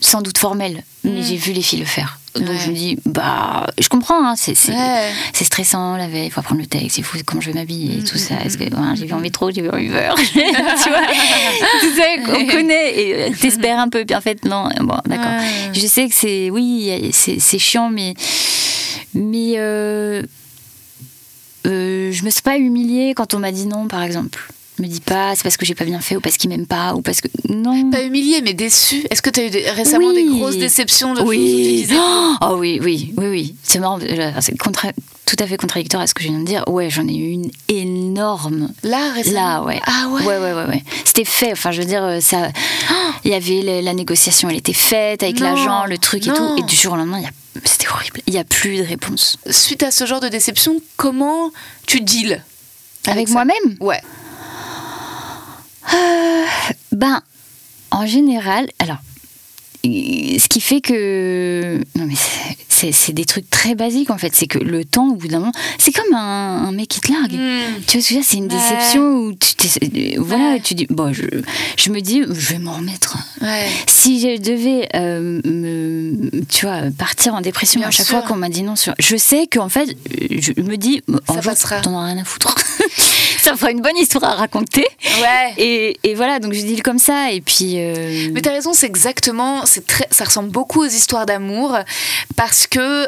[SPEAKER 2] Sans doute formels, mais j'ai vu les filles le faire. Donc
[SPEAKER 1] Hmm. Ouais.
[SPEAKER 2] je me dis, bah, je comprends, hein, c'est c'est-
[SPEAKER 1] Ouais. Hmm,
[SPEAKER 2] c'est stressant la veille, il faut apprendre le texte, il faut comment je vais m'habiller et tout ça. Est-ce que ouais, j'ai vu en métro, j'ai vu en Uber, [laughs] tu vois, tout ça
[SPEAKER 1] [laughs]
[SPEAKER 2] qu'on connaît et euh, t'espères un peu, puis en fait, non, bon, d'accord.
[SPEAKER 1] Ouais.
[SPEAKER 2] Je sais que c'est, oui, c'est c'est chiant, mais. Mais. euh, euh, je me suis pas humiliée quand on m'a dit non, par exemple. Je me dis pas, c'est parce que j'ai pas bien fait, ou parce qu'il m'aime pas, ou parce que. Non.
[SPEAKER 1] Pas humilié, mais déçu. Est-ce que tu as eu des- récemment
[SPEAKER 2] Oui.
[SPEAKER 1] des grosses déceptions de choses où tu
[SPEAKER 2] Oui.
[SPEAKER 1] disais- [gasps]
[SPEAKER 2] Oh, oh oui, oui, oui, oui. C'est marrant, euh, c'est contra- tout à fait contradictoire à ce que je viens de dire. Ouais, j'en ai eu une énorme.
[SPEAKER 1] Là, récemment.
[SPEAKER 2] Là, ouais.
[SPEAKER 1] Ah ouais.
[SPEAKER 2] Ouais, ouais, ouais, ouais. C'était fait. Enfin, je veux dire, euh, ça. Il y avait le- la négociation, elle était faite avec
[SPEAKER 1] Non.
[SPEAKER 2] l'agent, le truc et
[SPEAKER 1] Non.
[SPEAKER 2] tout. Et du jour au lendemain, il y a- c'était horrible. Il y a plus de réponse.
[SPEAKER 1] Suite à ce genre de déception, comment tu deals
[SPEAKER 2] Avec
[SPEAKER 1] ça
[SPEAKER 2] moi-même
[SPEAKER 1] Ouais.
[SPEAKER 2] Ben, en général, alors, euh, ce qui fait que. Non, mais c'est- c'est c'est des trucs très basiques en fait. C'est que le temps, au bout d'un moment, c'est comme un, un mec qui te largue. Tu vois ce que je veux dire C'est une déception où tu t'es- euh, Voilà,
[SPEAKER 1] Hmm. Ouais.
[SPEAKER 2] tu dis, bon, je, je me dis, je vais m'en remettre.
[SPEAKER 1] Ouais.
[SPEAKER 2] Si je devais, euh, me, tu vois, partir en dépression
[SPEAKER 1] Bien
[SPEAKER 2] à chaque
[SPEAKER 1] sûr.
[SPEAKER 2] fois qu'on m'a dit non sur, je sais qu'en fait, euh, je me dis, en
[SPEAKER 1] Ça
[SPEAKER 2] jour,
[SPEAKER 1] passera.
[SPEAKER 2] t'en as rien à foutre. [laughs] Ça fera une bonne histoire à raconter.
[SPEAKER 1] Ouais.
[SPEAKER 2] Et, et voilà, donc je dis comme ça. Et puis. euh,
[SPEAKER 1] Mais t'as raison, c'est exactement, c'est très, ça ressemble beaucoup aux histoires d'amour parce que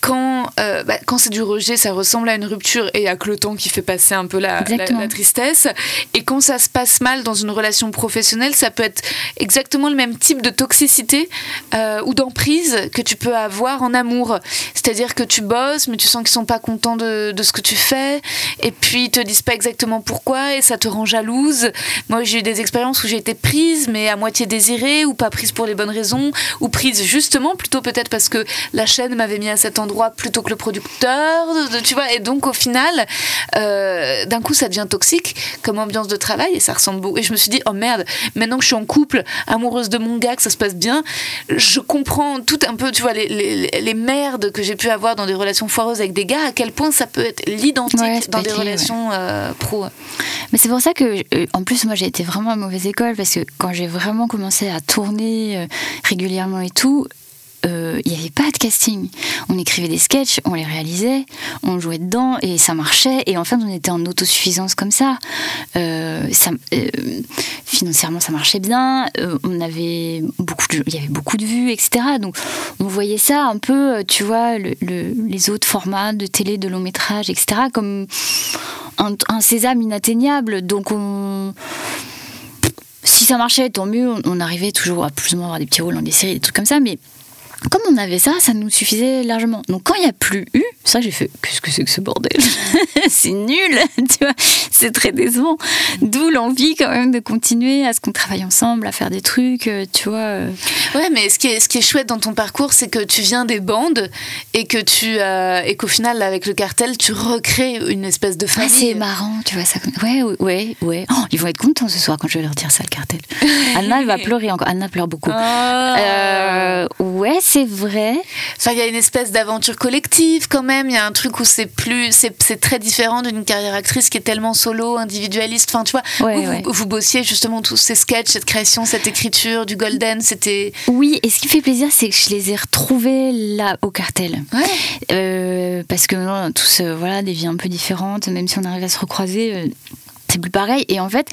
[SPEAKER 1] quand, euh, bah, quand c'est du rejet, ça ressemble à une rupture et il y a que le temps qui fait passer un peu la, la,
[SPEAKER 2] Exactement.
[SPEAKER 1] la tristesse. Et quand ça se passe mal dans une relation professionnelle, ça peut être exactement le même type de toxicité euh, ou d'emprise que tu peux avoir en amour. C'est-à-dire que tu bosses, mais tu sens qu'ils sont pas contents de, de ce que tu fais, et puis ils te disent pas exactement pourquoi, et ça te rend jalouse. Moi, j'ai eu des expériences où j'ai été prise, mais à moitié désirée, ou pas prise pour les bonnes raisons, ou prise justement plutôt peut-être parce que la chaîne m'avait mis à cet endroit plutôt que le producteur, de- tu vois. Et donc, au final, euh, d'un coup, ça devient toxique comme ambiance de travail et ça ressemble beaucoup. Et je me suis dit, oh merde, maintenant que je suis en couple, amoureuse de mon gars, que ça se passe bien, je comprends tout un peu, tu vois, les, les- les merdes que j'ai pu avoir dans des relations foireuses avec des gars, à quel point ça peut être l'identique
[SPEAKER 2] Ouais, c'est
[SPEAKER 1] dans
[SPEAKER 2] pas
[SPEAKER 1] des
[SPEAKER 2] écrit, ouais.
[SPEAKER 1] relations euh, pro.
[SPEAKER 2] Mais c'est pour ça que, euh, en plus, moi j'ai été vraiment à mauvaise école parce que quand j'ai vraiment commencé à tourner euh, régulièrement et tout, euh, il n'y avait pas de casting. On écrivait des sketchs, on les réalisait, on jouait dedans et ça marchait. Et en fait, on était en autosuffisance comme ça. Euh, ça euh, financièrement, ça marchait bien. euh, on avait beaucoup de, il y avait beaucoup de vues, etc. Donc, on voyait ça un peu, euh, tu vois, le- le- les autres formats de télé, de long métrage, etc. comme un, un sésame inatteignable. Donc on. Si ça marchait, tant mieux. On, on arrivait toujours à plus ou moins avoir des petits rôles dans des séries, des trucs comme ça. Mais comme on avait ça, ça nous suffisait largement. Donc quand il n'y a plus eu, ça j'ai fait qu'est-ce que c'est que ce bordel [laughs] C'est nul, [laughs] tu vois. C'est très décevant. D'où l'envie quand même de continuer à ce qu'on travaille ensemble, à faire des trucs, euh, tu vois. euh.
[SPEAKER 1] Ouais, mais ce qui est, ce qui est chouette dans ton parcours, c'est que tu viens des bandes et que tu euh, et qu'au final, là, avec le cartel, tu recrées une espèce de
[SPEAKER 2] Ah,
[SPEAKER 1] famille.
[SPEAKER 2] c'est marrant, tu vois ça. comme- Ouais, ouais, ouais, ouais. Oh, ils vont être contents ce soir quand je vais leur dire ça, le cartel. Anna, elle va pleurer encore. Anna pleure beaucoup. Euh, ouais, c'est vrai.
[SPEAKER 1] Enfin, il y a une espèce d'aventure collective quand même. Il y a un truc où c'est plus, c'est c'est très différent d'une carrière actrice qui est tellement solo, individualiste. Enfin, tu vois,
[SPEAKER 2] Ouais,
[SPEAKER 1] où vous-
[SPEAKER 2] ouais.
[SPEAKER 1] vous, bossiez justement tous ces sketchs, cette création, cette écriture du Golden. C'était
[SPEAKER 2] Oui, et ce qui me fait plaisir, c'est que je les ai retrouvés là au cartel.
[SPEAKER 1] ouais.
[SPEAKER 2] Euh, parce que maintenant, on a tous euh, voilà, des vies un peu différentes, même si on arrive à se recroiser. euh, c'est plus pareil. Et en fait,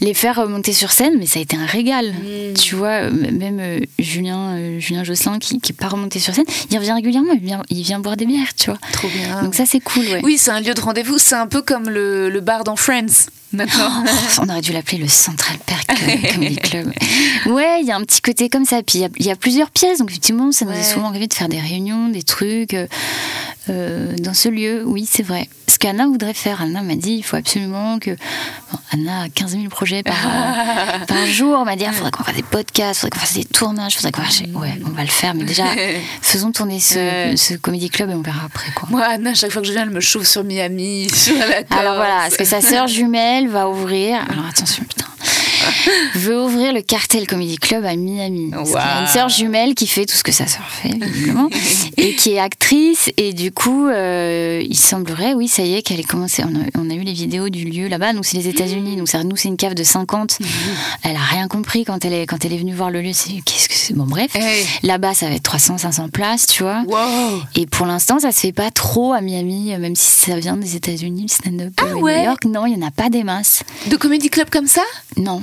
[SPEAKER 2] les faire euh, monter sur scène, mais ça a été un régal.
[SPEAKER 1] Mm.
[SPEAKER 2] Tu vois, euh, même euh, Julien, euh, Julien Josselin, qui qui est pas remonté sur scène, il revient régulièrement, il vient, il vient boire des bières, tu vois.
[SPEAKER 1] Trop bien.
[SPEAKER 2] Donc ça, c'est cool, ouais.
[SPEAKER 1] oui, c'est un lieu de rendez-vous. C'est un peu comme le, le bar dans Friends maintenant.
[SPEAKER 2] [laughs] On aurait dû l'appeler le Central Perk euh,
[SPEAKER 1] [laughs]
[SPEAKER 2] Comedy Club. Ouais, il y a un petit côté comme ça. Puis il y a- il y, a plusieurs pièces, donc effectivement, ça nous
[SPEAKER 1] Ouais.
[SPEAKER 2] est souvent arrivé de faire des réunions, des trucs euh, euh, dans ce lieu. Oui, c'est vrai. Ce qu'Anna voudrait faire, Anna m'a dit, il faut absolument que. Bon, Anna a 15 000 projets par,
[SPEAKER 1] [laughs]
[SPEAKER 2] euh, par jour. On m'a dit, il faudrait qu'on fasse des podcasts, faudrait qu'on fasse des tournages, faudrait qu'on fasse. Ouais, on va le faire,
[SPEAKER 1] [laughs]
[SPEAKER 2] mais déjà, faisons tourner ce, ce Comedy Club et on verra après quoi.
[SPEAKER 1] Moi, Anna, à chaque fois que je viens, elle me chauffe sur Miami, [laughs] sur la Corse.
[SPEAKER 2] Alors voilà, parce
[SPEAKER 1] [laughs]
[SPEAKER 2] que sa sœur jumelle va ouvrir. Alors attention, putain. [laughs] Veut ouvrir le Cartel Comedy Club à Miami. Parce qu'il y a une sœur jumelle qui fait tout ce que sa sœur fait, évidemment,
[SPEAKER 1] [laughs]
[SPEAKER 2] et qui est actrice. Et du coup, euh, il semblerait, oui, ça y est, qu'elle est commencée. On a, on a eu les vidéos du lieu là-bas. Donc c'est les États-Unis.
[SPEAKER 1] Mmh.
[SPEAKER 2] Donc ça, nous, c'est une cave de 50. Elle a rien compris quand elle est, quand elle est venue voir le lieu. C'est qu'est-ce que c'est Bon, bref.
[SPEAKER 1] Hey.
[SPEAKER 2] Là-bas, ça va être 300, 500 places, tu vois.
[SPEAKER 1] Wow.
[SPEAKER 2] Et pour l'instant, ça se fait pas trop à Miami, euh, même si ça vient des États-Unis, le stand-up euh, et
[SPEAKER 1] ouais
[SPEAKER 2] New York. Non, il y en a pas des masses.
[SPEAKER 1] De comédie club comme ça
[SPEAKER 2] Non,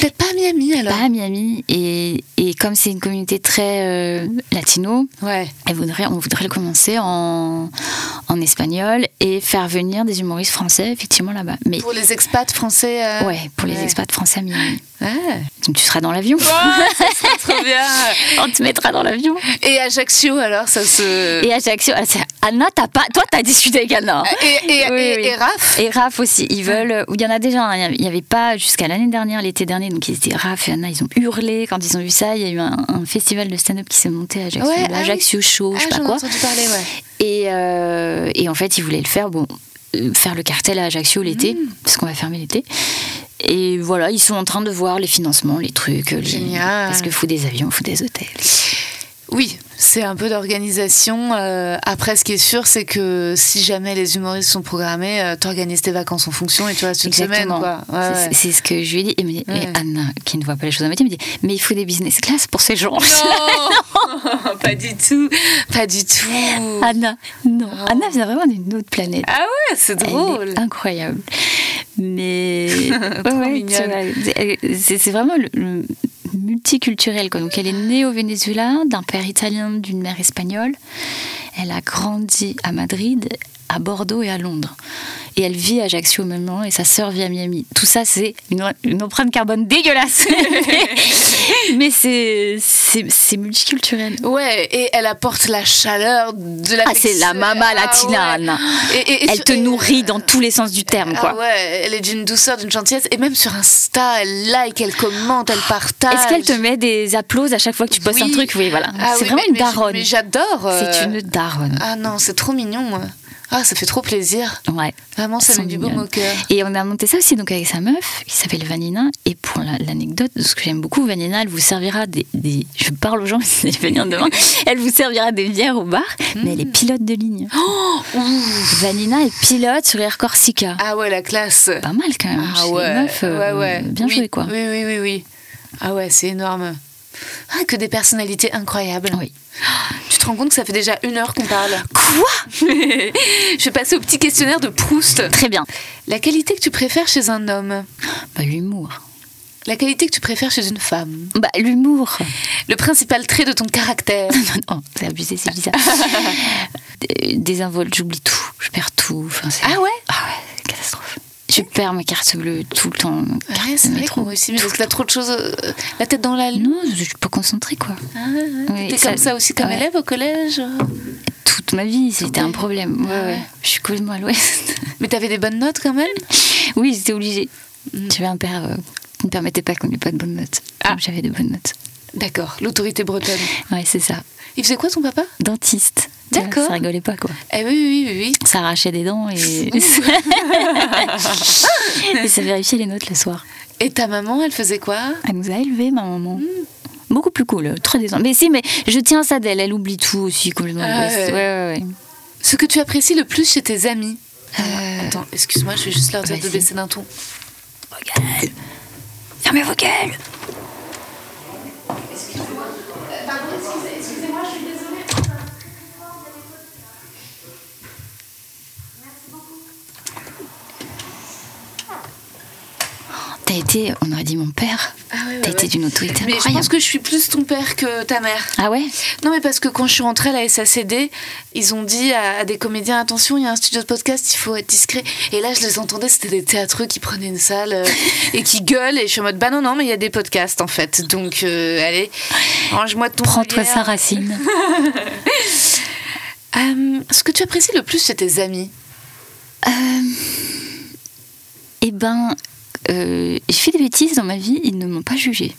[SPEAKER 1] Peut-être pas à Miami alors.
[SPEAKER 2] pas à Miami. Et, et comme c'est une communauté très euh, latino,
[SPEAKER 1] Ouais.
[SPEAKER 2] elle voudrait, on voudrait le commencer en, en espagnol et faire venir des humoristes français, effectivement, là-bas. Mais
[SPEAKER 1] Pour les expats français. euh, ah.
[SPEAKER 2] ouais, pour les expats français à Miami.
[SPEAKER 1] Ouais.
[SPEAKER 2] Donc tu seras dans
[SPEAKER 1] [laughs]
[SPEAKER 2] l'avion.
[SPEAKER 1] Trop bien.
[SPEAKER 2] [laughs] on te mettra dans l'avion.
[SPEAKER 1] Et Ajaccio alors, ça se.
[SPEAKER 2] Et Ajaccio, ah, c'est- Anna, t'as pas, toi, t'as discuté avec Anna. hein.
[SPEAKER 1] Et, et,
[SPEAKER 2] Oui,
[SPEAKER 1] et-
[SPEAKER 2] oui.
[SPEAKER 1] et Raph
[SPEAKER 2] Et Raph aussi, ils veulent. Il y en a déjà, hein, il n'y avait pas jusqu'à l'année dernière, l'été dernier, donc ils étaient Raph et Anna, ils ont hurlé quand ils ont vu ça. Il y a eu un, un festival de stand-up qui s'est monté à Ajaccio,
[SPEAKER 1] Ouais, ah oui.
[SPEAKER 2] Ajaccio Show, je sais
[SPEAKER 1] Ah,
[SPEAKER 2] pas
[SPEAKER 1] j'en ai
[SPEAKER 2] quoi.
[SPEAKER 1] entendu parler, ouais.
[SPEAKER 2] Et, euh, et en fait, ils voulaient le faire, bon, euh, faire le cartel à Ajaccio l'été,
[SPEAKER 1] Mm.
[SPEAKER 2] parce qu'on va fermer l'été. Et voilà, ils sont en train de voir les financements, les trucs. les-
[SPEAKER 1] Génial.
[SPEAKER 2] Parce que faut des avions, faut des hôtels.
[SPEAKER 1] Oui, c'est un peu d'organisation. euh, après, ce qui est sûr, c'est que si jamais les humoristes sont programmés, euh, t'organises tes vacances en fonction et tu restes une
[SPEAKER 2] Exactement.
[SPEAKER 1] semaine. Quoi. Ouais,
[SPEAKER 2] C'est-
[SPEAKER 1] ouais.
[SPEAKER 2] C'est ce que je lui ai dit. Et, me dit- et
[SPEAKER 1] Ouais.
[SPEAKER 2] Anna, qui ne voit pas les choses à moitié, me dit Mais il faut des business class pour ces gens.
[SPEAKER 1] [laughs] Non, [laughs] pas du tout, pas du tout.
[SPEAKER 2] [laughs] Anna, non. Anna vient vraiment d'une autre planète.
[SPEAKER 1] Oh. Ah ouais, c'est
[SPEAKER 2] Elle est
[SPEAKER 1] drôle.
[SPEAKER 2] incroyable.
[SPEAKER 1] [laughs]
[SPEAKER 2] Mais Ouais, ouais,
[SPEAKER 1] mignonne.
[SPEAKER 2] c'est vrai. C'est- c'est c'est vraiment le, le multiculturel. quoi. Donc elle est née au Venezuela, d'un père italien, d'une mère espagnole. Elle a grandi à Madrid. à Bordeaux et à Londres. Et elle vit à Ajaccio au même moment et sa sœur vit à Miami. Tout ça, c'est une, une empreinte carbone
[SPEAKER 1] [laughs]
[SPEAKER 2] dégueulasse. Mais c'est- c'est c'est multiculturel.
[SPEAKER 1] Ouais, et elle apporte la chaleur de la
[SPEAKER 2] Ah, c'est
[SPEAKER 1] mixture.
[SPEAKER 2] la mama
[SPEAKER 1] Ah,
[SPEAKER 2] latina,
[SPEAKER 1] ouais.
[SPEAKER 2] Anna.
[SPEAKER 1] Et- et- et
[SPEAKER 2] Elle
[SPEAKER 1] sur-
[SPEAKER 2] te
[SPEAKER 1] et-
[SPEAKER 2] nourrit dans tous les sens du terme,
[SPEAKER 1] Ah
[SPEAKER 2] quoi.
[SPEAKER 1] ouais, elle est d'une douceur, d'une gentillesse. Et même sur Insta, elle like, elle commente, elle partage.
[SPEAKER 2] Est-ce qu'elle te met des applauses à chaque fois que tu postes
[SPEAKER 1] Oui.
[SPEAKER 2] un truc Oui, voilà.
[SPEAKER 1] Ah
[SPEAKER 2] c'est
[SPEAKER 1] oui,
[SPEAKER 2] vraiment
[SPEAKER 1] mais-
[SPEAKER 2] une
[SPEAKER 1] mais j'-
[SPEAKER 2] daronne.
[SPEAKER 1] Mais j'adore. euh,
[SPEAKER 2] C'est une daronne.
[SPEAKER 1] Ah non, c'est trop mignon. moi. Ah, ça fait trop plaisir.
[SPEAKER 2] Ouais.
[SPEAKER 1] Ah, Vraiment, ça
[SPEAKER 2] Elles
[SPEAKER 1] met
[SPEAKER 2] sont
[SPEAKER 1] du beau
[SPEAKER 2] mignonnes.
[SPEAKER 1] au cœur.
[SPEAKER 2] Et on a monté ça aussi donc avec sa meuf qui s'appelle Vanina. Et pour la- l'anecdote, ce que j'aime beaucoup, Vanina, elle vous servira des, des- Je parle aux gens, [laughs] c'est venir demain. Elle vous servira des bières au bar, mais
[SPEAKER 1] Mm.
[SPEAKER 2] elle est pilote
[SPEAKER 1] [gasps]
[SPEAKER 2] de ligne. Vanina est pilote sur Air Corsica.
[SPEAKER 1] Oh, Ah ouais, la classe.
[SPEAKER 2] Pas mal quand même.
[SPEAKER 1] Ah
[SPEAKER 2] chez les
[SPEAKER 1] ouais,
[SPEAKER 2] meufs, euh,
[SPEAKER 1] ouais, ouais.
[SPEAKER 2] Bien
[SPEAKER 1] oui,
[SPEAKER 2] joué quoi.
[SPEAKER 1] Oui, oui, oui, oui. Ah ouais, c'est énorme. Ah, que des personnalités incroyables.
[SPEAKER 2] Oui.
[SPEAKER 1] Tu te rends compte que ça fait déjà une heure qu'on parle
[SPEAKER 2] Quoi
[SPEAKER 1] [laughs] Je vais passer au petit questionnaire de Proust.
[SPEAKER 2] Très bien.
[SPEAKER 1] La qualité que tu préfères chez un homme
[SPEAKER 2] Bah, l'humour.
[SPEAKER 1] La qualité que tu préfères chez une femme
[SPEAKER 2] Bah, l'humour.
[SPEAKER 1] Le principal trait de ton caractère
[SPEAKER 2] [laughs] Non, c'est abusé, c'est
[SPEAKER 1] [laughs]
[SPEAKER 2] bizarre. Euh, Des- Désinvolte, j'oublie tout, je perds tout. Enfin, c'est-
[SPEAKER 1] Ah ouais
[SPEAKER 2] Ah ouais, catastrophe. Je perds ma carte bleue tout le temps. ma carte
[SPEAKER 1] Ouais, c'est
[SPEAKER 2] de
[SPEAKER 1] vrai
[SPEAKER 2] métro.
[SPEAKER 1] qu'on réussit, Ah, mais parce que t'as trop de choses. euh, La tête dans la lune.
[SPEAKER 2] Non, je suis pas concentrée, quoi.
[SPEAKER 1] Ah.
[SPEAKER 2] Oui,
[SPEAKER 1] T'es comme ça aussi comme
[SPEAKER 2] ouais.
[SPEAKER 1] élève au collège
[SPEAKER 2] Toute ma vie, c'était un problème. Ouais,
[SPEAKER 1] Ah
[SPEAKER 2] ouais.
[SPEAKER 1] ouais.
[SPEAKER 2] Je suis complètement à l'ouest. [laughs]
[SPEAKER 1] Mais t'avais des bonnes notes quand même
[SPEAKER 2] oui, j'étais obligée.
[SPEAKER 1] Mm.
[SPEAKER 2] J'avais un père euh, qui ne permettait pas qu'on n'ait pas de bonnes notes. Donc j'avais de bonnes notes.
[SPEAKER 1] Ah. D'accord, l'autorité bretonne.
[SPEAKER 2] Ouais, c'est ça.
[SPEAKER 1] Il faisait quoi ton papa
[SPEAKER 2] Dentiste.
[SPEAKER 1] D'accord.
[SPEAKER 2] Ça rigolait pas, quoi.
[SPEAKER 1] Eh oui, oui, oui, oui.
[SPEAKER 2] Ça arrachait des
[SPEAKER 1] [laughs]
[SPEAKER 2] dents et. [laughs] et ça vérifiait les notes le soir.
[SPEAKER 1] Et ta maman, elle faisait quoi
[SPEAKER 2] Elle nous a élevés, ma maman.
[SPEAKER 1] Mm.
[SPEAKER 2] Beaucoup plus cool, euh, très décent. Mais si, mais je tiens ça d'elle, elle oublie tout aussi complètement.
[SPEAKER 1] Ah
[SPEAKER 2] Ouais,
[SPEAKER 1] ouais.
[SPEAKER 2] ouais, ouais.
[SPEAKER 1] Ce que tu apprécies le plus chez tes amis Attends, excuse-moi, je vais juste leur dire de
[SPEAKER 2] vas-y.
[SPEAKER 1] baisser d'un ton.
[SPEAKER 2] Fermez vos gueules T'as été, on aurait dit mon père.
[SPEAKER 1] ouais, Ah ouais,
[SPEAKER 2] T'as
[SPEAKER 1] ouais.
[SPEAKER 2] été d'une autorité
[SPEAKER 1] Mais je
[SPEAKER 2] incroyable.
[SPEAKER 1] pense que je suis plus ton père que ta mère.
[SPEAKER 2] Ah ouais
[SPEAKER 1] Non, mais parce que quand je suis rentrée à la SACD, ils ont dit à, à des comédiens attention, il y a un studio de podcast, il faut être discret. Et là, je les entendais, c'était des théâtreux qui prenaient une salle euh, et [laughs] qui gueulent. Et je suis en mode bah non, non, mais il y a des podcasts en fait. Donc, euh, allez, range-moi ton.
[SPEAKER 2] Prends-toi
[SPEAKER 1] regard.
[SPEAKER 2] sa racine.
[SPEAKER 1] Euh, ce que tu apprécies le plus chez tes amis
[SPEAKER 2] Euh, Eh ben, euh, j'ai fait des bêtises dans ma vie, ils ne m'ont pas jugée.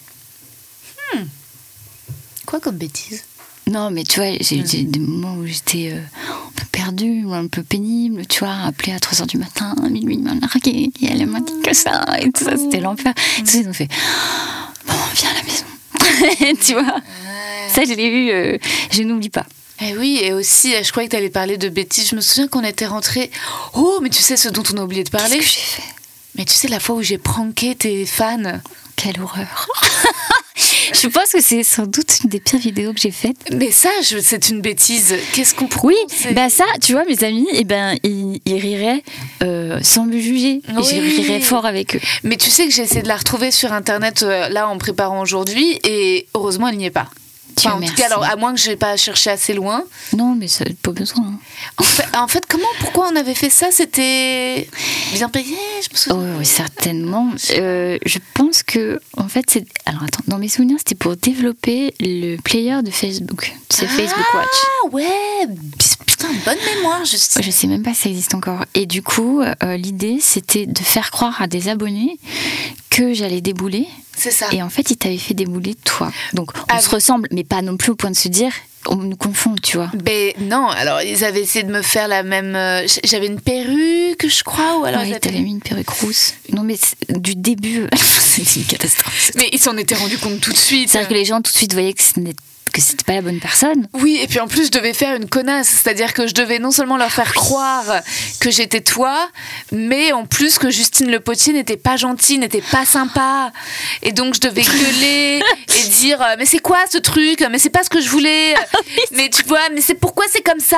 [SPEAKER 1] Quoi comme bêtise
[SPEAKER 2] Non, mais tu vois, j'ai eu des- des moments où j'étais euh, un peu perdue, ou un peu pénible, tu vois, appelée à 3h du matin, à minuit, il m'a larguée, et elle m'a dit que ça, et tout ça, c'était l'enfer. Tout ça, ils ont fait, bon, viens à la maison. [laughs] tu vois, ça, je l'ai eu, euh, je n'oublie pas.
[SPEAKER 1] Eh oui, et aussi, euh, je croyais que tu allais parler de bêtises. Je me souviens qu'on était rentrés. Oh, mais tu sais ce dont on a oublié de
[SPEAKER 2] Qu'est-ce
[SPEAKER 1] parler
[SPEAKER 2] que j'ai fait
[SPEAKER 1] Mais tu sais, la fois où j'ai pranké tes fans.
[SPEAKER 2] Quelle horreur. [laughs] je pense que c'est sans doute une des pires vidéos que j'ai faites.
[SPEAKER 1] Mais ça, je- c'est une bêtise. Qu'est-ce qu'on prouve
[SPEAKER 2] Oui, bah ça, tu vois, mes amis, eh ben, ils, ils riraient euh, sans me juger. Et Je
[SPEAKER 1] Oui.
[SPEAKER 2] rirais fort avec eux.
[SPEAKER 1] Mais tu sais que j'ai essayé de la retrouver sur internet euh, là en préparant aujourd'hui et heureusement elle n'y est pas.
[SPEAKER 2] Dieu
[SPEAKER 1] Enfin, en tout
[SPEAKER 2] merci.
[SPEAKER 1] cas, alors, à moins que je n'ai pas cherché assez loin.
[SPEAKER 2] Non, mais ça, pas besoin. hein.
[SPEAKER 1] En fait, en fait, comment, pourquoi on avait fait ça C'était bien payé, je me
[SPEAKER 2] Oh,
[SPEAKER 1] souviens.
[SPEAKER 2] oui, certainement. Euh, je pense que, en fait, c'est. Alors attends, dans mes souvenirs, c'était pour développer le player de Facebook. Tu sais, Facebook Watch.
[SPEAKER 1] Ah ouais Putain, bonne mémoire, Justine.
[SPEAKER 2] Je sais même pas si ça existe encore. Et du coup, euh, l'idée, c'était de faire croire à des abonnés que j'allais débouler.
[SPEAKER 1] C'est ça.
[SPEAKER 2] Et en fait, ils t'avaient fait débouler toi. Donc, on
[SPEAKER 1] Ah
[SPEAKER 2] se
[SPEAKER 1] oui.
[SPEAKER 2] ressemble, mais pas non plus au point de se dire, on nous confond, tu vois.
[SPEAKER 1] Ben non, alors ils avaient essayé de me faire la même. euh, j- J'avais une perruque, je crois, ou alors. ils
[SPEAKER 2] ouais,
[SPEAKER 1] avaient-
[SPEAKER 2] t'avais mis une perruque rousse. Non, mais c'est- du début, [laughs] c'est une catastrophe.
[SPEAKER 1] Mais ils s'en étaient rendus compte tout de suite.
[SPEAKER 2] C'est-à-dire que les gens tout de suite voyaient que ce n'est- que c'était pas la bonne personne.
[SPEAKER 1] Oui, et puis en plus, je devais faire une connasse. C'est-à-dire que je devais non seulement leur
[SPEAKER 2] Ah
[SPEAKER 1] faire croire que j'étais toi, mais en plus que Justine Le Potier n'était pas gentille, n'était pas sympa. Et donc, je
[SPEAKER 2] [laughs]
[SPEAKER 1] devais gueuler et dire euh, Mais c'est quoi ce truc Mais c'est pas ce que je voulais.
[SPEAKER 2] Ah
[SPEAKER 1] mais tu vois, mais c'est pourquoi c'est comme ça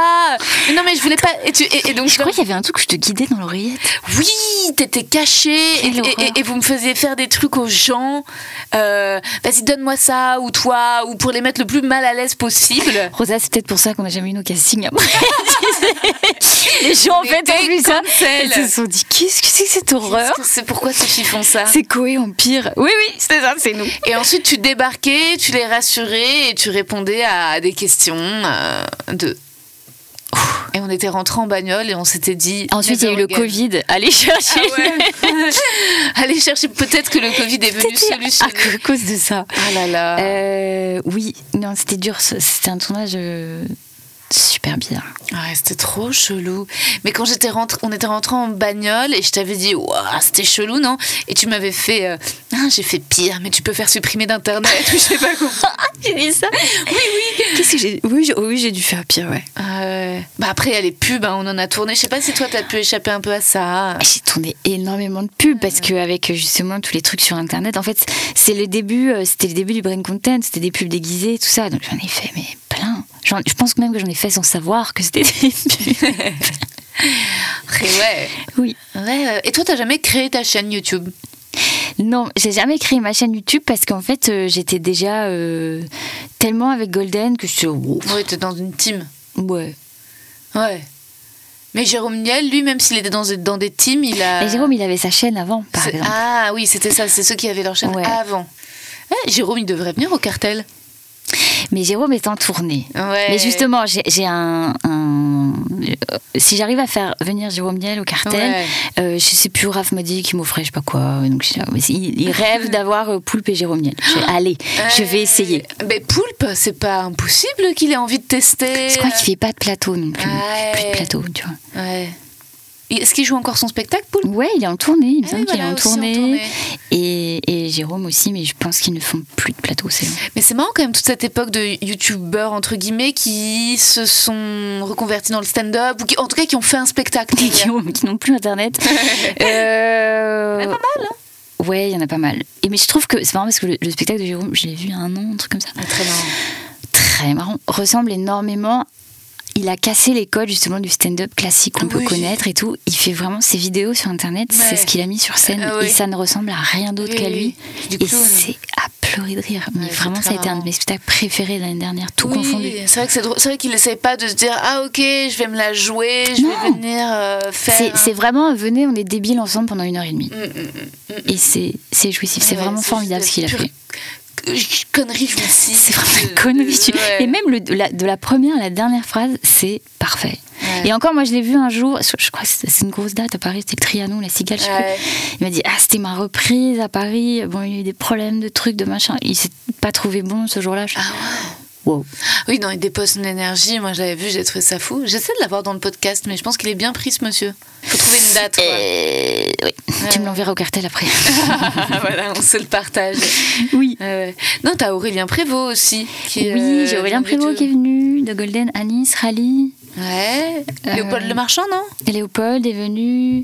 [SPEAKER 1] Mais Non, mais je voulais pas. Et, tu, et, et donc,
[SPEAKER 2] Je
[SPEAKER 1] leur-
[SPEAKER 2] crois qu'il y avait un truc que je te guidais dans l'oreillette.
[SPEAKER 1] oui, t'étais caché et,
[SPEAKER 2] Quelle
[SPEAKER 1] et-
[SPEAKER 2] horreur.
[SPEAKER 1] et vous me faisiez faire des trucs aux gens. Euh, Vas-y, donne-moi ça, ou toi, ou pour les mettre le plus plus mal à l'aise possible.
[SPEAKER 2] Rosa, c'est peut-être pour ça qu'on n'a jamais eu nos
[SPEAKER 1] [laughs]
[SPEAKER 2] castings après. tu sais. les gens, en
[SPEAKER 1] Les
[SPEAKER 2] fait, ont vu
[SPEAKER 1] dates
[SPEAKER 2] ça.
[SPEAKER 1] cancel.
[SPEAKER 2] Ils se sont dit Qu'est-ce que c'est que cette horreur
[SPEAKER 1] Qu'est-ce que C'est pourquoi ceux qui font ça.
[SPEAKER 2] C'est Koé Empire. Oui, oui, c'est ça, c'est nous.
[SPEAKER 1] Et ensuite, tu débarquais, tu les rassurais et tu répondais à des questions euh, de. Et on était rentrés en bagnole et on s'était dit.
[SPEAKER 2] Ensuite, il y a eu le
[SPEAKER 1] Never again.
[SPEAKER 2] Covid. Allez chercher.
[SPEAKER 1] Ah
[SPEAKER 2] [laughs]
[SPEAKER 1] [laughs] Allez chercher, peut-être que le Covid est venu
[SPEAKER 2] à
[SPEAKER 1] solutionner.
[SPEAKER 2] cause- cause de ça.
[SPEAKER 1] Ah là là.
[SPEAKER 2] Euh, oui, non, c'était dur. ce- C'était un tournage euh, super bizarre.
[SPEAKER 1] Ah Ouais, c'était trop chelou. Mais quand j'étais rentrée, on était rentrés en bagnole et je t'avais dit, Ouah, c'était chelou, non Et tu m'avais fait, euh, Ah, j'ai fait pire, mais tu peux faire supprimer d'internet. [laughs] ou je sais pas quoi.
[SPEAKER 2] J'ai dit ça [laughs] Oui, oui. Qu'est-ce que j'ai Oui, j'ai oui, j'ai dû faire pire, ouais.
[SPEAKER 1] Euh, bah après, il y a les pubs, hein, on en a tourné. Je sais pas si toi, t'as pu échapper un peu à ça.
[SPEAKER 2] J'ai tourné énormément de pubs parce que avec euh, justement tous les trucs sur internet, en fait, c'est le début, euh, c'était le début du brain content, c'était des pubs déguisées, tout ça. Donc j'en ai fait mais plein. J'en- Je pense même que j'en ai fait sans savoir que c'était des pubs. [laughs]
[SPEAKER 1] Après, ouais.
[SPEAKER 2] oui.
[SPEAKER 1] Ouais, euh, et toi, t'as jamais créé ta chaîne YouTube
[SPEAKER 2] Non, j'ai jamais créé ma chaîne YouTube parce qu'en fait, euh, j'étais déjà euh, tellement avec Golden que je suis
[SPEAKER 1] Ouais, t'es dans une team.
[SPEAKER 2] ouais.
[SPEAKER 1] Ouais. Mais Jérôme Niel, lui, même s'il était dans, dans des teams, il a.
[SPEAKER 2] Mais Jérôme, il avait sa chaîne avant, par
[SPEAKER 1] Euh. C'est-
[SPEAKER 2] exemple.
[SPEAKER 1] Ah oui, c'était ça, c'est ceux qui avaient leur chaîne
[SPEAKER 2] Ouais.
[SPEAKER 1] avant. Ouais, Jérôme, il devrait venir au cartel.
[SPEAKER 2] Mais Jérôme est en tournée.
[SPEAKER 1] Ouais.
[SPEAKER 2] Mais justement, j'ai j'ai un, un- euh, Si j'arrive à faire venir Jérôme Niel au cartel,
[SPEAKER 1] Ouais.
[SPEAKER 2] euh, je sais plus, Raph m'a dit qu'il m'offrait je sais pas quoi. Donc, je- mais il, il
[SPEAKER 1] [laughs]
[SPEAKER 2] rêve d'avoir euh, Poulpe et Jérôme Niel. Je- allez, je vais essayer.
[SPEAKER 1] Euh, Mais Poulpe, c'est pas impossible qu'il ait envie de tester.
[SPEAKER 2] Je crois qu'il fait pas de plateau non plus.
[SPEAKER 1] Ouais.
[SPEAKER 2] Plus de plateau, tu vois.
[SPEAKER 1] Ouais. Et Est-ce qu'il joue encore son spectacle, Poulpe
[SPEAKER 2] Ouais, il est en tournée, il me
[SPEAKER 1] Ah
[SPEAKER 2] semble
[SPEAKER 1] oui,
[SPEAKER 2] qu'il est
[SPEAKER 1] voilà,
[SPEAKER 2] en
[SPEAKER 1] aussi en
[SPEAKER 2] tournée.
[SPEAKER 1] tournée.
[SPEAKER 2] Et, et Jérôme aussi, mais je pense qu'ils ne font plus de plateau, c'est vrai.
[SPEAKER 1] Mais c'est marrant quand même toute cette époque de youtubeurs entre guillemets qui se sont reconvertis dans le stand-up ou qui, en tout cas qui ont fait un spectacle.
[SPEAKER 2] Et qui ont- qui n'ont
[SPEAKER 1] [laughs]
[SPEAKER 2] plus internet. Euh,
[SPEAKER 1] pas mal, hein.
[SPEAKER 2] Ouais, il y en a pas mal. Et mais je trouve que c'est marrant parce que le, le spectacle de Jérôme, je l'ai vu il y a un an, un truc comme ça.
[SPEAKER 1] Très marrant.
[SPEAKER 2] Très marrant. Ressemble énormément. Il a cassé les codes justement du stand-up classique qu'on peut
[SPEAKER 1] Ah Oui.
[SPEAKER 2] connaître et tout. Il fait vraiment ses vidéos sur internet, c'est
[SPEAKER 1] Ouais.
[SPEAKER 2] ce qu'il a mis sur scène
[SPEAKER 1] Ah oui.
[SPEAKER 2] et ça ne ressemble à rien d'autre
[SPEAKER 1] Oui,
[SPEAKER 2] qu'à
[SPEAKER 1] oui.
[SPEAKER 2] lui.
[SPEAKER 1] Du
[SPEAKER 2] Et
[SPEAKER 1] clown.
[SPEAKER 2] c'est à pleurer de rire. Mais
[SPEAKER 1] Ouais, c'est
[SPEAKER 2] vraiment,
[SPEAKER 1] très
[SPEAKER 2] ça a été un
[SPEAKER 1] marrant.
[SPEAKER 2] de mes spectacles préférés l'année dernière, tout
[SPEAKER 1] Oui,
[SPEAKER 2] confondu.
[SPEAKER 1] C'est vrai que c'est drôle- c'est vrai qu'il n'essaye pas de se dire ah ok je vais me la jouer, je vais
[SPEAKER 2] Non.
[SPEAKER 1] venir euh, faire.
[SPEAKER 2] C'est
[SPEAKER 1] un-
[SPEAKER 2] c'est vraiment, venez, on est débiles ensemble pendant une heure et demie.
[SPEAKER 1] Mm,
[SPEAKER 2] Et c'est c'est jouissif, c'est
[SPEAKER 1] Ouais,
[SPEAKER 2] vraiment
[SPEAKER 1] c'est
[SPEAKER 2] formidable ce
[SPEAKER 1] juste
[SPEAKER 2] qu'il a
[SPEAKER 1] pure
[SPEAKER 2] fait.
[SPEAKER 1] c- Connerie, je me suis.
[SPEAKER 2] C'est vraiment une connerie. tu-
[SPEAKER 1] Ouais.
[SPEAKER 2] Et même le, de la, de la première à la dernière phrase, c'est parfait.
[SPEAKER 1] Ouais.
[SPEAKER 2] Et encore, moi, je l'ai vu un jour, je je crois que c'est c'est une grosse date à Paris, c'était le Trianon, la Cigale, je sais
[SPEAKER 1] Ouais.
[SPEAKER 2] plus. Il m'a dit, ah, c'était ma reprise à Paris. Bon, il y a eu des problèmes de trucs, de machin. Il s'est pas trouvé bon ce jour-là.
[SPEAKER 1] Ah,
[SPEAKER 2] Je fais, wow.
[SPEAKER 1] Oui, non, il dépose une énergie. Moi, je l'avais vu, j'ai trouvé ça fou. J'essaie de l'avoir dans le podcast, mais je pense qu'il est bien pris, ce monsieur. Faut trouver une date. Quoi.
[SPEAKER 2] Euh, oui. Tu me l'enverras au cartel après. [laughs]
[SPEAKER 1] Ah, voilà, on se le partage.
[SPEAKER 2] oui.
[SPEAKER 1] Ouais, ouais. Non, t'as Aurélien Prévost aussi. Qui, est,
[SPEAKER 2] Oui,
[SPEAKER 1] euh,
[SPEAKER 2] j'ai Aurélien
[SPEAKER 1] dans les
[SPEAKER 2] Prévost qui est
[SPEAKER 1] deux.
[SPEAKER 2] venu, de Golden, à Nice, Rally.
[SPEAKER 1] Ouais.
[SPEAKER 2] Euh,
[SPEAKER 1] Léopold Le Marchand, non
[SPEAKER 2] Et Léopold est venu.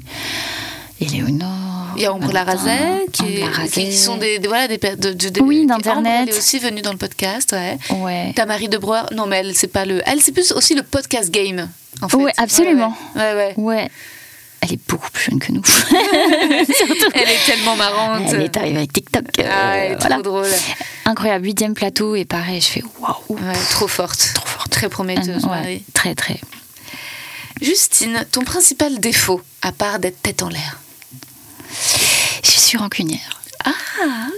[SPEAKER 2] Éléonore.
[SPEAKER 1] Il y a Ambre
[SPEAKER 2] Valentin,
[SPEAKER 1] Larazet,
[SPEAKER 2] Ambre
[SPEAKER 1] qui, est-
[SPEAKER 2] Larazet.
[SPEAKER 1] qui sont des, des- voilà, des, per- de, de- des-
[SPEAKER 2] Oui,
[SPEAKER 1] qui-
[SPEAKER 2] d'Internet.
[SPEAKER 1] Ambre, Elle est aussi venue dans le podcast, ouais.
[SPEAKER 2] Ouais.
[SPEAKER 1] T'as Marie de Breuer. Non, mais elle, c'est pas le. Elle, c'est plus aussi le podcast game. En fait.
[SPEAKER 2] Ouais, absolument.
[SPEAKER 1] Ouais, ouais. Ouais, ouais.
[SPEAKER 2] Ouais. Elle est beaucoup plus jeune que nous. [laughs]
[SPEAKER 1] Elle est tellement marrante.
[SPEAKER 2] Elle est arrivée avec TikTok. euh,
[SPEAKER 1] euh, Ah, elle est
[SPEAKER 2] voilà.
[SPEAKER 1] trop drôle.
[SPEAKER 2] Incroyable. Huitième plateau et pareil, je fais waouh. Ah,
[SPEAKER 1] Ouais, trop forte. Trop forte. Très prometteuse.
[SPEAKER 2] Euh, Ouais,
[SPEAKER 1] Marie.
[SPEAKER 2] Très, très.
[SPEAKER 1] Justine, ton principal défaut, à part d'être tête en l'air
[SPEAKER 2] Je suis rancunière.
[SPEAKER 1] Ah,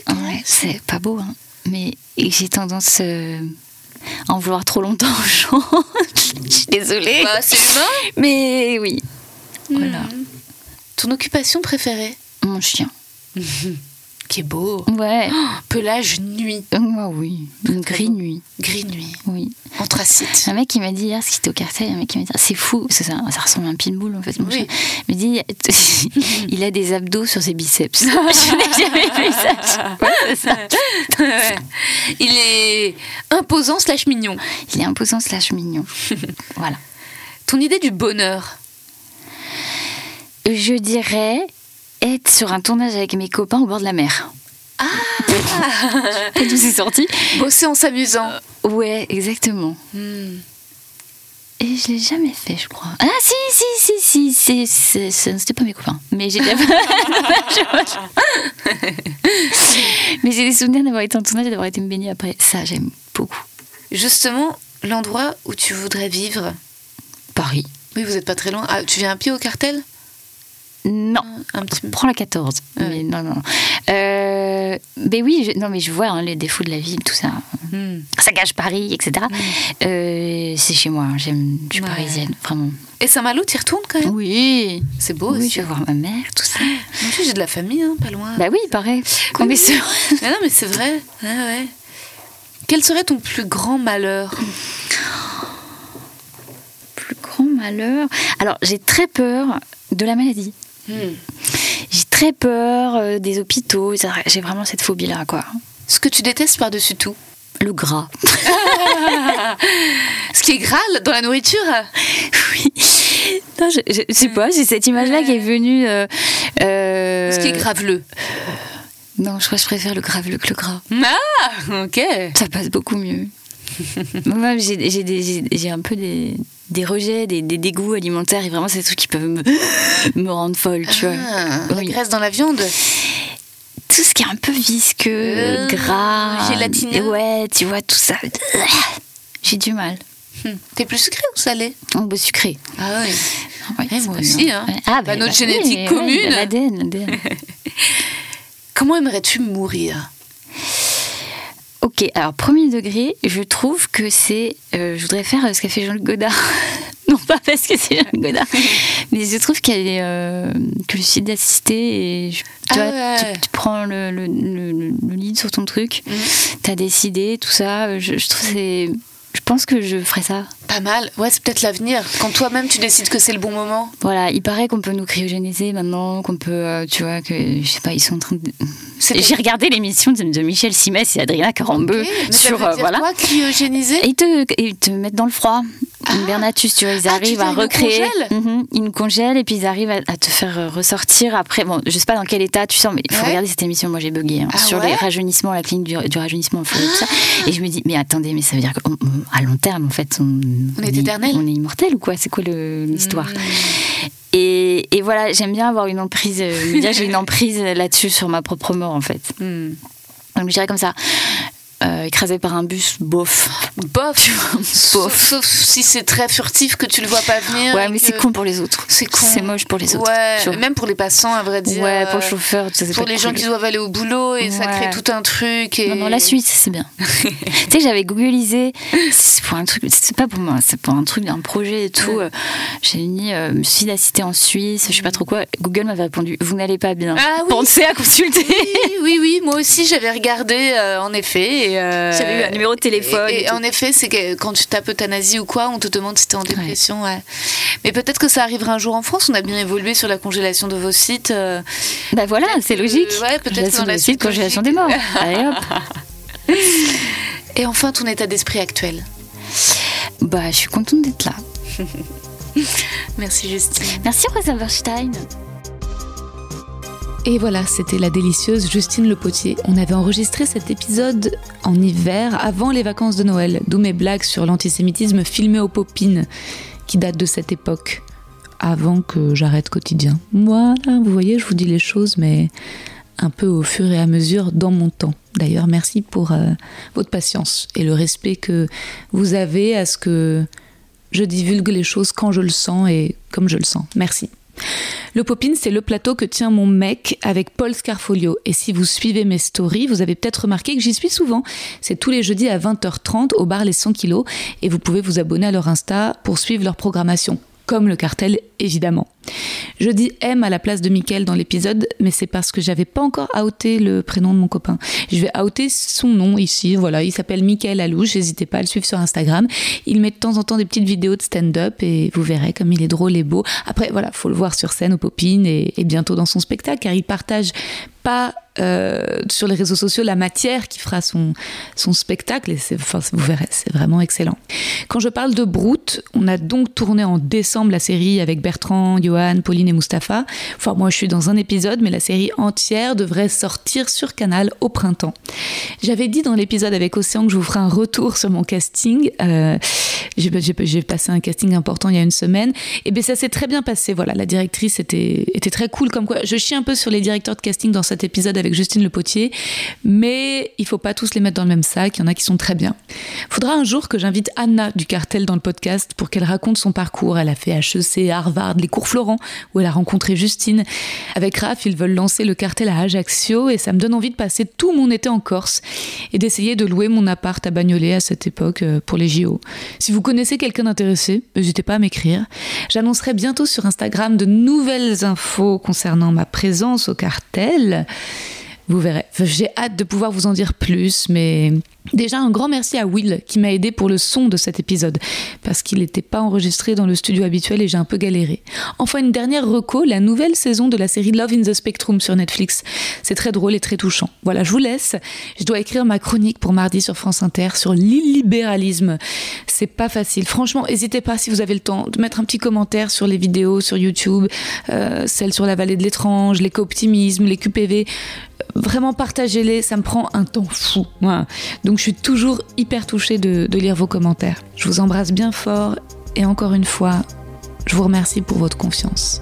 [SPEAKER 1] ok.
[SPEAKER 2] Ouais, c'est pas beau, hein. Mais j'ai tendance euh, à en vouloir trop longtemps aux gens. [laughs] Je suis désolée.
[SPEAKER 1] Bah, c'est humain. Hmm.
[SPEAKER 2] Mais oui. Voilà.
[SPEAKER 1] Ton occupation préférée
[SPEAKER 2] Mon chien.
[SPEAKER 1] Qui est beau.
[SPEAKER 2] Ouais.
[SPEAKER 1] Pelage nuit.
[SPEAKER 2] Moi, oui. Une
[SPEAKER 1] Oh. très
[SPEAKER 2] grille
[SPEAKER 1] beau.
[SPEAKER 2] nuit.
[SPEAKER 1] Gris nuit.
[SPEAKER 2] Oui.
[SPEAKER 1] Anthracite.
[SPEAKER 4] [laughs]
[SPEAKER 2] Un mec qui m'a dit hier, parce qu'il était au quartier, un mec qui m'a dit c'est fou, parce que ça, ça ressemble à un pitbull en fait. Mon
[SPEAKER 1] Oui.
[SPEAKER 2] chien. Il m'a dit [laughs] il a des abdos sur ses biceps. Je n'ai jamais vu ça. Ouais, c'est ça.
[SPEAKER 1] Il est imposant slash mignon.
[SPEAKER 2] Il est imposant slash mignon. voilà.
[SPEAKER 1] Ton idée du bonheur
[SPEAKER 2] Je dirais être sur un tournage avec mes copains au bord de la mer. [laughs] Ah Et tout s'est sorti.
[SPEAKER 1] Bosser en s'amusant.
[SPEAKER 2] Ouais, exactement.
[SPEAKER 1] Hmm.
[SPEAKER 2] Et je l'ai jamais fait, je crois. Ah si, si, si, si, si, c'est- c'est- c'était pas mes copains. Mais j'ai déjà... [laughs] Je- Mais j'ai des souvenirs d'avoir été en tournage et d'avoir été me baigner après. Ça, j'aime beaucoup.
[SPEAKER 4] Justement, l'endroit où tu voudrais vivre.
[SPEAKER 2] Paris.
[SPEAKER 4] Oui, vous n'êtes pas très loin. Ah, tu viens un pied au cartel
[SPEAKER 2] Non.
[SPEAKER 4] Ah, Un petit peu.
[SPEAKER 2] Prends la 14.
[SPEAKER 4] Ouais.
[SPEAKER 2] Mais non, non. non. Euh, ben oui, je- non, mais je vois hein, les défauts de la ville, tout ça.
[SPEAKER 4] Hmm.
[SPEAKER 2] Ça gâche Paris, etc. Euh, c'est chez moi, hein, j'aime, je suis
[SPEAKER 4] Ouais.
[SPEAKER 2] parisienne, vraiment.
[SPEAKER 4] Et Saint-Malo, tu y retournes quand même
[SPEAKER 2] Oui.
[SPEAKER 4] Hein C'est beau
[SPEAKER 2] oui,
[SPEAKER 4] aussi. Ah.
[SPEAKER 2] je vais voir ma mère, tout ça.
[SPEAKER 4] Moi aussi, j'ai de la famille, hein, pas loin.
[SPEAKER 2] Bah oui, pareil. Qu'on est sur-
[SPEAKER 4] Mais non, mais c'est vrai. Ouais, ouais. Quel serait ton plus grand malheur
[SPEAKER 2] Plus grand malheur. Alors, j'ai très peur de la maladie.
[SPEAKER 4] Hmm.
[SPEAKER 2] J'ai très peur euh, des hôpitaux. etc. J'ai vraiment cette phobie-là, quoi.
[SPEAKER 4] Ce que tu détestes par-dessus tout
[SPEAKER 2] Le gras.
[SPEAKER 4] Ce qui est gras dans la nourriture
[SPEAKER 2] [laughs] oui. Non, je, je- je sais pas, j'ai cette image-là qui est venue. euh, euh,
[SPEAKER 4] Ce qui est graveleux.
[SPEAKER 2] Non, je crois que je préfère le grave que le gras.
[SPEAKER 4] Ah Ok.
[SPEAKER 2] Ça passe beaucoup
[SPEAKER 4] [laughs]
[SPEAKER 2] mieux. Moi, j'ai j'ai des- j'ai- j'ai un peu des, des rejets, des, des dégoûts alimentaires, et vraiment, c'est des trucs qui peuvent me, me rendre folle, tu vois.
[SPEAKER 4] Ah, La
[SPEAKER 2] Oui.
[SPEAKER 4] graisse dans la viande
[SPEAKER 2] Tout ce qui est un peu visqueux,
[SPEAKER 4] Euh,
[SPEAKER 2] gras,
[SPEAKER 4] gélatineux.
[SPEAKER 2] Ouais, tu vois, tout ça. J'ai du mal.
[SPEAKER 4] Hmm. T'es plus sucré ou salé
[SPEAKER 2] On peut sucré.
[SPEAKER 4] Ah oui.
[SPEAKER 2] Ah ouais,
[SPEAKER 4] Eh,
[SPEAKER 2] c'est
[SPEAKER 4] moi
[SPEAKER 2] pas
[SPEAKER 4] aussi,
[SPEAKER 2] bien.
[SPEAKER 4] hein.
[SPEAKER 2] Ouais. Ah, bah,
[SPEAKER 4] Pas notre génétique
[SPEAKER 2] ouais, bah,
[SPEAKER 4] commune.
[SPEAKER 2] L'ADN, l'ADN.
[SPEAKER 4] Comment aimerais-tu mourir
[SPEAKER 2] Ok, alors premier degré, je trouve que c'est. euh, je voudrais faire euh, ce qu'a fait Jean-Luc Godard. [laughs] non, pas parce que c'est Jean-Luc Godard,
[SPEAKER 4] [laughs]
[SPEAKER 2] mais je trouve qu'elle est. euh, que le suicide assisté, et je- tu,
[SPEAKER 4] Ah
[SPEAKER 2] vois,
[SPEAKER 4] ouais. Mhm.
[SPEAKER 2] tu, tu prends le, le, le- le- le lead sur ton truc, t'as décidé, tout ça. euh, Je, je trouve que c'est. Je pense que je ferais ça.
[SPEAKER 4] Pas mal. Ouais, c'est peut-être l'avenir. Quand toi-même tu décides que c'est le bon moment.
[SPEAKER 2] Voilà, il paraît qu'on peut nous cryogéniser maintenant, qu'on peut. euh, tu vois, que. Je sais pas, ils sont en train de.
[SPEAKER 4] C'était-
[SPEAKER 2] [laughs] J'ai regardé l'émission de, de Michel Simès et Adrien Carambeu
[SPEAKER 4] Ok, mais ça
[SPEAKER 2] sur.
[SPEAKER 4] veut
[SPEAKER 2] euh,
[SPEAKER 4] dire
[SPEAKER 2] voilà.
[SPEAKER 4] quoi, cryogéniser
[SPEAKER 2] Et ils te, et ils te mettent dans le froid. Une Bernatus, tu vois, ils
[SPEAKER 4] Ah, tu
[SPEAKER 2] arrivent
[SPEAKER 4] veux,
[SPEAKER 2] à
[SPEAKER 4] ils nous
[SPEAKER 2] recréer.
[SPEAKER 4] congèlent
[SPEAKER 2] Mhm, ils nous congèlent et puis ils arrivent à, à te faire euh, ressortir après. Bon, je sais pas dans quel état tu sens, mais il faut
[SPEAKER 4] Ouais.
[SPEAKER 2] regarder cette émission. Moi, j'ai bugué hein,
[SPEAKER 4] Ah
[SPEAKER 2] sur les
[SPEAKER 4] ouais Ah.
[SPEAKER 2] rajeunissements, la clinique du, du rajeunissement, faut- tout ça. Et je me dis, mais attendez, mais ça veut dire qu'à long terme, en fait, on,
[SPEAKER 4] On est éternel. Hmm.
[SPEAKER 2] On est immortel ou quoi C'est quoi le- l'histoire et, et voilà, j'aime bien avoir une emprise. euh, me dire, j'ai une emprise là-dessus sur ma propre mort, en fait.
[SPEAKER 4] Hmm.
[SPEAKER 2] Donc, je dirais comme ça. Euh, écrasé par un bus, bof.
[SPEAKER 4] Bof. Sauf, sauf si c'est très furtif que tu le vois pas venir.
[SPEAKER 2] Ouais,
[SPEAKER 4] et
[SPEAKER 2] mais
[SPEAKER 4] que-
[SPEAKER 2] c'est con pour les autres.
[SPEAKER 4] euh, C'est con.
[SPEAKER 2] C'est moche pour les autres.
[SPEAKER 4] Ouais,
[SPEAKER 2] Tu vois.
[SPEAKER 4] même pour les passants, à vrai dire.
[SPEAKER 2] Ouais, pour le
[SPEAKER 4] euh,
[SPEAKER 2] chauffeur, tu sais, c'est
[SPEAKER 4] Pour
[SPEAKER 2] pas
[SPEAKER 4] les gens
[SPEAKER 2] cool.
[SPEAKER 4] qui doivent aller au boulot et ça
[SPEAKER 2] Ouais.
[SPEAKER 4] crée tout un truc. Et...
[SPEAKER 2] Non, non, la Suisse,
[SPEAKER 4] [laughs]
[SPEAKER 2] c'est bien. tu sais, j'avais googlisé, c'est pour un truc, c'est pas pour moi, c'est pour un truc d'un projet et tout. euh, J'ai mis euh, me suis cité en Suisse, je sais pas trop quoi. Google m'avait répondu, vous n'allez pas bien.
[SPEAKER 4] Ah oui.
[SPEAKER 2] Pensez à consulter.
[SPEAKER 4] Oui, oui, oui, moi aussi j'avais regardé euh, en effet. et, euh,
[SPEAKER 2] J'avais eu un numéro de téléphone.
[SPEAKER 4] Et,
[SPEAKER 2] et
[SPEAKER 4] et en effet, c'est que quand tu tapes euthanasie ou quoi, on te demande si t'es en dépression. ouais. Mais peut-être que ça arrivera un jour en France. On a bien évolué sur la congélation de vos sites. euh,
[SPEAKER 2] tout. [laughs] Bah voilà, c'est logique.
[SPEAKER 4] ouais, peut-être
[SPEAKER 2] Congélation
[SPEAKER 4] dans la
[SPEAKER 2] des
[SPEAKER 4] suite
[SPEAKER 2] sites, congélation des
[SPEAKER 4] logique. [laughs]
[SPEAKER 2] morts. Allez hop.
[SPEAKER 4] Et enfin, ton état d'esprit actuel.
[SPEAKER 2] Bah, je suis contente d'être là.
[SPEAKER 4] Merci Justine.
[SPEAKER 2] Merci, Rosa Berstein.
[SPEAKER 1] Et voilà, c'était la délicieuse Justine Le Potier. On avait enregistré cet épisode en hiver, avant les vacances de Noël, d'où mes blagues sur l'antisémitisme filmé aux popines, qui datent de cette époque, avant que j'arrête quotidien. Voilà, vous voyez, je vous dis les choses, mais un peu au fur et à mesure dans mon temps. D'ailleurs, merci pour euh, votre patience et le respect que vous avez à ce que je divulgue les choses quand je le sens et comme je le sens. Merci. Le Popin, c'est le plateau que tient mon mec avec Paul Scarfolio. Et si vous suivez mes stories, vous avez peut-être remarqué que j'y suis souvent. C'est tous les jeudis à 20h30 au bar Les 100 kilos. Et vous pouvez vous abonner à leur Insta pour suivre leur programmation. Comme le cartel, évidemment. Je dis M à la place de Mickaël dans l'épisode, mais c'est parce que j'avais pas encore outé le prénom de mon copain. Je vais outer son nom ici, voilà. Il s'appelle Mickaël Alouche, n'hésitez pas à le suivre sur Instagram. Il met de temps en temps des petites vidéos de stand-up et vous verrez comme il est drôle et beau. Après, voilà, faut le voir sur scène aux Popines et, et bientôt dans son spectacle, car il partage pas euh, sur les réseaux sociaux la matière qui fera son, son spectacle. Et c'est- enfin, vous verrez, c'est vraiment excellent. Quand je parle de Brute, on a donc tourné en décembre la série avec Bertrand, Johan, Pauline et Mustapha. Enfin, moi, je suis dans un épisode, mais la série entière devrait sortir sur Canal au printemps. J'avais dit dans l'épisode avec Océan que je vous ferai un retour sur mon casting. Euh, j'ai- j'ai j'ai passé un casting important il y a une semaine. Eh Et bien, ça s'est très bien passé. Voilà, la directrice était, était très cool. Comme quoi, je chie un peu sur les directeurs de casting dans cette cet épisode avec Justine Le Potier, mais il faut pas tous les mettre dans le même sac, il y en a qui sont très bien. Faudra un jour que j'invite Anna du cartel dans le podcast pour qu'elle raconte son parcours. Elle a fait HEC, Harvard, les cours Florent, où elle a rencontré Justine. Avec Raph, ils veulent lancer le cartel à Ajaccio et ça me donne envie de passer tout mon été en Corse et d'essayer de louer mon appart à Bagnolet à cette époque euh, pour les JO. Si vous connaissez quelqu'un d'intéressé, n'hésitez pas à m'écrire. J'annoncerai bientôt sur Instagram de nouvelles infos concernant ma présence au cartel. Vous verrez. J'ai hâte de pouvoir vous en dire plus, mais déjà un grand merci à Will qui m'a aidé pour le son de cet épisode, parce qu'il n'était pas enregistré dans le studio habituel et j'ai un peu galéré. Enfin, une dernière reco, la nouvelle saison de la série Love in the Spectrum sur Netflix. C'est très drôle et très touchant. Voilà, je vous laisse. Je dois écrire ma chronique pour mardi sur France Inter sur l'illibéralisme. C'est pas facile. Franchement, n'hésitez pas si vous avez le temps de mettre un petit commentaire sur les vidéos sur YouTube, euh, celle sur la vallée de l'étrange, l'éco-optimisme, les QPV vraiment partagez-les, ça me prend un temps fou. Moi. Donc je suis toujours hyper touchée de, de lire vos commentaires. Je vous embrasse bien fort et encore une fois, je vous remercie pour votre confiance.